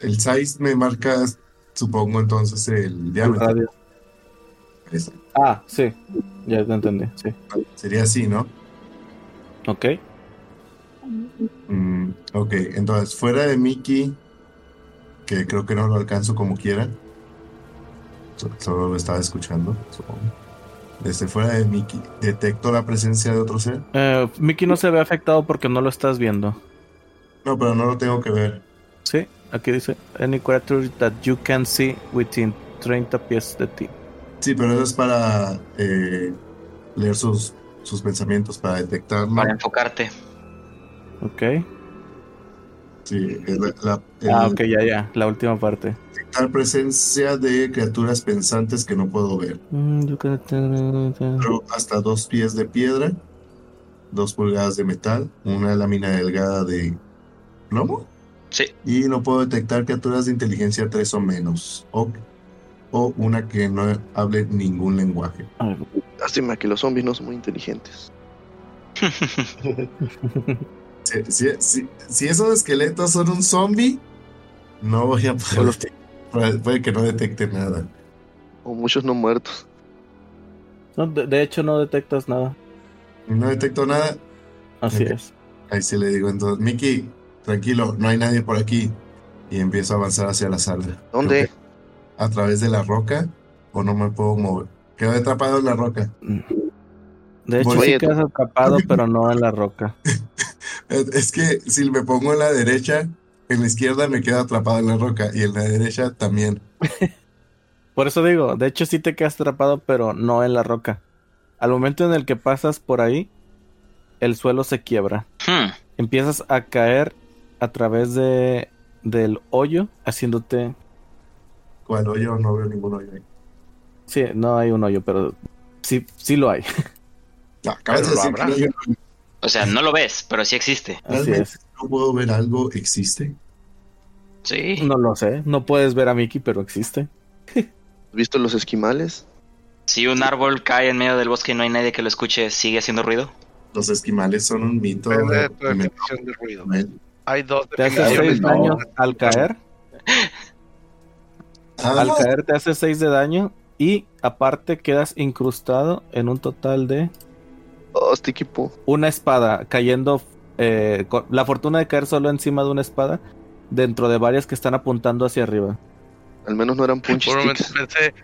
D: el size me marca, supongo, entonces el
A: El
D: diámetro.
A: radio.
D: Ahí está.
A: Ah, sí. Ya te entendí. Sí.
D: Sería así, ¿no?
A: Ok.
D: Mm, ok, entonces fuera de Mickey, que creo que no lo alcanzo como quiera, so- solo lo estaba escuchando, supongo. Desde fuera de Mickey, ¿detecto la presencia de otro ser?
A: Eh, Mickey no se ve afectado porque no lo estás viendo.
D: No, pero no lo tengo que ver.
A: Sí, aquí dice: Any creature that you can see within 30 pies de ti.
D: Sí, pero eso es para eh, leer sus, sus pensamientos, para
C: *laughs*
D: detectarlo.
C: Para enfocarte.
A: Ok.
D: Sí, es la, la- el-
A: Ah, ok, ya, ya. La última parte.
D: detectar presencia de criaturas pensantes que no puedo ver.
A: Mm, you can- Ah.
D: Pero hasta dos pies de piedra, dos pulgadas de metal, una lámina delgada de plomo.
C: Sí.
D: Y no puedo detectar criaturas de inteligencia tres o menos. O, o una que no hable ningún lenguaje.
A: A ver.
F: Lástima que los zombies no son muy inteligentes.
D: Si, Eh, si- si- si esos esqueletos son un zombie, no voy a poder. Puede, puede que no detecte nada.
F: O muchos no muertos.
A: No, de, de hecho, no detectas nada.
D: No detecto nada,
A: Así
D: Ok.
A: es.
D: Ahí sí le digo entonces, Mickey, tranquilo, no hay nadie por aquí. Y empiezo a avanzar hacia la sala.
F: ¿Dónde?
D: Creo que A través de la roca, o no me puedo mover. Quedo atrapado en la roca.
A: De hecho,
D: Oye,
A: sí
F: tú-
A: quedas atrapado, pero no en la roca.
D: Es, es que si me pongo en la derecha, en la izquierda me quedo atrapado en la roca, y en la derecha también.
A: Por eso digo, de hecho, sí te quedas atrapado, pero no en la roca. Al momento en el que pasas por ahí, el suelo se quiebra.
C: Hmm.
A: Empiezas a caer a través de del hoyo, haciéndote.
D: ¿Cuál hoyo? No veo ningún hoyo ahí.
A: Sí, no hay un hoyo, pero sí, sí lo hay.
D: Acabas de
E: Pero lo
D: decir que
E: habrá.
D: no, yo
C: O sea, no lo ves, pero sí existe.
A: Así
D: Realmente.
A: es.
D: no puedo ver algo, existe.
C: Sí.
A: No lo sé. No puedes ver a Mickey, pero existe.
F: ¿Has visto los esquimales?
C: Si un árbol cae en medio del bosque y no hay nadie que lo escuche, ¿sigue haciendo ruido?
D: Los esquimales son un mito.
E: Depende de tu
D: Me-
E: definición de ruido.
D: me-
E: Hay dos
A: Te hace
B: Claro,
A: seis
E: definiciones.
B: no.
A: daños al caer.
D: Ah,
A: Al caer te hace 6 de daño y aparte quedas incrustado en un total de
F: Oh, Sticky Po.
A: una espada cayendo. eh, con- la fortuna de caer solo encima de una espada dentro de varias que están apuntando hacia arriba.
F: Al menos no eran punch
E: Por un momento
F: sticks.
E: pensé,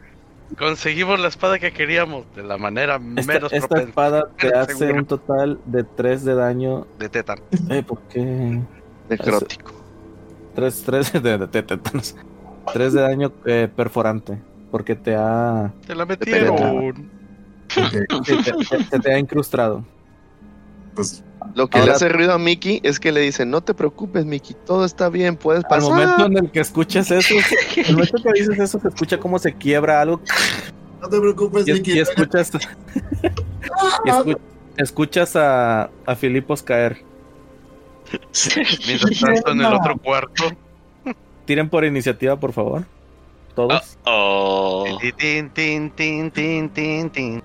E: conseguimos la espada que queríamos de la manera
A: Esta,
E: menos
A: esta
E: propensa
A: espada te
E: Menos
A: hace
E: segura.
A: un total de 3 de daño.
E: de tétano.
A: Eh, ¿Por qué?
F: Necrótico.
A: 3, de, de- de- de- tres de daño eh, perforante. Porque te ha,
E: Te la
F: tétano.
E: *laughs* metieron.
D: ok,
A: sí, te- te- te- te ha incrustado.
D: pues,
F: Lo que le
A: Ahora-
F: hace ruido a Mickey es que le dicen, no te preocupes, Mickey, todo está bien, puedes
A: Al
F: pasar.
A: momento en el que escuchas eso, al momento que dices eso, se escucha cómo se quiebra algo
D: no te preocupes,
A: y,
D: Mickey.
A: y escuchas. y escu- escuchas a, a Filipos caer.
E: Mientras tanto, en el otro cuarto,
A: Tiren por iniciativa, por favor. Todos.
C: Oh.
E: Y tin, tin, tin, tin, tin, tin.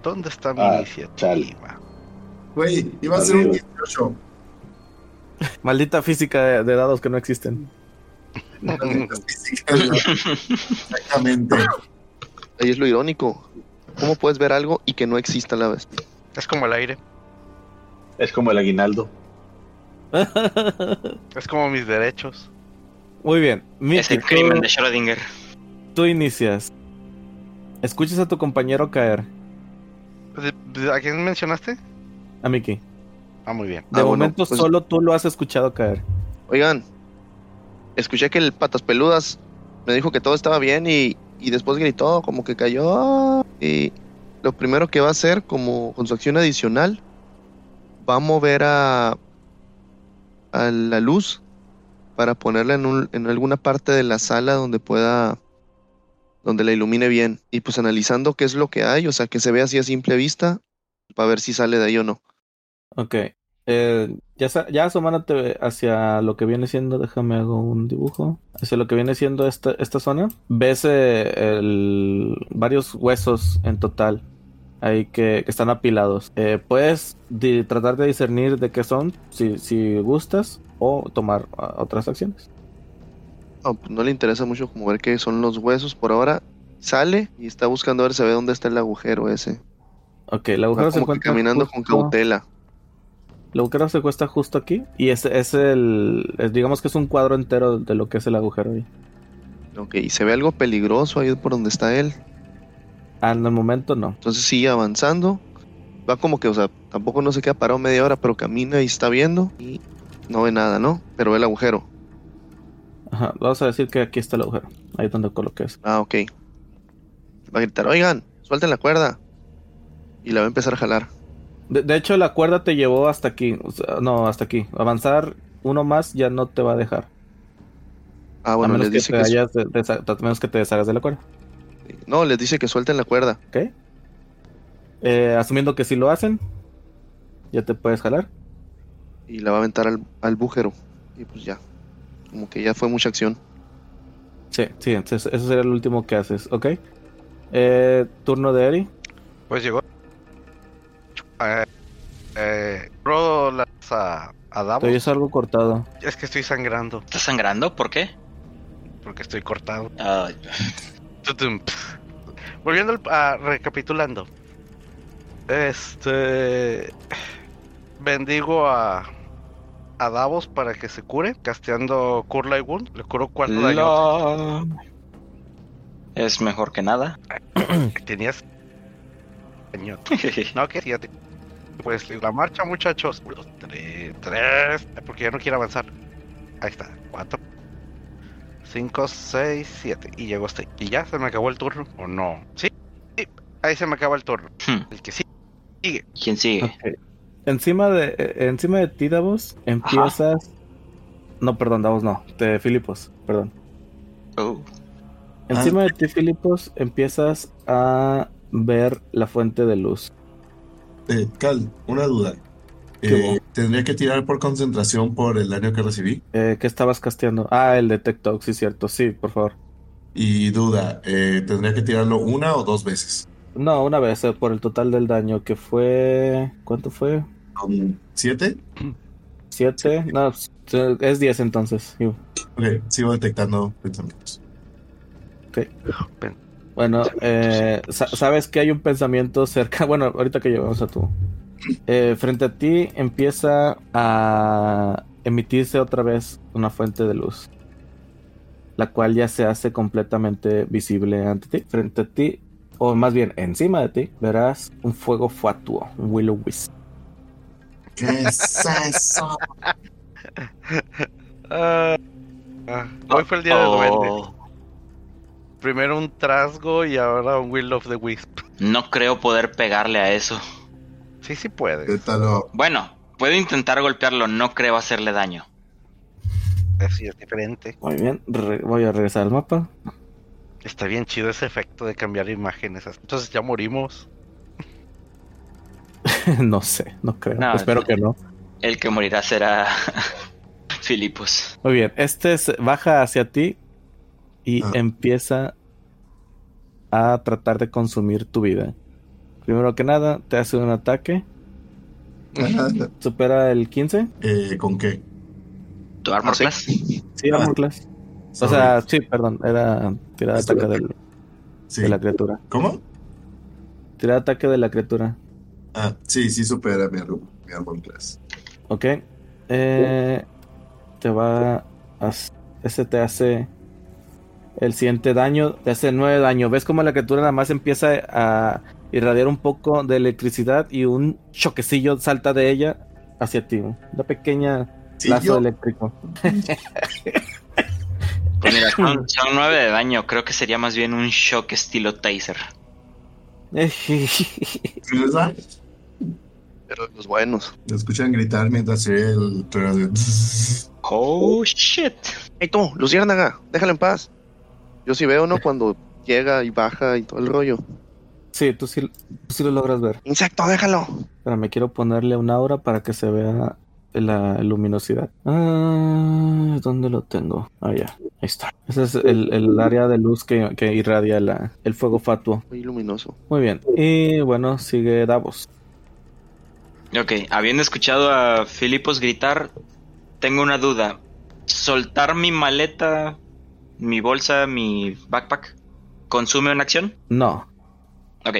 E: ¿Dónde está mi
G: Ah, chale.
E: iniciativa?
D: Güey, iba a ser un 18.
F: Ah.
A: Maldita física de, de dados que no existen.
D: Exactamente.
A: *laughs*
F: Ahí es lo irónico. ¿Cómo puedes ver algo y que no exista a la vez?
E: *laughs* Es como el aire.
B: Es como el aguinaldo.
E: Es como mis derechos.
A: Muy bien.
C: Es
A: Mitty,
C: el
A: tú-
C: crimen de Schrödinger.
A: tú inicias. Escuchas a tu compañero caer.
E: ¿De- de- ¿A quién mencionaste?
A: A Mickey.
E: Ah, muy bien.
A: De
F: Ah, bueno,
A: momento
F: pues-
A: solo tú lo has escuchado caer.
F: Oigan, escuché que el patas peludas me dijo que todo estaba bien y, y después gritó, como que cayó. Y lo primero que va a hacer, como con su acción adicional, va a mover a, a la luz para ponerla en, un- en alguna parte de la sala donde pueda, donde la ilumine bien. Y pues analizando qué es lo que hay, o sea, que se vea así a simple vista, para ver si sale de ahí o no.
A: Ok. Eh, ya, sa- ya asomándote hacia lo que viene siendo, déjame hago un dibujo, hacia lo que viene siendo esta, esta zona, ves eh, el- varios huesos en total ahí que, que están apilados. Eh, puedes di- tratar de discernir de qué son si, si gustas o tomar ah, otras acciones.
F: No, pues no le interesa mucho como ver qué son los huesos por ahora. Sale y está buscando a ver, se ve dónde está el agujero ese.
A: Ok, el agujero
F: Va
A: se
F: Ah, como que
A: encuentra
F: caminando con
A: justo-
F: cautela.
A: El agujero se cuesta justo aquí y es, es el, es- digamos que es un cuadro entero de lo que es el agujero ahí.
F: Ok, y se ve algo peligroso ahí por donde está él.
A: Al Ah, momento no.
F: Entonces sigue avanzando. Va como que, o sea, tampoco no se queda parado media hora, pero camina y está viendo. Y no ve nada, ¿no? Pero ve el agujero.
A: Ajá, vamos a decir que aquí está el agujero, ahí donde coloques.
F: Ah, ok. Va a gritar, oigan, suelten la cuerda. Y la va a empezar a jalar.
A: De, de hecho, la cuerda te llevó hasta aquí, o sea, no, hasta aquí. Avanzar uno más ya no te va a dejar.
F: Ah,
A: a
F: bueno,
A: menos
F: les
A: que,
F: dice
A: te
F: que,
A: hayas de- desa- a menos que te deshagas de la cuerda.
F: No, les dice que suelten la cuerda.
A: ¿Ok? Eh, asumiendo que si lo hacen, ya te puedes jalar.
F: y la va a aventar al, al bújero. Y pues ya. Como que ya fue mucha acción.
A: Sí, sí, entonces eso sería el último que haces, ¿ok? Eh, turno de Eri.
E: Pues llegó. Eh, eh, rodo las a, a
A: Te
E: Davos.
A: oyes algo cortado.
E: Es que estoy sangrando
C: ¿Está sangrando? ¿Por qué?
E: porque estoy cortado.
C: Ah,
E: Tutum. Volviendo al- a recapitulando. Este bendigo a a Davos para que se cure, casteando Cure Light Wound, le curo cuatro daño.
C: lo- Es mejor que *laughs* nada.
E: que Tenías daño. No, que fíjate. Pues la marcha, muchachos. Uno, tres, tres. Porque ya no quiere avanzar. Ahí está. Cuatro. Cinco, seis, siete. Y llegó hasta ahí. Y ya se me acabó el turno. ¿O no? Sí. sí, Ahí se me acaba el turno.
C: Hmm.
E: El que sí.
C: ¿Quién sigue?
A: Ok. Encima de, eh, encima de ti, Davos, empiezas. No, perdón, Davos no. Te, Filipos, perdón.
C: Oh,
A: Encima de ti, Filipos, empiezas a ver la fuente de luz.
D: Eh, Cal, una duda.
A: ¿Qué
D: Eh,
A: hubo?
D: ¿Tendría que tirar por concentración por el daño que recibí?
A: Eh, ¿Qué estabas casteando? Ah, el detector, sí, cierto. Sí, por favor.
D: Y duda, eh, ¿tendría que tirarlo una o dos veces?
A: No, una vez eh, por el total del daño, que fue. ¿Cuánto fue?
D: Um, ¿Siete?
A: ¿Siete? No, s- es diez entonces. Iu.
D: Ok, sigo detectando pensamientos.
A: Bueno, eh, sa- sabes que hay un pensamiento cerca. *laughs* Bueno, ahorita que llevamos a tu. Eh, frente a ti empieza a emitirse otra vez una fuente de luz, la cual ya se hace completamente visible ante ti. Frente a ti, o más bien encima de ti, verás un fuego fatuo, un willow wisp.
D: ¿Qué es *laughs* eso?
E: Ah, ah, Hoy fue el día
C: oh,
E: del duende. Primero un trasgo y ahora un Will of the Wisp.
C: No creo poder pegarle a eso.
E: Sí, sí puedes.
D: Pétalo.
C: Bueno, puedo intentar golpearlo, no creo hacerle daño.
E: Así es diferente.
A: Muy bien, re- voy a regresar al mapa. *laughs*
E: Está bien chido ese efecto de cambiar imágenes. Entonces ya morimos.
A: no sé, no creo.
C: No,
A: Espero
C: no.
A: que no.
C: El que morirá será *laughs* Filipos.
A: Muy bien, este se- baja hacia ti y
D: Ah.
A: empieza a tratar de consumir tu vida. Primero que nada, te hace un ataque, supera el 15.
D: Eh, ¿Con qué?
C: ¿Tu armor
F: ¿Ah, sí?
C: class?
A: Sí,
D: Ah,
A: armor class. O
D: Sorry.
A: sea, sí, perdón, era tirada de ataque del-
D: Sí.
A: de la criatura.
D: ¿Cómo?
A: Tira ataque de la criatura.
D: Ah, sí, sí supera mi árbol, mi árbol class.
A: Ok. Eh, te va a... Ese te hace... El siguiente daño te hace 9 daño. ¿Ves cómo la criatura nada más empieza a irradiar un poco de electricidad y un choquecillo salta de ella hacia ti? Una pequeña
D: Sí,
A: lazo
D: yo-
A: eléctrico. *laughs*
C: Pues mira, son, son nueve de daño. Creo que sería más bien un shock estilo taser.
D: ¿verdad?
F: Pero los buenos.
D: Lo escuchan gritar mientras se oye el trueno de- *laughs*
C: Oh shit.
F: ¡Ey tú, Luciérnaga! ¡Déjala en paz! Yo sí veo, ¿no? Cuando llega y baja y todo el rollo.
A: sí, tú sí, tú sí lo logras ver.
F: ¡Insecto, déjalo!
A: Pero me quiero ponerle un aura para que se vea la luminosidad. Ah, ¿Dónde lo tengo? Ah, ya. Ahí está. Ese es el, el área de luz que, que irradia la, el fuego fatuo.
F: Muy luminoso.
A: Muy bien. Y bueno, sigue Davos.
C: Ok, habiendo escuchado a Filipos gritar, tengo una duda. ¿Soltar mi maleta, mi bolsa, mi backpack consume una acción?
A: No.
C: Ok.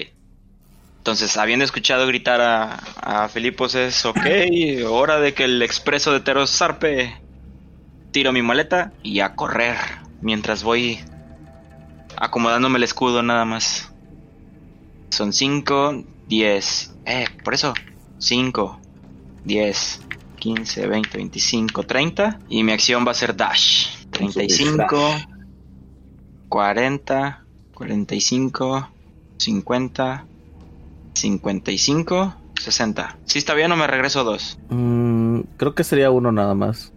C: Entonces, habiendo escuchado gritar a, a Filipos, es ok, hora de que el expreso de Teros zarpe. Tiro mi maleta y a correr mientras voy acomodándome el escudo nada más. Son 5, 10. Eh, por eso. 5, 10, 15, 20, 25, 30. Y mi acción va a ser dash. 35, 40, 45. 50, 55, 60. Si está bien, no me regreso dos.
A: Mm, creo que sería uno nada más.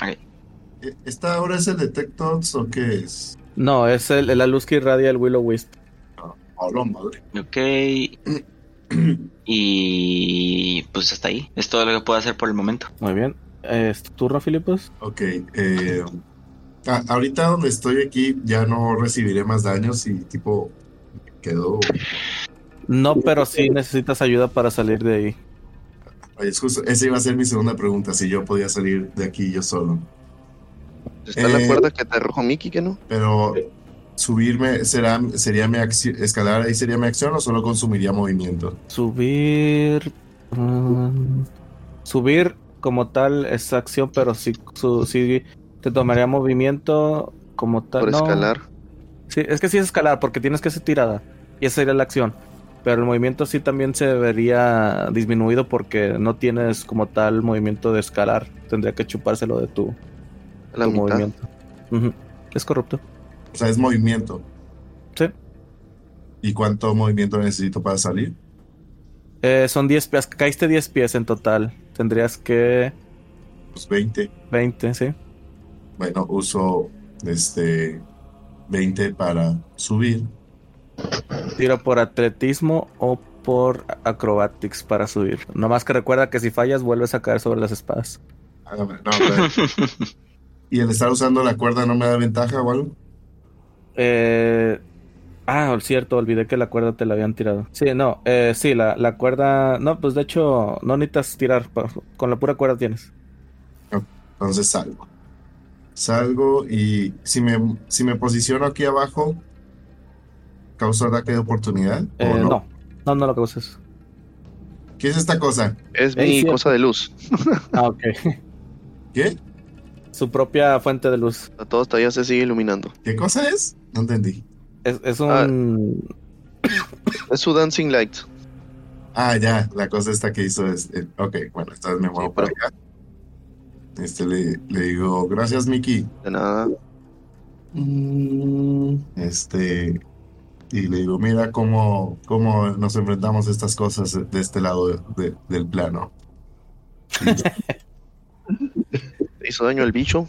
D: ¿E- ¿Esta ahora es el Detectons o qué es?
A: No, es el- la luz que irradia el Willow Wisp.
D: Hola, madre.
C: Ok. Y pues hasta ahí. Es todo lo que puedo hacer por el momento.
A: Muy bien. Eh, ¿Es tu turno, Filipos?
D: Ok, eh, a- ahorita donde estoy aquí ya no recibiré más daños y tipo quedó...
A: No, pero sí necesitas ayuda para salir de ahí.
D: Ay, Es justo, esa iba a ser mi segunda pregunta, si yo podía salir de aquí yo solo.
F: Está
D: Eh.
F: la cuerda que te arrojó Mickey, ¿qué no?
D: Pero subirme será, sería mi acción, escalar ahí sería mi acción o solo consumiría movimiento.
A: Subir. mm, subir como tal es acción, pero sí, su- sí te tomaría movimiento como tal.
F: Por
A: no.
F: escalar.
A: Sí, es que sí es escalar, porque tienes que hacer tirada. Y esa sería la acción. Pero el movimiento sí también se vería disminuido porque no tienes como tal movimiento de escalar. Tendría que chupárselo de tu,
F: a La
A: tu
F: mitad.
A: movimiento. Ujú. Es corrupto.
D: O sea, es movimiento.
A: Sí.
D: ¿Y cuánto movimiento necesito para salir?
A: Eh, son 10 pies. Caíste 10 pies en total. Tendrías que
D: Pues 20.
A: 20, ¿sí?
D: Bueno, uso este 20 para subir.
A: Tiro por atletismo o por acrobatics para subir. Nomás que recuerda que si fallas vuelves a caer sobre las espadas.
D: Hágame- Ah, no,
A: *laughs*
D: pero- ¿Y el estar usando la cuerda no me da ventaja o algo?
A: Eh, ah, cierto, olvidé que la cuerda te la habían tirado. Sí, no, eh, sí, la, la cuerda... No, pues de hecho no necesitas tirar, pa- con la pura cuerda tienes.
D: Entonces salgo. Salgo y si me, si me posiciono aquí abajo, ¿causa ataque de oportunidad? ¿O
A: Eh,
D: no?
A: no, no, no lo causas.
D: ¿Qué es esta cosa?
F: Es
A: Ey,
F: mi
A: Eh, sí.
F: cosa de luz.
A: Ah, ok. *laughs*
D: ¿Qué?
A: Su propia fuente de luz.
F: A todos todavía se sigue iluminando.
D: ¿Qué cosa es? No entendí.
A: Es, es un...
F: Es su dancing light.
D: Ah, ya, la cosa esta que hizo es. eh, ok, bueno, entonces me muevo
F: Sí,
D: para acá. Este le, le digo, gracias, Mickey.
F: De nada.
D: Mm. Este. Y le digo, mira cómo, cómo nos enfrentamos a estas cosas de este lado de- de- del plano.
F: Te hizo daño el bicho.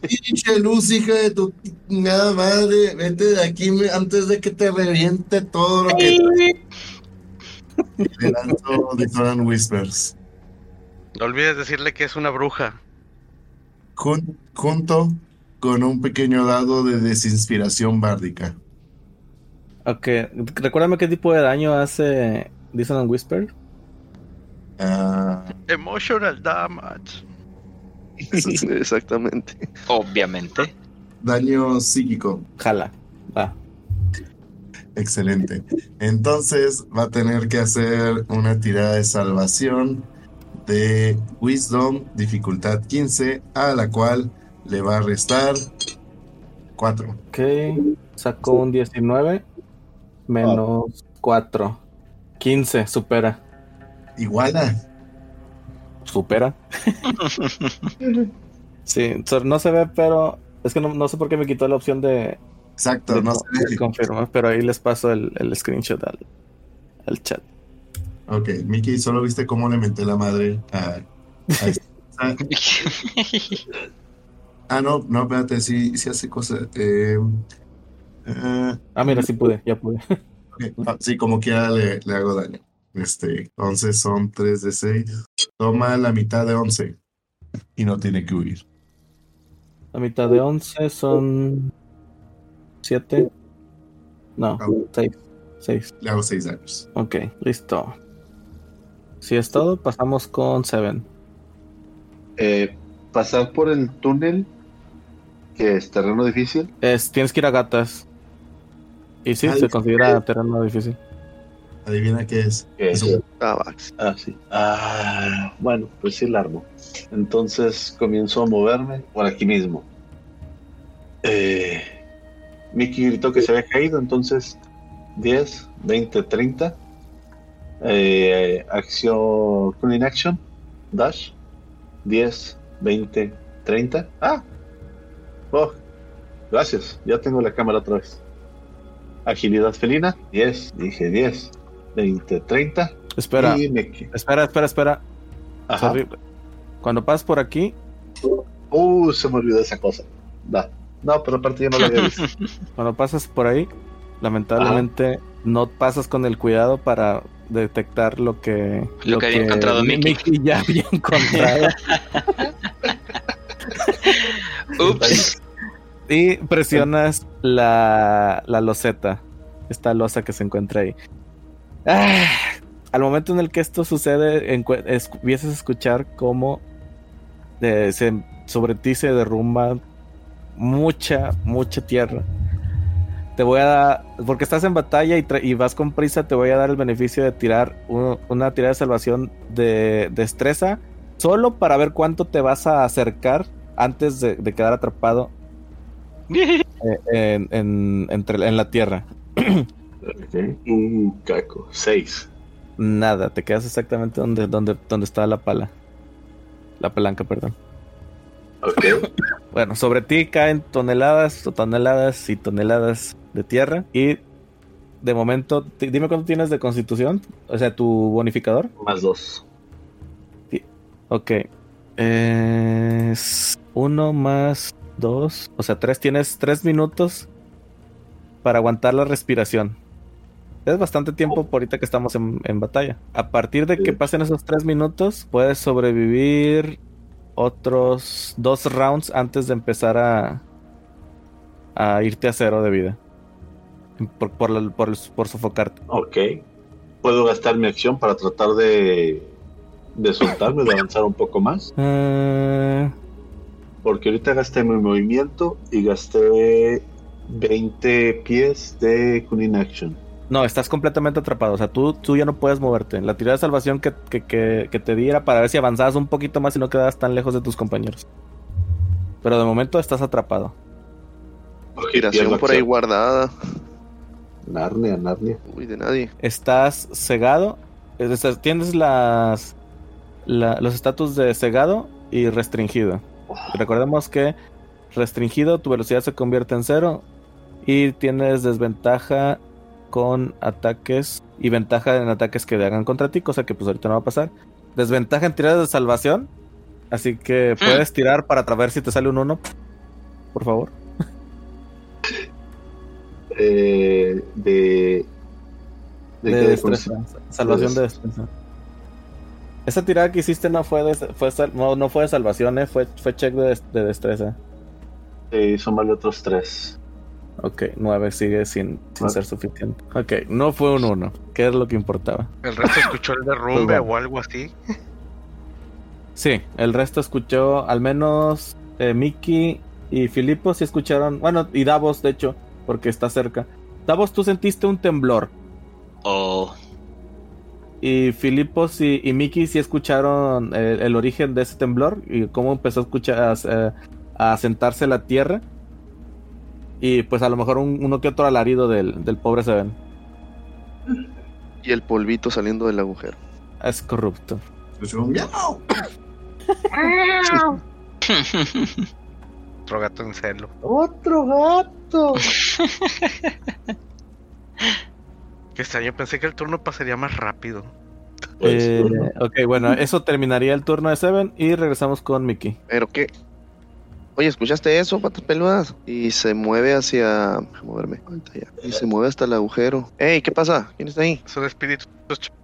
D: Pinche luz, hija de tu nada madre, vete de aquí me- antes de que te reviente todo lo que. Le lanzo Dissonant Whispers.
E: No olvides decirle que es una bruja.
D: Jun- junto con un pequeño dado de desinspiración bárdica. Ah.
A: Ok, recuérdame qué tipo de daño hace Dissonant Whisper.
D: Ah,
E: Emotional damage.
F: *laughs* Exactamente.
C: *laughs* Obviamente.
D: daño psíquico.
A: Jala. Va.
D: Excelente. Entonces va a tener que hacer una tirada de salvación de Wisdom, dificultad 15, a la cual le va a restar 4.
A: Ok, sacó un 19 menos 4. 15, supera.
D: Iguala.
A: Supera. sí, so- no se ve, pero es que no, no sé por qué me quitó la opción de,
D: Exacto,
A: de
D: no
A: co-
D: se
A: de
D: ve.
A: confirmar, pero ahí les paso el, el screenshot al, al chat.
D: Ok, Mickey, solo viste cómo le menté la madre a, a esta- Ah, no, no, espérate, sí, sí hace cosas. Eh, eh,
A: Ah, mira, sí pude, ya pude.
D: ok, ah, sí, como quiera le, le hago daño. Este, 11 son 3 de 6. Toma la mitad de 11. Y no tiene que huir.
A: La mitad de 11 son 7. No,
D: Ah,
A: 6. 6.
D: Le hago 6 daños.
A: Ok, listo. Si es todo, pasamos con Seven.
G: Eh, pasar por el túnel, que es terreno difícil.
A: Es, tienes que ir a gatas. Y sí,
D: Ah,
A: se
D: dice-
A: considera terreno difícil.
D: Adivina qué es.
G: que
D: Es un-
F: Tabax.
G: Ah, sí. Ah, bueno, pues sí, la armo. Entonces comienzo a moverme por aquí mismo. Eh, Mickey gritó que se había caído, entonces 10, 20, 30. Eh, acción, clean action, dash. 10, 20, 30. Ah, oh, gracias, ya tengo la cámara otra vez. Agilidad felina, 10, dije 10, 20, 30.
A: Espera,
G: Y me qui-
A: espera, espera, espera.
G: Ajá.
A: Sorry. Cuando pasas por aquí,
G: Uh, se me olvidó esa cosa. Da. No, pero aparte ya no la
A: *laughs*
G: había visto.
A: cuando pasas por ahí, lamentablemente no pasas con el cuidado para detectar lo que
C: Lo que había encontrado Mickey.
A: ya había *laughs* encontrado
C: Ups.
A: y presionas la, la loseta, esta losa que se encuentra ahí. Ah, al momento en el que esto sucede, encu- es- empiezas a escuchar cómo eh, se- sobre ti se derrumba mucha, mucha tierra. Te voy a dar, porque estás en batalla y, tra- y vas con prisa, te voy a dar el beneficio de tirar un- una tirada de salvación de destreza, solo para ver cuánto te vas a acercar antes de, de quedar atrapado eh, en, en- entre- en la tierra.
G: Uh, caco. Seis.
A: Nada, te quedas exactamente donde, donde, donde estaba la pala. La palanca, perdón.
G: Ok.
A: Bueno, sobre ti caen toneladas o toneladas y toneladas de tierra. Y de momento, ti- dime cuánto tienes de constitución. O sea, tu bonificador.
G: Más dos.
A: Ok. Es uno más dos. O sea, tres. Tienes tres minutos para aguantar la respiración. Es bastante tiempo por ahorita que estamos en, en batalla. A partir de que
G: Sí.
A: pasen esos tres minutos, puedes sobrevivir otros dos rounds antes de empezar a, a irte a cero de vida. Por, por, la- por, por sofocarte.
G: Ok. Puedo gastar mi acción para tratar de, de soltarme, de avanzar un poco más.
A: Eh,
G: Porque ahorita gasté mi movimiento y gasté 20 pies de Kunin Action.
A: No, estás completamente atrapado. O sea, tú, tú ya no puedes moverte. La tirada de salvación que, que, que, que te diera para ver si avanzabas un poquito más y no quedabas tan lejos de tus compañeros. Pero de momento estás atrapado.
G: Ok,
F: Inspiración
G: pierdo
F: por ahí
G: acción.
F: guardada.
G: Narnia, Narnia.
F: Uy, de nadie.
A: Estás cegado. Es decir, Tienes las, la- los estatus de cegado y restringido. Recordemos que restringido tu velocidad se convierte en cero y tienes desventaja con ataques y ventaja en ataques que le hagan contra ti, cosa que pues ahorita no va a pasar. Desventaja en tiradas de salvación, así que puedes tirar para ver si te sale un 1, por favor.
G: Eh, de.
A: De,
G: qué?
A: destreza. Salvación de destreza. Esa tirada que hiciste no fue de, fue sal- no, no fue de salvación, eh, fue, fue check de, des- de destreza.
G: Eh, son mal otros tres.
A: Ok, 9 sigue sin, sin
G: Ah.
A: ser suficiente. Ok, no fue un 1, que es lo que importaba.
E: El resto escuchó el derrumbe
A: Pues bueno.
E: o algo así.
A: Sí, el resto escuchó, al menos eh, Mickey y Filippo sí escucharon, bueno, y Davos de hecho, porque está cerca, Davos, tú sentiste un temblor.
C: Oh,
A: Y Filipos y, y Miki sí escucharon el, el origen de ese temblor y cómo empezó a escuchar a, eh, a sentarse la tierra. Y pues a lo mejor un- uno que otro alarido del, del pobre Seven.
F: Y el polvito saliendo del agujero.
A: Es corrupto.
D: Escuchó un miau.
E: Otro gato en celo.
B: Otro gato.
E: Que extraño, pensé que el turno pasaría más rápido.
B: Pues,
A: Eh,
B: bueno,
A: ok, bueno, eso terminaría el turno de Seven y regresamos con Miki.
F: ¿Pero qué? Oye, ¿escuchaste eso, patas peludas? Y se mueve hacia... Déjame moverme. Ahí está ya. Y se mueve hasta el agujero. ¡Ey, qué pasa! ¿Quién está ahí?
E: Es un espíritu.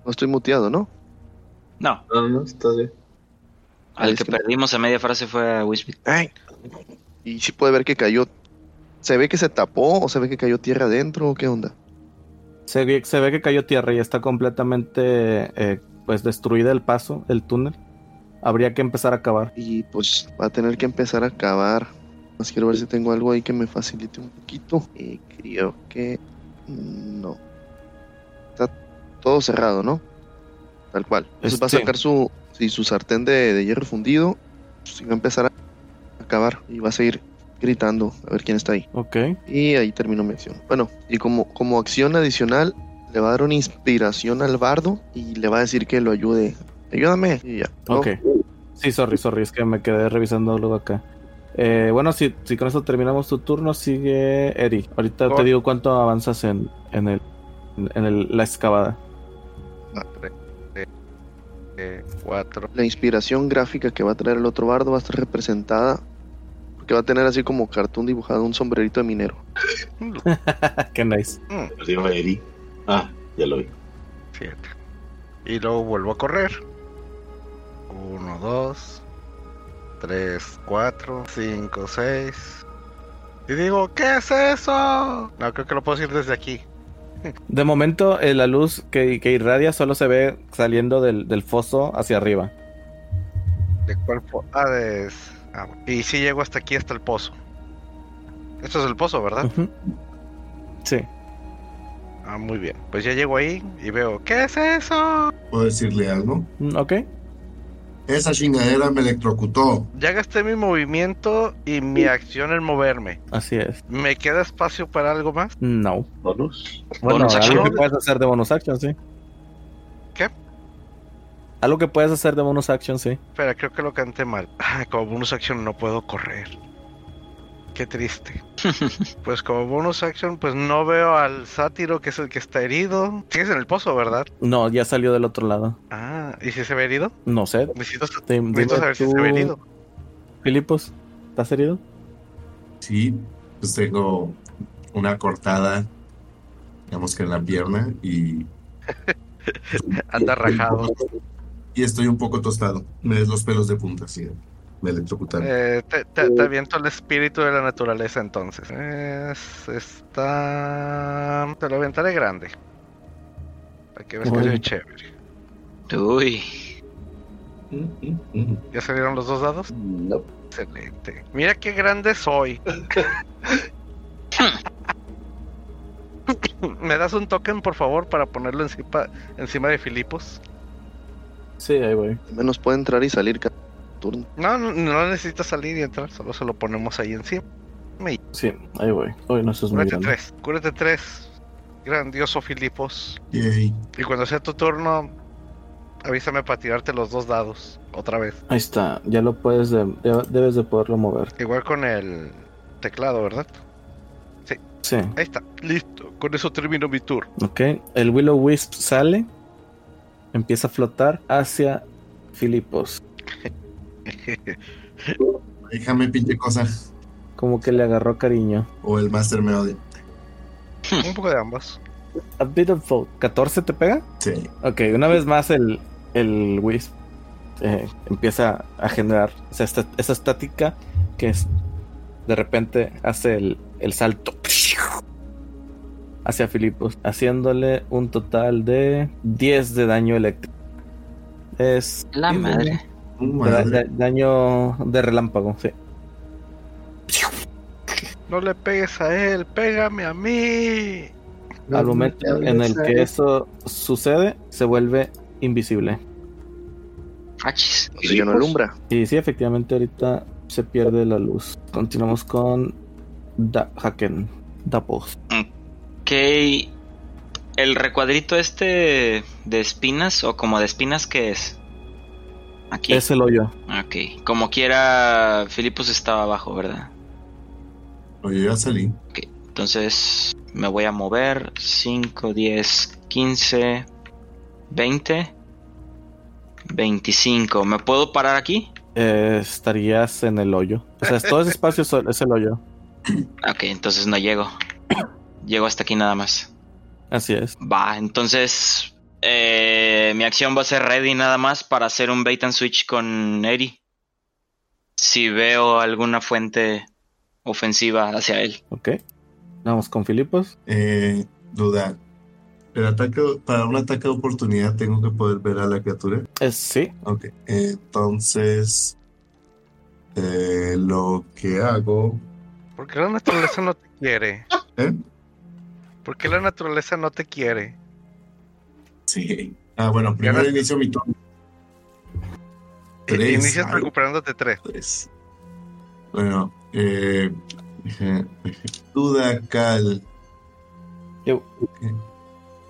F: No estoy muteado, ¿no?
C: no.
B: no, Ah, no, está bien.
C: Al
F: es
C: que
F: que no.
C: perdimos a media frase fue a Wispy.
F: ¡Ey! Y sí puede ver que cayó... ¿Se ve que se tapó o se ve que cayó tierra adentro o qué onda?
A: Se, ve- se ve que cayó tierra y está completamente eh, pues destruida el paso, el túnel. Habría que empezar a acabar.
F: Y pues va a tener que empezar a cavar. Más quiero ver si tengo algo ahí que me facilite un poquito. Y creo que no. Está todo cerrado, ¿no? Tal cual. Entonces va a
A: Este-
F: sacar su, sí, su sartén de, de hierro fundido. pues, y va a empezar a, a cavar. Y va a seguir gritando a ver quién está ahí.
A: Ok.
F: Y ahí terminó mi acción. Bueno, y como, como acción adicional, le va a dar una inspiración al bardo. Y le va a decir que lo ayude. Ayúdame. Y ya. ¿no?
A: Ok. Sí, sorry, sorry, es que me quedé revisando algo acá. Eh, bueno, si, si con eso terminamos tu turno, sigue Eri. Ahorita te
E: Cor-
A: digo cuánto avanzas en, en, el, en el- la excavada.
E: Eh, cuatro.
F: la inspiración gráfica que va a traer el otro bardo va a estar representada porque va a tener así como cartón dibujado un sombrerito de minero.
A: Qué nice.
B: Perdió a Eri. Ah, ya lo vi.
E: Siete. Y luego vuelvo a correr. Uno, dos, tres, cuatro, cinco, seis. Y digo, ¿qué es eso? No, creo que lo puedo decir desde aquí.
A: De momento, eh, la luz que, que irradia solo se ve saliendo del, del foso hacia arriba.
E: ¿De cuál po- Ah, de... es- ah, bueno. y si llego hasta aquí, hasta el pozo. Esto es el pozo, ¿verdad?
A: Ujú. Sí.
E: Ah, muy bien. Pues ya llego ahí y veo, ¿qué es eso?
D: ¿Puedo decirle algo?
A: Mm, Ok.
D: Esa chingadera me electrocutó.
E: Ya gasté mi movimiento y mi acción en moverme.
A: Así es.
E: ¿Me queda espacio para algo más?
A: No.
B: Bonus.
A: Bueno,
C: Bonus
A: algo
C: action.
A: que puedes hacer de bonus action, sí.
E: ¿Qué?
A: Algo que puedes hacer de bonus action, sí.
E: Espera, creo que lo canté mal. *laughs* Ah, como bonus action no puedo correr. Qué triste. Pues como bonus action, pues no veo al sátiro que es el que está herido. Sigues en el pozo, ¿verdad?
A: No, ya salió del otro lado.
E: Ah, ¿y si se ve herido?
A: No sé.
E: Necesito, sa-
A: Te- dime
E: necesito saber si se
A: tú,
E: ve herido.
A: Filipos, ¿estás herido?
D: Sí, pues tengo una cortada, digamos que en la pierna y,
E: Anda rajado.
D: y estoy un poco tostado. Me des los pelos de punta, sí. Me electrocutaron.
E: Eh, te, te- te aviento el espíritu de la naturaleza entonces. Es- está... Te lo aventaré grande. Para que veas que
A: Uy.
E: soy chévere.
C: Uy.
B: mm,
E: ¿Ya salieron los dos dados?
B: No.
E: Excelente. Mira qué grande soy. ¿Me das un token, por favor, para ponerlo encima, encima de Filipos?
A: Sí, ahí voy.
F: Al menos puede entrar y salir cada turno.
E: No, no, no necesita salir y entrar, solo se lo ponemos ahí encima.
A: Sí, ahí voy. Hoy no, eso es muy
E: Cúrate
A: grande.
E: tres, cúrate tres. Grandioso Filipos.
D: Yay.
E: Y cuando sea tu turno, avísame para tirarte los dos dados otra vez.
A: Ahí está, ya lo puedes, de- de- debes de poderlo mover.
E: Igual con el teclado, ¿verdad?
A: Sí,
E: Ahí está, listo. Con eso termino mi
A: *laughs*
E: turno.
A: ok. El Willow Wisp sale, empieza a flotar hacia Filipos.
D: Déjame pinche cosa.
A: Como que le agarró cariño.
D: O el master me odia.
E: Un poco de ambos.
A: A bit of both. ¿14 te pega?
D: Sí.
A: Ok, una vez más el, el Wisp eh, empieza a generar esa, esta- esa estática que es de repente hace el, el salto hacia Filipos, haciéndole un total de 10 de daño eléctrico. Es
C: La
A: Sí,
C: madre.
A: da- da-
D: Uh, Madre.
A: daño de relámpago, sí.
E: No le pegues a él, pégame a mí.
A: Al momento en el que eso sucede, se vuelve invisible.
C: Ah, chis.
F: O sea, ya no alumbra.
A: Y sí, efectivamente, ahorita se pierde la luz. Continuamos con da Haken, Dapos.
C: Ok. El recuadrito este de espinas o como de espinas, ¿qué es? Aquí.
A: Es el hoyo.
C: Ok. Como quiera, Filipos estaba abajo, ¿verdad?
D: Oye, ya salí.
C: Entonces me voy a mover 5, 10, 15, 20, 25. ¿Me puedo parar aquí?
A: Eh, estarías en el hoyo. O sea, es- todo ese espacio es es el hoyo.
C: Ok, entonces no llego. *coughs* Llego hasta aquí nada más.
A: Así es.
C: Va, entonces eh, mi acción va a ser ready nada más para hacer un bait and switch con Eri. Si veo alguna fuente ofensiva hacia él.
A: Ok. Vamos con Filipos.
D: Eh, duda. El ataque, para un ataque de oportunidad tengo que poder ver a la criatura.
A: Es Eh, sí.
D: Ok. Entonces, eh, lo que hago...
E: ¿Por qué la naturaleza no te quiere?
D: ¿eh?
E: ¿Por qué la naturaleza no te quiere?
D: Sí. Ah, bueno, primero
E: Ganas-
D: inicio mi turno.
E: E-
D: Tres,
E: Inicias
D: ay.
E: recuperándote tres.
D: Tres. Bueno, eh, duda, Cal.
A: Yo-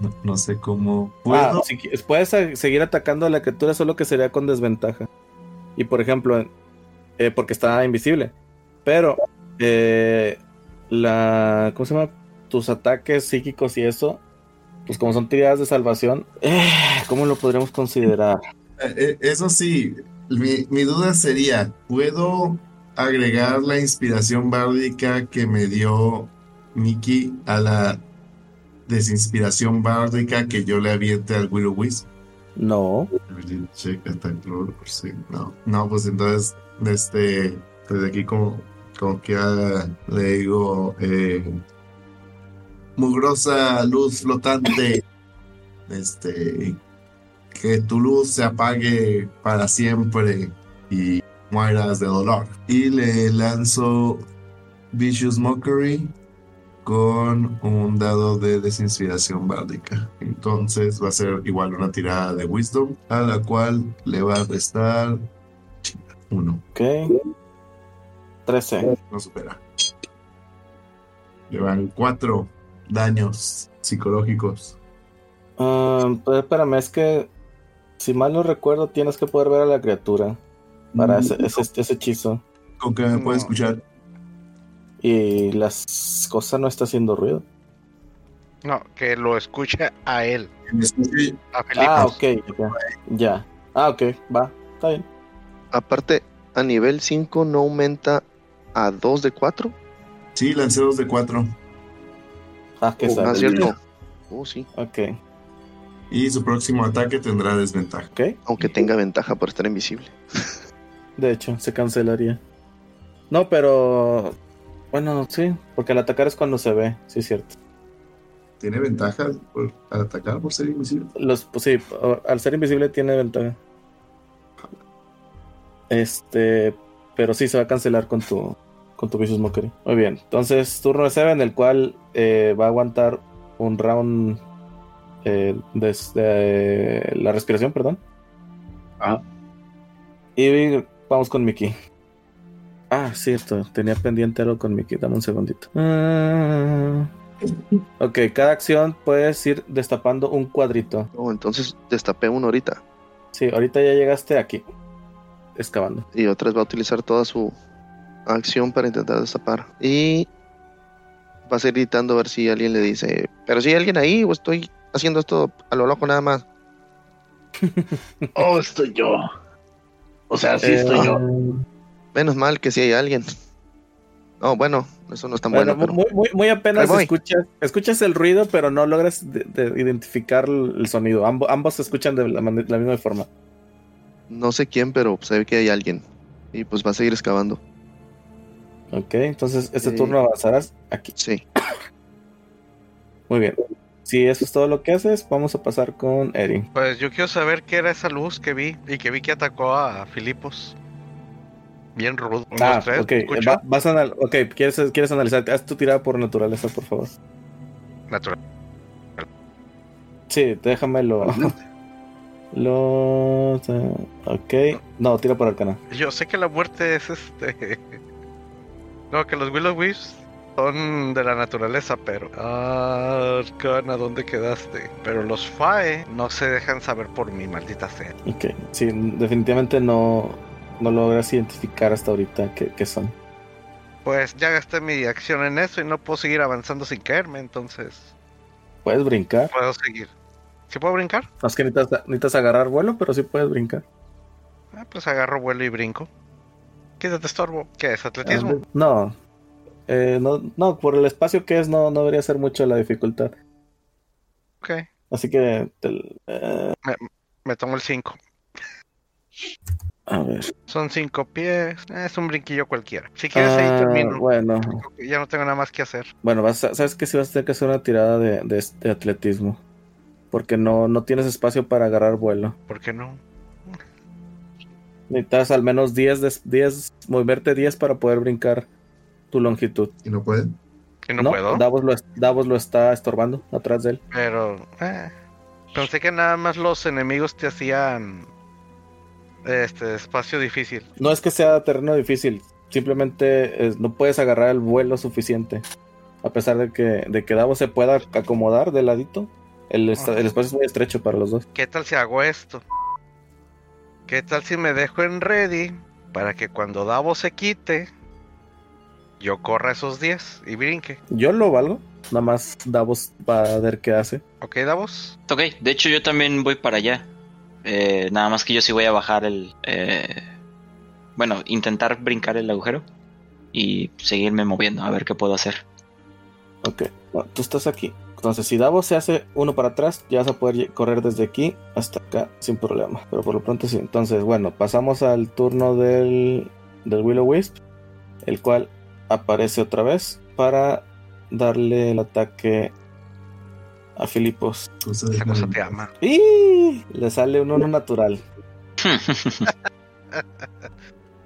D: No, no sé cómo
A: Ah,
D: puedo.
A: si qui- puedes a- seguir atacando a la criatura, solo que sería con desventaja. Y por ejemplo, eh, porque está invisible. Pero eh, la. ¿Cómo se llama? Tus ataques psíquicos y eso. Pues como son tiradas de salvación. eh, ¿Cómo lo podríamos considerar?
D: Eh, eh, Eso sí, mi, mi duda sería, ¿puedo agregar la inspiración bárdica que me dio Nikki a la desinspiración bárdica que yo le aviente al Willow Wisp?
A: No.
D: Ability check, attack roll, por si- No, no, pues entonces, este, desde aquí como, como que ah, le digo, eh, mugrosa luz flotante, este, que tu luz se apague para siempre y mueras de dolor. Y le lanzo Vicious Mockery con un dado de desinspiración bárdica. Entonces va a ser igual una tirada de Wisdom, a la cual le va a restar chinga, uno.
A: Ok. 13.
D: No supera. Le van cuatro daños psicológicos.
A: Um, pues espérame, es que. Si mal no recuerdo, tienes que poder ver a la criatura. Para ese, ese- ese hechizo.
D: Con que me Mm, puede
E: No.
D: escuchar.
A: Y las cosas no está haciendo ruido.
E: No, que lo escucha a él,
D: Que me escuche.
E: a Felipe.
A: Ah, ok, ok, ya. Ah, ok, va, está bien.
F: Aparte, a nivel 5 no aumenta a 2 de 4.
D: Sí, lancé dos de cuatro.
A: Ah, que
F: ¿No
A: sabe.
F: es cierto? Oh, sí.
A: Ok,
D: Y su próximo ataque tendrá desventaja.
A: ok.
F: Aunque tenga ventaja por estar invisible.
A: De hecho, se cancelaría. No, pero. Bueno, sí, porque al atacar es cuando se ve, sí, es cierto.
D: ¿Tiene ventaja por, al atacar por ser invisible?
A: Los, pues sí, o- al ser invisible tiene ventaja. Este. Pero sí, se va a cancelar con tu. Con tu Vicious Mockery. Muy bien. Entonces, turno de Seven, el cual eh, va a aguantar un round. eh, desde eh, la respiración, perdón.
G: Ah,
A: Y vamos con Mickey. Ah, cierto, tenía pendiente algo con Mickey. Dame un segundito. Ah. Ok, cada acción puedes ir destapando un cuadrito.
F: Oh, entonces destapé uno ahorita.
A: Sí, ahorita ya llegaste aquí, excavando.
F: Y otras va a utilizar toda su acción para intentar destapar. Y va a seguir gritando a ver si alguien le dice, pero si hay alguien ahí o estoy haciendo esto a lo loco nada más.
G: oh, estoy yo. O sea, sí
A: Eh,
G: estoy yo.
B: ah.
F: Menos mal que si hay alguien. No, bueno, eso no es tan Ah, bueno.
A: Bueno,
F: pero-
A: muy, muy, muy
F: Ahí
A: apenas
F: voy.
A: escuchas, escuchas el ruido, pero no logras de- de identificar el sonido. Ambo- ambos se escuchan de la, man- la misma forma.
F: No sé quién, pero se ve que hay alguien. Y pues va a seguir excavando.
A: Ok, entonces este
F: Ok.
A: turno avanzarás aquí.
F: Sí.
A: Muy bien. Si eso es todo lo que haces, vamos a pasar con Eri.
E: Pues yo quiero saber qué era esa luz que vi y que vi que atacó a Filipos. Bien rudo. Un,
A: Ah,
E: dos, tres,
A: ok.
E: escucho.
A: va- vas a anal- ok, ¿Quieres, quieres analizar. Haz tu tirada por naturaleza, por favor.
E: Natural.
A: Sí, déjamelo. Lo. Ok. No, tira por arcana.
E: Yo sé que la muerte es este. *laughs* No, que los Willow Wisps son de la naturaleza, pero. Ah, Arcana, ¿dónde quedaste? Pero los Fae no se dejan saber por mí, maldita sea.
A: Ok. Sí, definitivamente no, no logras identificar hasta ahorita qué, qué son.
E: Pues ya gasté mi acción en eso y no puedo seguir avanzando sin caerme, entonces.
A: Puedes brincar.
E: Puedo seguir. ¿Sí puedo brincar?
A: No es que necesitas, necesitas agarrar vuelo, pero sí puedes brincar.
E: Ah, pues agarro vuelo y brinco. Quítate estorbo. ¿Qué es? ¿Atletismo?
A: Ah, No. Eh, no, no, por el espacio que es, no, no debería ser mucho la dificultad.
E: Ok.
A: Así que. te- eh,
E: Me tomo el 5.
A: a ver.
E: Son 5 pies. Eh, Es un brinquillo cualquiera. Si quieres, ahí
A: Ah,
E: termino.
A: Bueno,
E: Ok, Ya no tengo nada más que hacer.
A: bueno vas a- sabes que sí vas a tener que hacer una tirada de, de, de atletismo. Porque no, no tienes espacio para agarrar vuelo.
E: ¿Por qué no?
A: Necesitas al menos 10, des- 10 moverte 10 para poder brincar tu longitud.
D: ¿Y no pueden?
E: Que no, puedo.
A: Davos lo, es- Davos lo está estorbando atrás de él.
E: Pero eh, pensé que nada más los enemigos te hacían este espacio difícil.
A: No es que sea terreno difícil, simplemente eh, no puedes agarrar el vuelo suficiente. A pesar de que, de que Davos se pueda acomodar de ladito, el, est-
E: Ajá.
A: el espacio es muy estrecho para los dos.
E: ¿Qué tal si hago esto? ¿Qué tal si me dejo en ready para que cuando Davos se quite, yo corra esos 10 y brinque?
A: Yo lo valgo, nada más Davos va a ver qué hace.
E: ¿Ok, Davos?
C: Ok, de hecho yo también voy para allá. Eh, nada más que yo sí voy a bajar el... eh, bueno, intentar brincar el agujero y seguirme moviendo a ver qué puedo hacer. *laughs*
A: Ok, no, tú estás aquí. Entonces, si Davos se hace uno para atrás, ya vas a poder lle- correr desde aquí hasta acá sin problema. Pero por lo pronto sí. Entonces, bueno, pasamos al turno del, del Willow Wisp, el cual aparece otra vez para darle el ataque a Filipos.
D: Cosa de-
E: Esa cosa te ama.
A: ¡Y! Le sale un uno natural.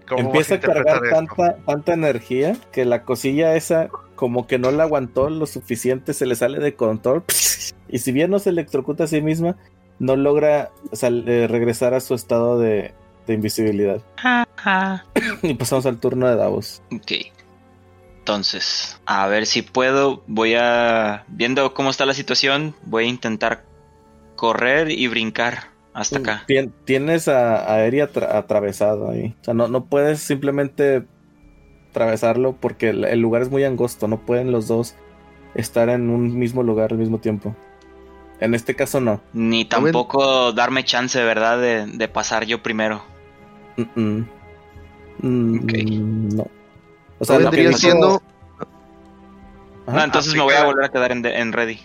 E: ¿Cómo
A: Empieza a
E: vas interpretar
A: cargar
E: esto?
A: tanta, tanta energía que la cosilla esa, como que no la aguantó lo suficiente, se le sale de control. *laughs* Y si bien no se electrocuta a sí misma, no logra sal- eh, regresar a su estado de, de invisibilidad. *laughs* y pasamos al turno de Davos.
C: Ok. Entonces, a ver si puedo. Voy a. Viendo cómo está la situación, voy a intentar correr y brincar
A: Uh.
C: hasta acá.
A: Tien- tienes a, a Eri atra- atravesado ahí. O sea, no, no puedes simplemente atravesarlo porque el, el lugar es muy angosto. No pueden los dos estar en un mismo lugar al mismo tiempo. En este caso no.
C: Ni
F: A ver.
C: tampoco darme chance, ¿verdad? De, de pasar yo primero.
A: Mm-mm. Mm,
C: Ok.
A: No. O
F: O sea,
A: lo que
F: vendría
A: dijo-
F: siendo.
A: Ajá.
C: No, entonces me voy a
E: Aplicar.
C: volver a quedar en, de- en ready.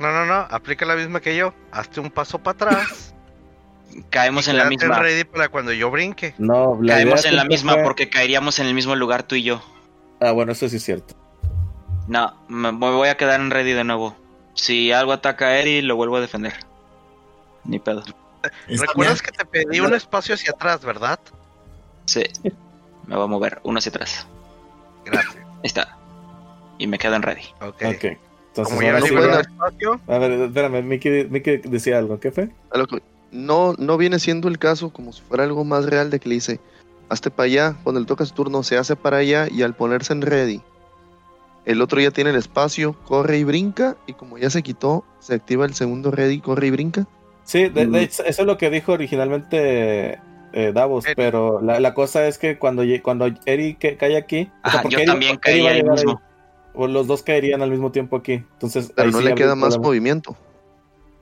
E: No, no, no. Aplica la misma que yo. Hazte un paso para atrás.
C: Caemos en la
E: quédate en
C: misma.
E: ready para cuando yo brinque.
A: No, la
C: Caemos
A: idea
C: en la
A: siempre
C: misma
A: fue-
C: porque caeríamos en el mismo lugar tú y yo.
A: Ah, bueno, eso sí es cierto.
C: No, me me voy a quedar en ready de nuevo. Si algo ataca a Eri, lo vuelvo a defender. Ni pedo.
D: Es que
E: ¿Recuerdas que te pedí un espacio hacia atrás, verdad?
C: Sí. Me voy a mover uno hacia atrás.
E: Gracias.
C: Ahí está. Y me quedo en ready.
E: Ok.
A: Ok. Entonces,
E: Como ya
A: ahora
E: no
A: sí
E: puedo
A: va-
E: espacio,
A: a ver, espérame, Mickey, Mickey decía algo. ¿Qué fue?
F: a lo que- no, no viene siendo el caso como si fuera algo más real de que le dice, hazte para allá, cuando le toca su turno se hace para allá y al ponerse en ready, el otro ya tiene el espacio, corre y brinca y como ya se quitó, se activa el segundo ready, corre y brinca.
A: Sí, de, de
F: Mm.
A: hecho, eso es lo que dijo originalmente eh, Davos,
E: Eri.
A: pero la, la cosa es que cuando, lle- cuando Eri que- cae aquí, o sea,
C: Ajá,
A: porque
C: yo
A: Eri-
C: también
A: Eri va
C: caía
A: a
C: ahí
A: llegar ahí,
C: mismo.
A: o los dos caerían al mismo tiempo aquí. Entonces,
F: Pero
A: ahí
F: no
A: sí
F: le
A: habría
F: queda más
A: problema.
F: movimiento.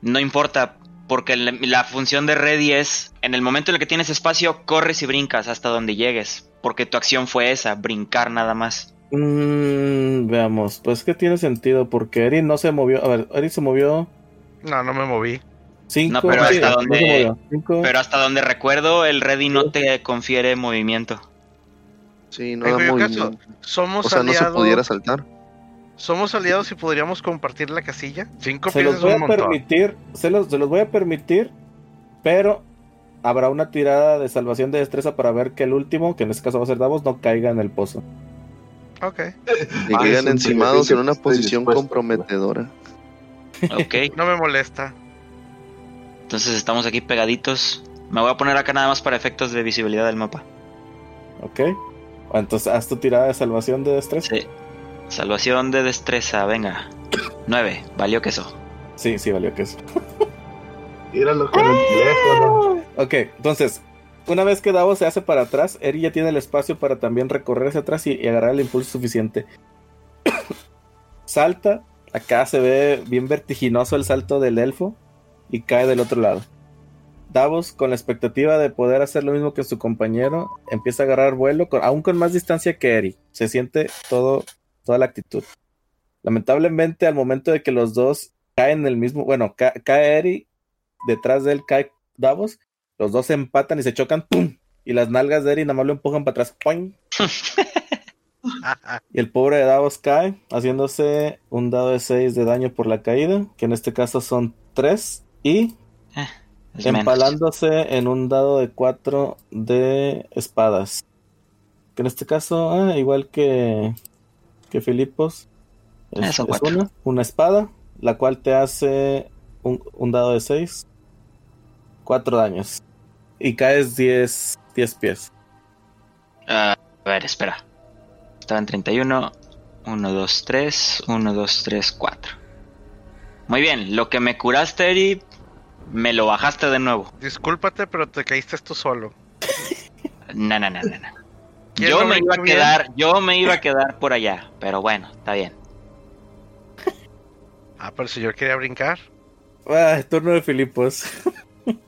C: No importa, porque la, la función de ready es, en el momento en el que tienes espacio, corres y brincas hasta donde llegues, porque tu acción fue esa, brincar nada más.
A: Mm, veamos, pues que tiene sentido, porque Eri no se movió. A ver, Eri se movió
E: no, no me moví.
A: Cinco,
C: No, pero
A: sí,
C: hasta
A: no
C: donde-
A: se movió. Cinco.
C: Pero hasta donde recuerdo, el ready no te confiere movimiento.
F: Sí, no
E: En
F: da
E: cuyo
F: movimiento.
E: caso, Somos
F: O sea, no
E: aliados.
F: se pudiera saltar.
E: Somos aliados y podríamos compartir la casilla. Cinco
A: se
E: pies
A: los
E: es
A: voy
E: un
A: a
E: montón.
A: permitir, se los, se los voy a permitir, pero habrá una tirada de salvación de destreza para ver que el último, que en este caso va a ser Davos, no caiga en el pozo.
E: Ok.
F: Y
B: Ah,
F: llegan
B: siempre
F: encimados
B: dicen
F: en una
B: que estoy
F: posición
B: dispuesto.
F: comprometedora.
C: Ok,
E: No me molesta.
C: Entonces estamos aquí pegaditos. Me voy a poner acá nada más para efectos de visibilidad del mapa.
A: Ok. Entonces, haz tu tirada de salvación de destreza.
C: Sí. Salvación de destreza, venga. 9, valió queso.
A: Sí, sí, valió que eso.
B: Míralo con el teléfono.
A: Ok, entonces, una vez que Davos se hace para atrás, Eri ya tiene el espacio para también recorrerse atrás y, y agarrar el impulso suficiente. *coughs* Salta, acá se ve bien vertiginoso el salto del elfo y cae del otro lado. Davos, con la expectativa de poder hacer lo mismo que su compañero, empieza a agarrar vuelo, con- aún con más distancia que Eri. Se siente todo, toda la actitud. Lamentablemente, al momento de que los dos caen en el mismo, bueno, ca- cae Eri, detrás de él cae Davos, los dos se empatan y se chocan, ¡pum! Y las nalgas de Eri nada más lo empujan para atrás, ¡poing! Y el pobre de Davos cae, haciéndose un dado de 6 de daño por la caída, que en este caso son 3, y
C: Es menos.
A: empalándose en un dado de 4 de espadas. Que en este caso, ah, igual que, que Filipos,
C: Ah,
A: es,
C: son
A: es
C: cuatro.
A: una, una espada, la cual te hace un, un dado de 6, 4 daños. Y caes 10, 10 pies.
C: Ah, a ver, espera. Estaba en 31. 1, 2, 3. 1, 2, 3, 4. Muy bien, lo que me curaste, Eri, me lo bajaste de nuevo.
E: Discúlpate, pero te caíste tú solo.
C: No, no, no, no. no.
E: ¿Quién
C: Yo
E: lo
C: me iba a
E: hizo bien?
C: quedar, yo me iba a quedar por allá, pero bueno, está bien.
E: Ah, pero si yo quería brincar.
A: Ah, turno de Filipos.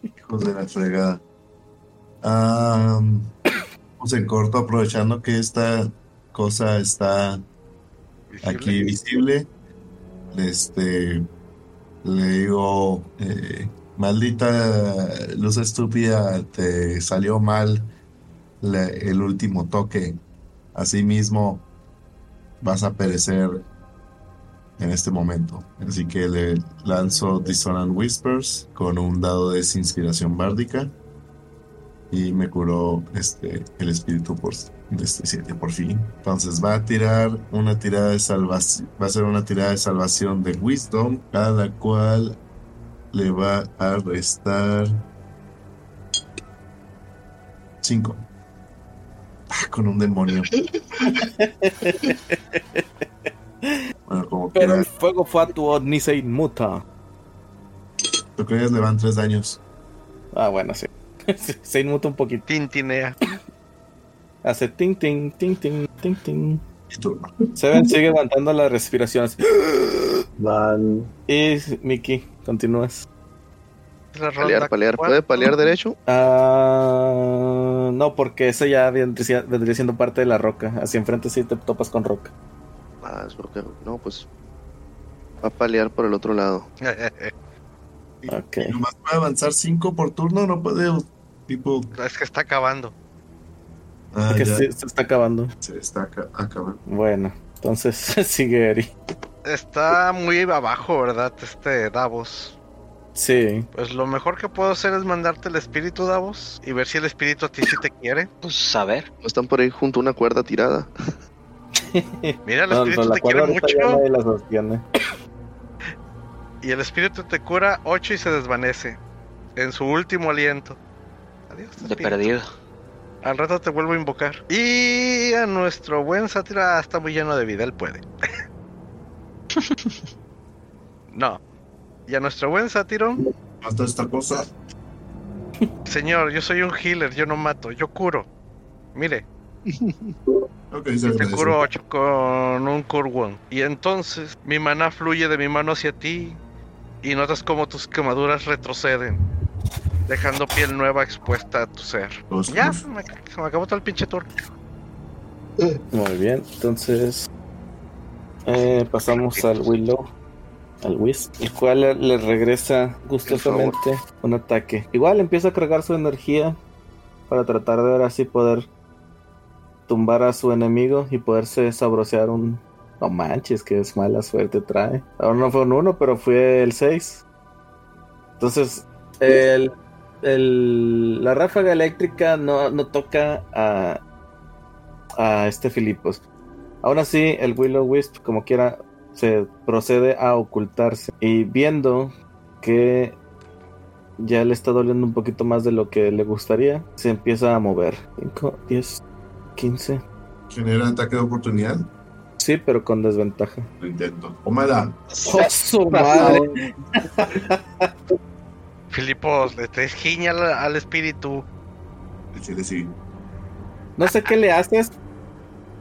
D: Hijos de la fregada. Am, pues en corto, aprovechando que esta cosa está
E: visible.
D: aquí visible, este, le digo, eh, maldita luz estúpida, te salió mal la- el último toque. Asimismo, vas a perecer en este momento. Así que le lanzo Dissonant Whispers con un dado de inspiración bárdica. Y me curó este, el espíritu por este 7 por fin. Entonces va a tirar una tirada de salvación. Va a ser una tirada de salvación de Wisdom. A la cual le va a restar 5. Ah, con un demonio.
A: *laughs*
D: bueno, como
A: Pero
D: quiera.
A: el fuego fue a tu ni se inmuta.
D: Lo que ellas le van tres daños.
A: Ah, bueno, sí. *laughs* se inmuta un poquito.
E: Tintinea.
A: Hace ting, ting, ting, ting, ting, ting.
D: Y turno.
A: Seven sigue aguantando las respiraciones.
B: Van.
A: Y Mickey, continúas.
E: Es la ronda
F: Palear, palear.
E: cuatro.
F: ¿Puede palear derecho?
A: Ah, no, porque ese ya vendría si- vendría siendo parte de la roca. Hacia enfrente sí te topas con roca.
F: Ah, es porque... No, pues... Va a palear por el otro lado.
A: Ok.
D: Y Nomás puede avanzar cinco por turno, no puede. Tipo.
E: *laughs* es que está acabando.
D: Ah,
A: Porque
D: ya,
A: sí, se está acabando.
D: Se Ah, está aca- acabando.
A: Bueno, entonces *laughs* sigue Eri.
E: Está muy abajo, ¿verdad? Este Davos.
A: Sí.
E: Pues lo mejor que puedo hacer es mandarte el espíritu, Davos, y ver si el espíritu a ti sí te quiere.
C: Pues a ver.
F: No están por ahí junto a una cuerda tirada.
E: Mira, el
A: No,
E: espíritu
A: pero la
E: te quiere
A: cuerda ahorita ya
E: mucho.
A: nadie la sostiene.
E: Y el espíritu te cura 8 y se desvanece. En su último aliento. Adiós.
C: De
E: espíritu.
C: perdido.
E: Al rato te vuelvo a invocar. Y a nuestro buen sátira está muy lleno de vida, él puede. no. Y a nuestro buen sátiro,
D: Hasta esta cosa.
E: señor, yo soy un healer, yo no mato, yo curo. Mire,
D: Ok, se
E: te
D: agradece.
E: curo 8 con un curwon. Y entonces mi maná fluye de mi mano hacia ti y notas como tus quemaduras retroceden, dejando piel nueva expuesta a tu ser.
D: Dos,
E: Ya,
D: dos.
E: se me, se me acabó todo el pinche turno.
A: Muy bien, entonces eh, pasamos al Willow, al Wisp, el cual le- le regresa gustosamente un ataque. Igual empieza a cargar su energía para tratar de ahora sí poder tumbar a su enemigo y poderse sabrosear un... No manches, que es mala suerte trae. Ahora no fue un 1, pero fue el 6. Entonces, el, el- la ráfaga eléctrica no, no toca a, a este Filipos. Aún así, el Willow Wisp, como quiera, se procede a ocultarse. Y viendo que Ya le está doliendo un poquito más de lo que le gustaría. Se empieza a mover. 5, 10, 15.
D: Genera ataque de oportunidad.
A: Sí, pero con desventaja.
D: Lo intento. Omada,
A: su
E: Filipos, le traes giña al, al espíritu.
D: el chile sí.
A: No sé qué le haces,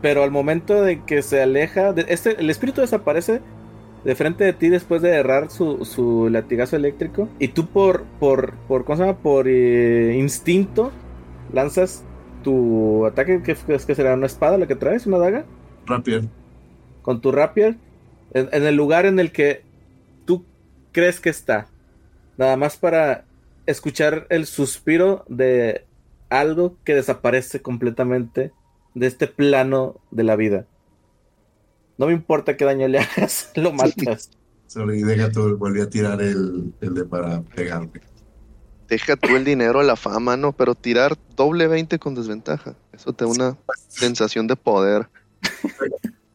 A: pero al momento de que se aleja, de- este, el espíritu desaparece de frente de ti después de errar su, su latigazo eléctrico. Y tú por, por, por ¿cómo se llama? Por eh, instinto lanzas tu ataque, que, es que será una espada la que traes, una daga,
D: Rapier.
A: con tu rapier, en, en el lugar en el que tú crees que está. Nada más para escuchar el suspiro de algo que desaparece completamente de este plano de la vida. No me importa qué daño le hagas, *laughs* lo matas.
D: Sorry, deja todo. Volví a tirar el, el de para pegarme.
F: Deja tú el dinero a la fama, ¿no? Pero tirar doble 20 con desventaja. Eso te da una sensación de poder.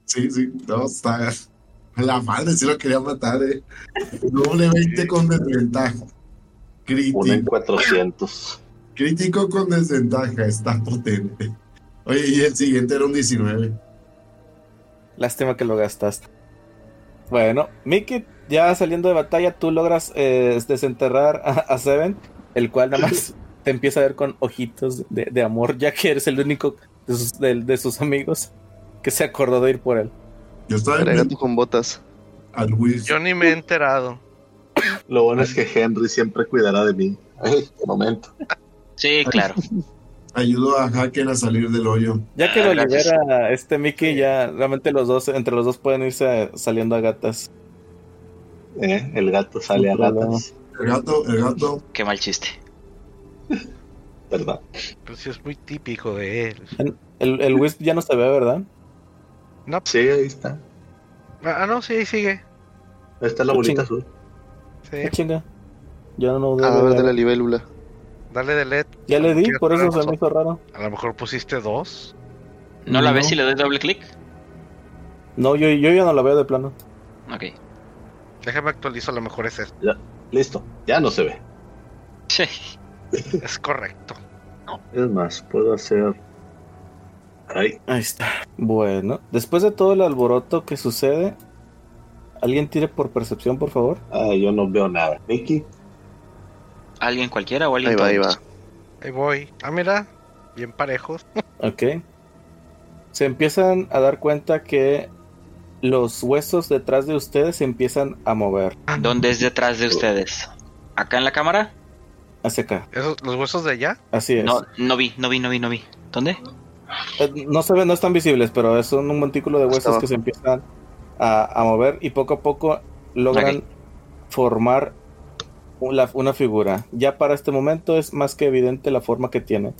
D: Sí, sí. No, está. a La madre, sí lo quería matar, eh. Doble 20 con desventaja.
B: Una en
D: Crítico.
B: 400.
D: Crítico con desventaja. Está potente. Oye, y el siguiente era un 19.
A: Lástima que lo gastaste. Bueno, Mickey, ya saliendo de batalla, tú logras eh, desenterrar a, a Seven, el cual nada
C: *laughs*
A: más te empieza a ver con ojitos de, de amor, ya que eres el único de sus, del- de sus amigos que se acordó de ir por él.
D: Yo estaba en
F: Agrega
D: el,
F: tú con botas.
D: al Wiz.
E: Yo ni me he enterado.
B: Lo bueno es que Henry siempre cuidará de mí. Ay, qué momento.
C: Sí, claro.
D: Ayudó a Haken a salir del hoyo.
A: Ya que
C: Ah,
A: lo
C: gracias.
A: libera este Mickey, ya realmente los dos, entre los dos pueden irse eh, saliendo a gatas.
B: Eh, El gato sale a
A: Sin problema.
B: gatas.
D: El gato, el gato.
C: Qué mal chiste.
B: ¿Verdad?
E: Pero sí es muy típico de él.
A: El, el Wisp ya no se ve, ¿verdad?
B: Sí, ahí está.
E: Ah, no, sí, ahí sigue.
B: Ahí está la bolita azul.
E: Sí,
A: Ah, chinga. Ya
C: Ah,
A: no veo,
F: A ver de la
A: ¿verdad?
F: libélula.
E: dale de LED.
A: Ya le di,
E: ¿Qué
A: por eso
E: raro
A: se me hizo raro.
E: A lo mejor pusiste dos.
C: ¿No la ves
D: No.
C: si le doy doble clic?
A: No, yo, yo ya no la veo de plano.
C: Ok.
E: Déjame actualizo, a lo mejor es este. esto.
B: Listo. Ya no se ve.
C: Sí.
E: Es correcto.
B: Es más, puedo hacer. Ay,
A: Ahí está. Bueno, después de todo el alboroto que sucede, alguien tire por percepción, por favor.
G: ah,
B: ay, yo no veo nada. Mickey,
C: ¿Alguien cualquiera o alguien
F: Ahí va, ahí va.
C: todos?
E: Ahí voy. Ah, mira. Bien parejos.
A: Ok. Se empiezan a dar cuenta que los huesos detrás de ustedes se empiezan a mover
C: ¿Dónde es detrás de ustedes? ¿Acá en la cámara?
A: hacia acá.
E: Esos, los huesos de allá.
A: Así es.
C: No,
A: Eh,
C: no vi, no vi, no vi, no vi. ¿Dónde?
A: No, se ven, Eh, no están visibles, pero son un montículo de
F: Hasta
A: huesos
F: abajo.
A: que se empiezan a, a mover y poco a poco logran
C: Ok.
A: formar una, una figura. Ya para este momento es más que evidente la forma que tiene.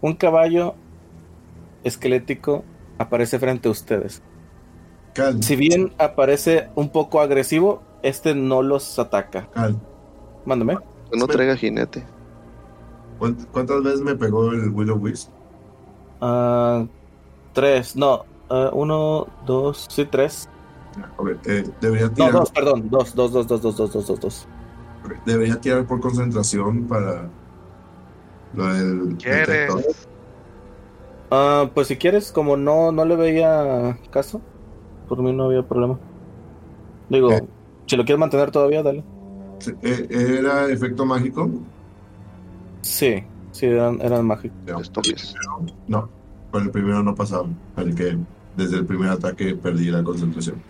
A: Un caballo esquelético aparece frente a ustedes.
D: Cal,
A: Si bien aparece un poco agresivo, este no los ataca.
D: cal.
A: Mándame.
F: No traiga jinete.
D: ¿Cuánt- ¿Cuántas veces me pegó el Willow Wiz?
A: Ah, tres, no. ah, uno, dos, sí, tres.
D: Ok, eh, debería
A: No,
D: tirar.
A: dos, perdón. Dos, dos, dos, dos, dos, dos, dos, dos, dos.
D: ok, Debería tirar por concentración para. Lo del.
E: ¿Quieres?
D: detector.
A: Ah, pues si quieres, como no, no le veía caso, por mí no había problema. Digo,
D: Eh.
A: si lo quieres mantener todavía, dale.
D: Sí, eh, ¿Era efecto mágico?
A: Sí, sí, eran, eran mágicos.
D: No.
F: Los toques.
D: No, con el primero no pasaba. El que desde el primer ataque perdí la concentración.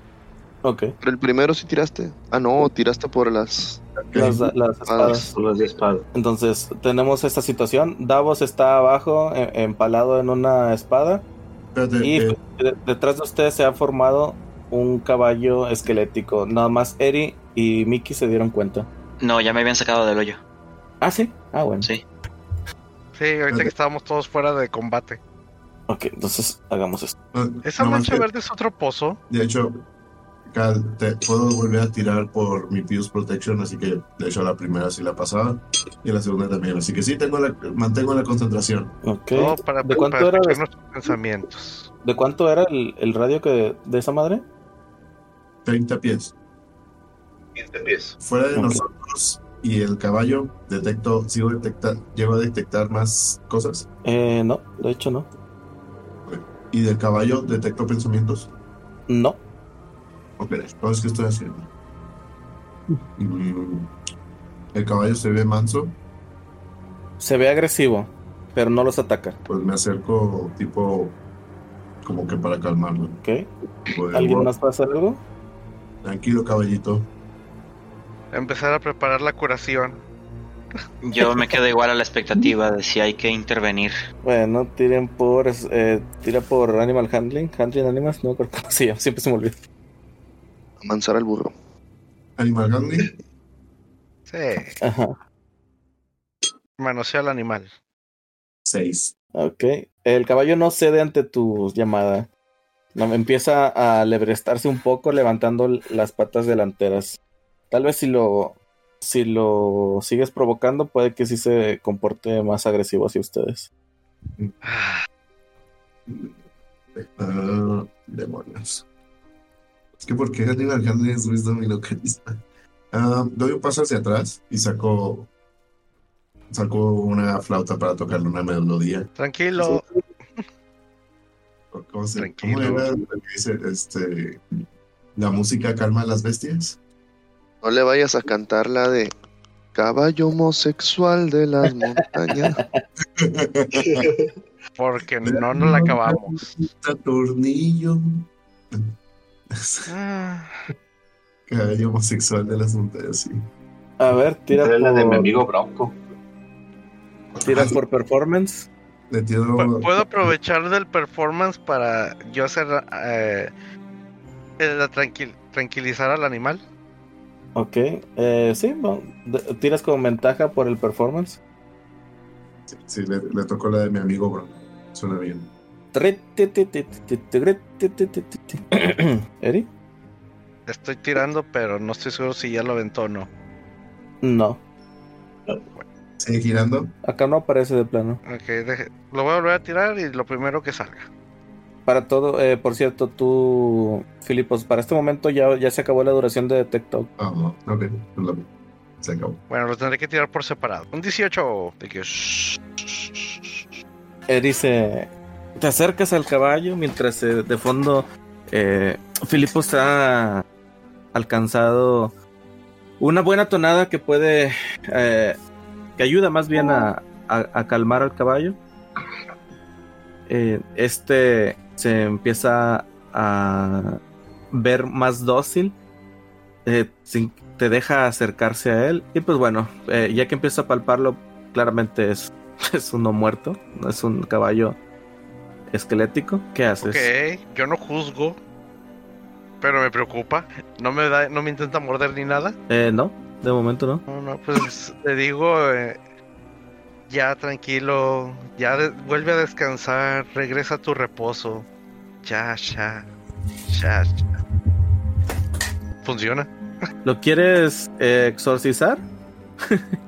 A: Ok,
F: Pero el primero sí tiraste. Ah, no, tiraste por las.
D: Ok,
A: las, las espadas.
B: son las 10 espadas.
A: Entonces, tenemos esta situación. Davos está abajo, em- empalado en una espada.
D: espérate,
A: Y pues,
D: eh,
A: de- detrás de ustedes se ha formado un caballo esquelético. Nada más Eri y Mickey se dieron cuenta.
C: No, ya me habían sacado del hoyo.
A: Ah, sí. Ah, bueno.
C: Sí.
E: Sí, ahorita que estábamos todos fuera de combate.
A: Ok, entonces hagamos esto.
D: no-
E: Esa
D: no más
E: mancha
D: que-
E: verde es otro pozo.
D: De hecho, Cal, te puedo volver a tirar por mi Pius Protection, así que de hecho la primera sí la pasaba y la segunda también. Así que sí, tengo la, mantengo la concentración.
A: Ok.
E: Todo para,
A: ¿De cuánto
E: para
A: era
E: escuchar
A: de-
E: nuestros pensamientos.
A: ¿De cuánto era el, el radio que de esa madre?
D: 30 pies.
B: 15 pies.
D: Fuera de
A: Ok.
D: nosotros, y el caballo, detecto, sigo detectando, llego a detectar más cosas.
A: Eh, no, de hecho no.
D: Y del caballo detecto pensamientos.
A: No.
D: Ok, entonces, ¿qué estoy haciendo? Mm, el caballo se ve manso,
A: Se ve agresivo, pero no los ataca.
D: pues me acerco tipo como que para calmarlo.
A: ¿Ok?
D: Tipo de,
A: ¿Alguien
D: "Wow,
A: más pasa algo?
D: Tranquilo caballito.
E: Empezar a preparar la curación.
C: Yo me quedo igual a la expectativa de si hay que intervenir.
A: Bueno, tiren por. Eh, tira por Animal Handling. Handling Animals, no creo que sí, *laughs* siempre se me olvida.
F: Amansar al burro.
D: Animal Handling,
E: Sí,
A: Ajá.
E: manosea al animal.
D: 6.
A: Ok. El caballo no cede ante tu llamada. No, empieza a lebrestarse un poco levantando las patas delanteras. Tal vez si lo. Si lo sigues provocando, puede que sí se comporte más agresivo hacia ustedes.
D: Ah, demonios. Es que porque Animal Handling es Wisdom y no Carisma. Ah, doy un paso hacia atrás y saco, saco una flauta para tocarle una melodía.
E: Tranquilo.
D: ¿O ¿Cómo se cómo
E: Tranquilo.
D: era lo que dice? Este, la música calma a las bestias.
F: No le vayas a cantar la de caballo homosexual de las montañas.
E: Porque no nos la acabamos.
D: *laughs* Saturnillo,
E: Ah,
D: caballo homosexual de las montañas, sí.
A: A ver, tira
G: Esa es la de mi
A: por,
G: amigo Bronco.
A: tira por performance.
D: Le tiro.
E: pu- Ah, Puedo aprovechar del performance para yo hacer eh, eh, la tranquil- tranquilizar al animal.
A: Ok. Eh, sí, bueno, de- tiras con ventaja por el performance.
D: Sí, sí, le, le tocó la de mi amigo, bro. Suena bien.
G: *clears throat*
A: ¿Eri?
E: Estoy tirando, pero no estoy seguro si ya lo aventó o no.
A: No,
D: Sigue girando.
A: acá no aparece de plano.
E: Ok, deje- lo voy a volver a tirar y lo primero que salga.
A: Para todo, eh, por cierto, tú, Filipos, para este momento ya, ya se acabó la duración de TikTok.
D: Ah, no. Ok. lo- Se acabó.
E: Bueno, lo tendré que tirar por separado. Un 18. De que, shh,
A: Eri se. Te acercas al caballo mientras eh, de fondo eh, Filipos ha alcanzado una buena tonada que puede. eh, que ayuda más bien a, a- a calmar al caballo. Eh, este se empieza a ver más dócil. eh, sin- te deja acercarse a él. Y pues bueno, eh, ya que empieza a palparlo, claramente es *laughs* es uno muerto, no es un caballo esquelético. ¿Qué haces?
E: ok, yo no juzgo, pero me preocupa. No me da, no me intenta morder ni nada.
A: Eh, no, de momento no.
E: No, no, pues le digo, eh, ya tranquilo, ya de- vuelve a descansar, regresa a tu reposo. Ya, ya, ya, ya. ¿Funciona?
A: ¿Lo quieres eh, exorcizar?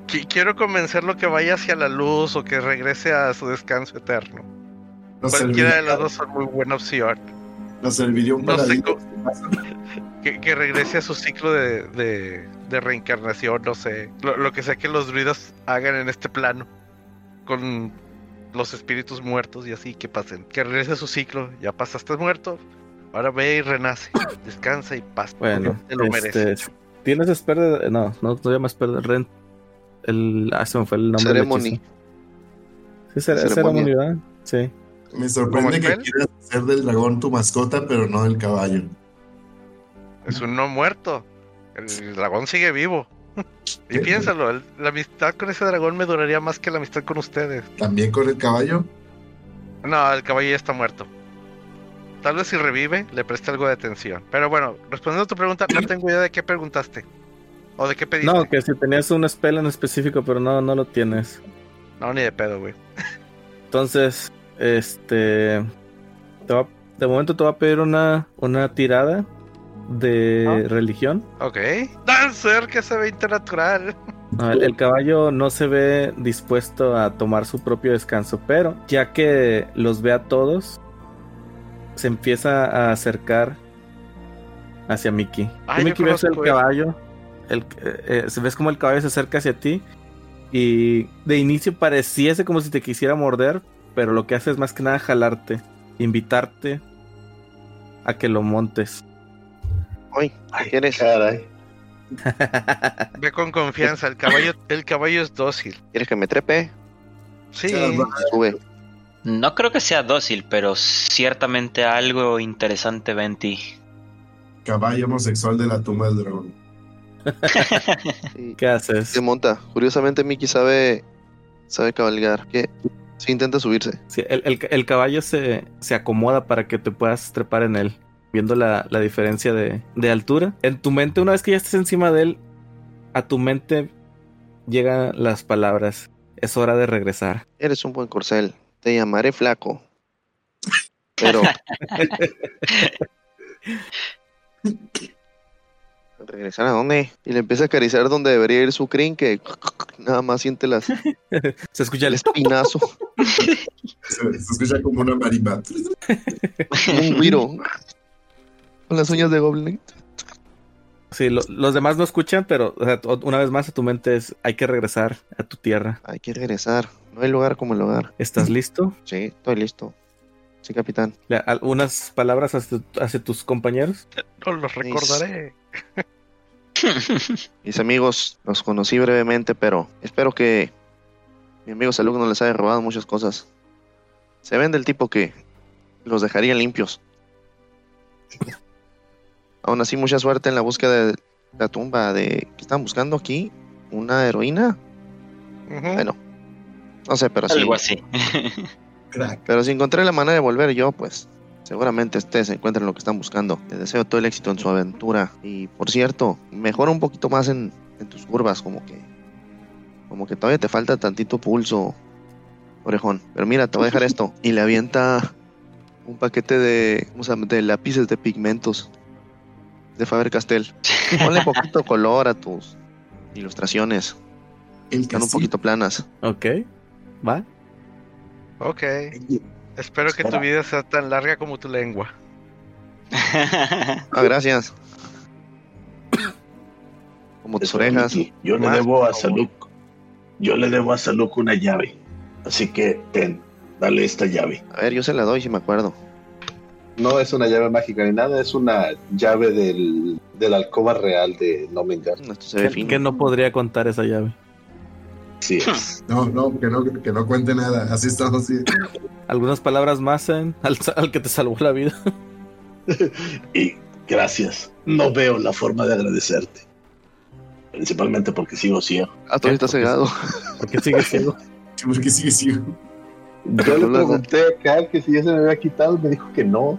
E: Qui- quiero convencerlo que vaya hacia la luz o que regrese a su descanso eterno.
D: Nos
E: Cualquiera de
D: serviría-
E: las dos son muy buena opción.
D: Nos serviría un
E: No sé
D: paladín.
E: Que, que regrese a su ciclo de, de- de reencarnación, no sé. Lo, lo que sea que los druidas hagan en este plano. Con los espíritus muertos y así que pasen. Que regrese a su ciclo. Ya pasaste muerto. Ahora ve y renace. Descansa y pasa.
A: Bueno,
E: te lo
A: este,
E: merece.
A: ¿tienes esper de- No, no se llama esper de Rent. El, ah, se me fue el *laughs* nombre. del
F: Ceremony.
A: hechizo. Sí, cere-
F: Ceremonia.
A: ceremony, ¿verdad? Sí.
D: Me sorprende
E: ¿Como
D: que
E: Spell?
D: quieras hacer del dragón tu mascota, pero no del caballo.
E: Es un no muerto. El dragón sigue vivo. Y piénsalo, el- la amistad con ese dragón me duraría más que la amistad con ustedes.
D: También con el caballo.
E: No, el caballo ya está muerto. Tal vez si revive, le preste algo de atención. Pero bueno, respondiendo a tu pregunta, no tengo idea de qué preguntaste. O de qué pediste.
A: No,
E: No,
A: que si tenías un spell en específico, pero no, no lo tienes.
E: ni de pedo, güey.
A: Entonces, este. te va- de momento te va a pedir una, una tirada de religión.
E: Ok. Dancer, que se ve natural.
A: No, Ah, el, el caballo no se ve dispuesto a tomar su propio descanso, pero ya que los ve a todos, se empieza a acercar hacia Mickey.
E: Ay,
A: Tú,
E: yo
A: Mickey ves
E: conozco
A: el
E: eso.
A: caballo el, eh, eh, ves como el caballo se acerca hacia ti y de inicio pareciese como si te quisiera morder, pero lo que hace es más que nada jalarte, invitarte a que lo montes. *laughs*
F: Ay, ¿quién es?
B: Caray.
E: Ve con confianza, el caballo, el caballo es dócil.
F: ¿Quieres que me trepe?
E: Sí,
F: Sube.
C: No creo que sea dócil, pero ciertamente algo interesante ve en ti.
D: Caballo homosexual de la tumba del dragón.
F: Sí.
A: ¿Qué haces?
F: Se monta. Curiosamente, Mickey sabe, sabe cabalgar. Que sí intenta subirse.
A: Sí, el, el- el caballo se, se acomoda para que te puedas trepar en él, viendo la, la diferencia de, de altura. En tu mente, una vez que ya estés encima de él, a tu mente llegan las palabras. Es hora de regresar.
F: Eres un buen corcel. Te llamaré flaco. Pero. ¿Regresar a dónde? Y le empieza a acariciar donde debería ir su crin, que nada más siente las,
A: Se escucha el...
F: el espinazo,
D: Se, se escucha como una marimba.
F: un guiro. Con las uñas de Goblin.
A: Sí, lo- los demás no escuchan, pero o sea, una vez más a tu mente es hay que regresar a tu tierra.
F: Hay que regresar. No hay lugar como el hogar.
A: ¿Estás listo?
F: Sí, estoy listo. Sí, capitán.
A: Le- Algunas palabras hacia, hacia tus compañeros.
E: no los recordaré.
F: Mis amigos, los conocí brevemente, pero espero que mi amigo Salud no les haya robado muchas cosas. Se ven del tipo que los dejaría limpios. Aún así, mucha suerte en la búsqueda de la tumba de... ¿Qué están buscando aquí? ¿Una heroína?
E: Ujú.
F: Bueno, no sé, pero Pues sí.
C: Algo así. *laughs*
D: Crack.
F: Pero si encontré la manera de volver yo, pues seguramente este ustedes encuentran lo que están buscando. Les deseo todo el éxito en su aventura. Y por cierto, mejora un poquito más en, en tus curvas, como que. Como que todavía te falta tantito pulso, orejón. Pero mira, te voy a dejar esto. Y le avienta un paquete de, ¿cómo se llama? de lápices de pigmentos de Faber Castell. Ponle poquito color a tus ilustraciones.
D: El
F: Están un
D: sí-
F: poquito planas.
A: Ok, va.
E: Ok, espero que tu vida sea tan larga como tu lengua.
F: Ah, gracias. Como tus
G: Eso,
F: orejas.
G: Mickey, Yo le
F: Más,
G: debo a
F: por favor.
G: Saluk. Yo le debo a Saluk una llave. Así que ten, dale esta llave.
F: A ver, yo se la doy si me acuerdo.
B: No es una llave mágica ni nada, es una llave del, de la alcoba real de Nomengar.
F: No, Esto se ve
A: Que,
F: fino.
A: que no podría contar esa llave.
G: Sí
F: Hmm.
G: es.
D: No, no, que no, que no cuente nada. Así estamos. Así.
A: Algunas palabras más en, al, al que te salvó la vida.
G: Y gracias. No veo la forma de agradecerte. Principalmente porque sigo ciego.
F: Ah, todavía está cegado.
A: Porque sigue
F: *laughs*
A: ciego.
D: Porque sigue ciego.
B: Yo le pregunté a Cal que si ya se me había quitado, me dijo que no.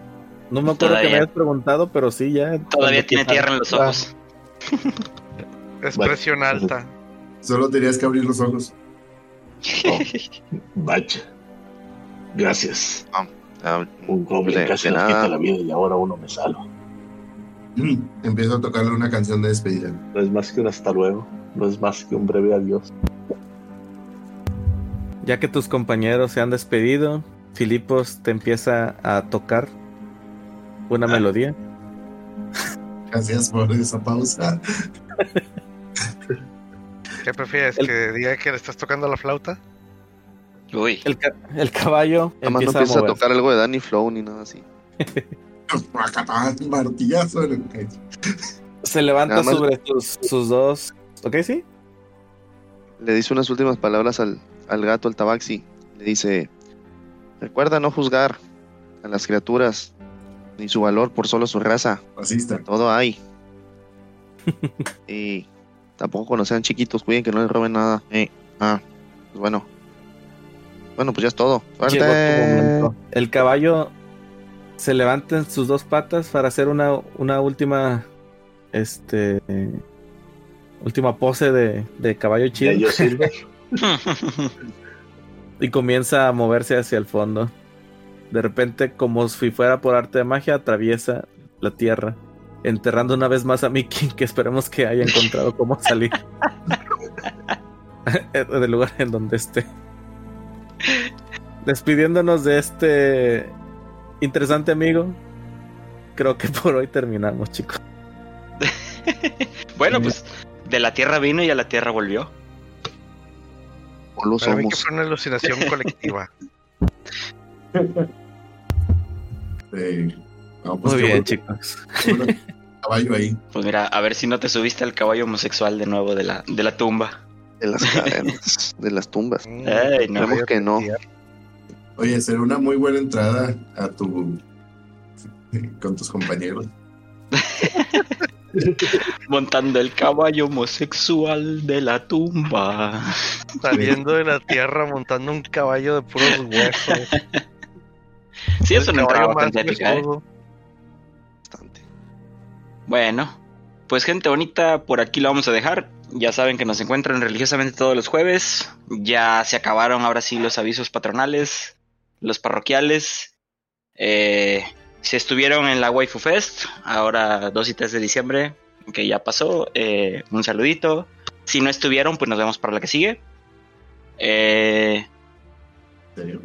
A: No me acuerdo que me
C: Todavía.
A: hayas preguntado, pero sí, ya.
C: Todavía tiene tierra en los ojos.
E: Es
B: Bueno,
E: presión alta.
D: Solo tenías que abrir los ojos.
G: Vaya. Gracias.
F: Ah,
G: Un goblin
F: De-
G: casi
F: de
G: nos
F: nada.
G: quita la vida y ahora uno me salva.
D: Mm. Empiezo a tocarle una canción de despedida.
B: No es más que un hasta luego, no es más que un breve adiós.
A: Ya que tus compañeros se han despedido, Filipos te empieza a tocar
F: Ah.
A: una melodía.
D: Gracias por esa pausa.
E: ¿Qué prefieres?
A: El-
E: ¿Que diga que le estás tocando la flauta?
C: Uy.
A: El, ca- el caballo
F: Nada más no
A: empieza a
F: empieza a
A: moverse.
F: tocar algo de Danny Flow ni nada así.
D: Acá un martillazo en el pecho.
A: Se levanta
F: Nada más-
A: sobre sus, sus dos. ¿Ok, sí?
F: Le dice unas últimas palabras al, al gato, al tabaxi. Le dice: Recuerda no juzgar a las criaturas ni su valor por solo su raza.
D: Racista.
F: Todo hay. *laughs* y tampoco cuando sean chiquitos, cuiden que no les roben nada. Eh, ah, pues bueno. Bueno, pues ya es todo.
A: Llegó tu
F: Suerte.
A: momento. El caballo se levanta en sus dos patas para hacer una, una última. Este. Última pose de, de caballo
G: Ya
A: chido.
G: yo sirvo.
A: y comienza a moverse hacia el fondo. De repente, como si fuera por arte de magia, atraviesa la tierra, enterrando una vez más a Mickey, *laughs* que esperemos que haya encontrado cómo salir *laughs* del lugar en donde esté. Despidiéndonos de este interesante amigo, creo que por hoy terminamos, chicos.
C: *laughs* bueno, pues de la tierra vino y a la tierra volvió.
F: O lo
E: Para mí que
F: somos.
E: fue una alucinación colectiva.
D: Eh, no, pues
A: Muy
D: qué
A: bien,
D: bueno,
A: chicos.
D: qué bueno. Caballo ahí.
C: Pues mira, a ver si no te subiste al caballo homosexual de nuevo de la, de la tumba.
F: De las cadenas, de las tumbas.
E: Mm,
C: Ey, no.
E: voy a
F: Esperemos que no.
E: testear.
D: Oye, será una muy buena entrada a tu con tus compañeros.
C: Montando el caballo homosexual de la tumba.
E: Saliendo de la tierra montando un caballo de puros
C: *laughs*
E: huesos.
C: Sí, es
E: El
C: una entrada
E: caballo más
C: bastante épica, ¿eh?
E: huesudo.
F: Bastante.
C: Bueno, pues gente bonita, por aquí lo vamos a dejar. Ya saben que nos encuentran religiosamente todos los jueves. Ya se acabaron ahora sí los avisos patronales, los parroquiales. Eh, si estuvieron en la Waifu Fest, ahora 2 y 3 de diciembre, que ya pasó, eh, un saludito. Si no estuvieron, pues nos vemos para la que sigue. Eh,
D: ¿en serio?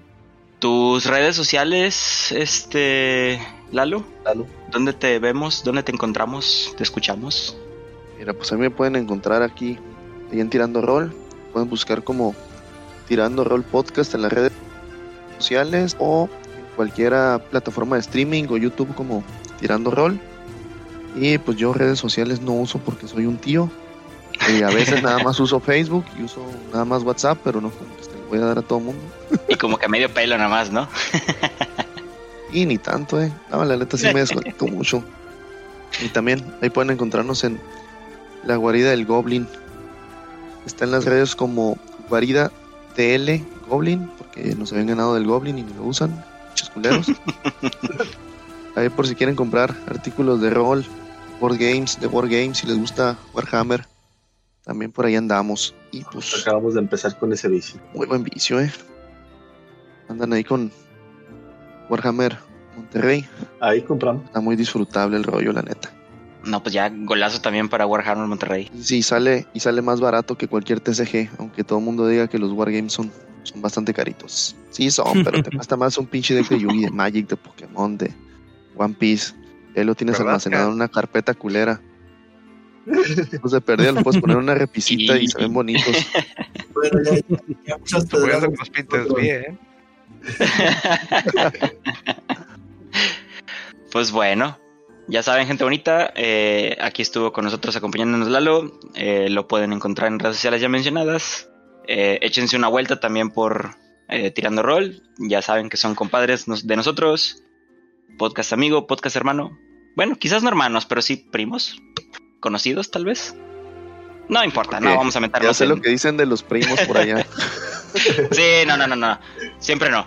C: Tus redes sociales, este, Lalo.
B: Lalo.
C: ¿Dónde te vemos? ¿Dónde te encontramos? ¿Te escuchamos?
F: Mira, pues a mí me pueden encontrar aquí, ahí en Tirando Roll. Pueden buscar como Tirando Roll Podcast en las redes sociales o en cualquiera plataforma de streaming o YouTube como Tirando Roll. Y pues yo redes sociales no uso porque soy un tío. Y a veces nada más uso Facebook y uso nada más WhatsApp, pero no como que se lo voy a dar a todo mundo.
C: Y como que a medio pelo nada más, ¿no?
F: Y ni tanto, eh. No, la neta sí me desconecto mucho. Y también ahí pueden encontrarnos en la guarida del Goblin. Está en las redes como guarida TL Goblin, porque nos habían ganado del Goblin y ni lo usan. Muchos culeros. ahí por si quieren comprar artículos de rol, board games, de board games, si les gusta Warhammer. También por ahí andamos. Y pues
B: Acabamos de empezar con ese bici.
F: muy buen vicio, eh. Andan ahí con Warhammer Monterrey.
B: Ahí compramos.
F: Está muy disfrutable el rollo, la neta.
C: No, pues ya golazo también para Warhammer Monterrey.
F: Y sí, sale, y sale más barato que cualquier TCG, aunque todo el mundo diga que los Wargames son, son bastante caritos. Sí son, pero te cuesta más un pinche deck de Yugi, de Magic, de Pokémon, de One Piece. Ahí lo tienes
E: ¿Verdad,
F: almacenado
E: Kat?
F: en una carpeta culera. Pues de perdida lo puedes poner en una repisita y se ven bonitos.
D: Bueno, ya, ya muchas
E: Te voy a
D: pedradas.
E: hacer que los pintes bien.
C: Pues bueno, ya saben, gente bonita. eh, aquí estuvo con nosotros acompañándonos Lalo. eh, lo pueden encontrar en redes sociales ya mencionadas. Eh, échense una vuelta también por eh, Tirando Roll. Ya saben que son compadres nos- de nosotros. Podcast amigo, podcast hermano. Bueno, quizás no hermanos, pero sí primos. Conocidos, tal vez. No importa, no
F: Ok,
C: vamos a
F: Ya
C: meternos
F: sé lo
C: en-
F: que dicen de los primos por allá.
C: Sí, no, no, no, no. Siempre no.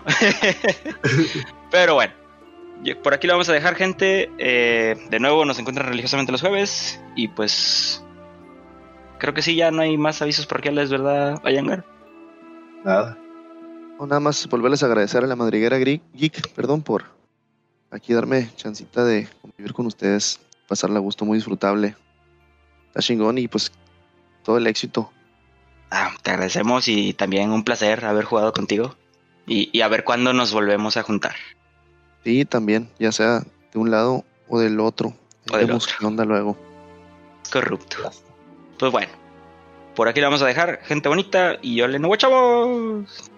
C: *laughs* Pero bueno, yo- por aquí lo vamos a dejar, gente. Eh, de nuevo nos encuentran religiosamente los jueves. Y pues. Creo que sí, ya no hay más avisos parroquiales, ¿verdad, Ayangar?
B: Nada.
F: No, nada más volverles a agradecer a la madriguera Gri- geek, perdón, por aquí darme chancita de convivir con ustedes, pasarla a gusto, muy disfrutable. Está chingón y pues todo el éxito.
C: Ah, te agradecemos y también un placer haber jugado contigo. Y, y a ver cuándo nos volvemos a juntar.
F: Y también, ya sea de un lado o del otro.
C: O del
F: Vemos
C: otro.
F: qué onda luego.
C: Corrupto. Pues bueno, por aquí lo vamos a dejar, gente bonita. Y yo le nuevo, chavos.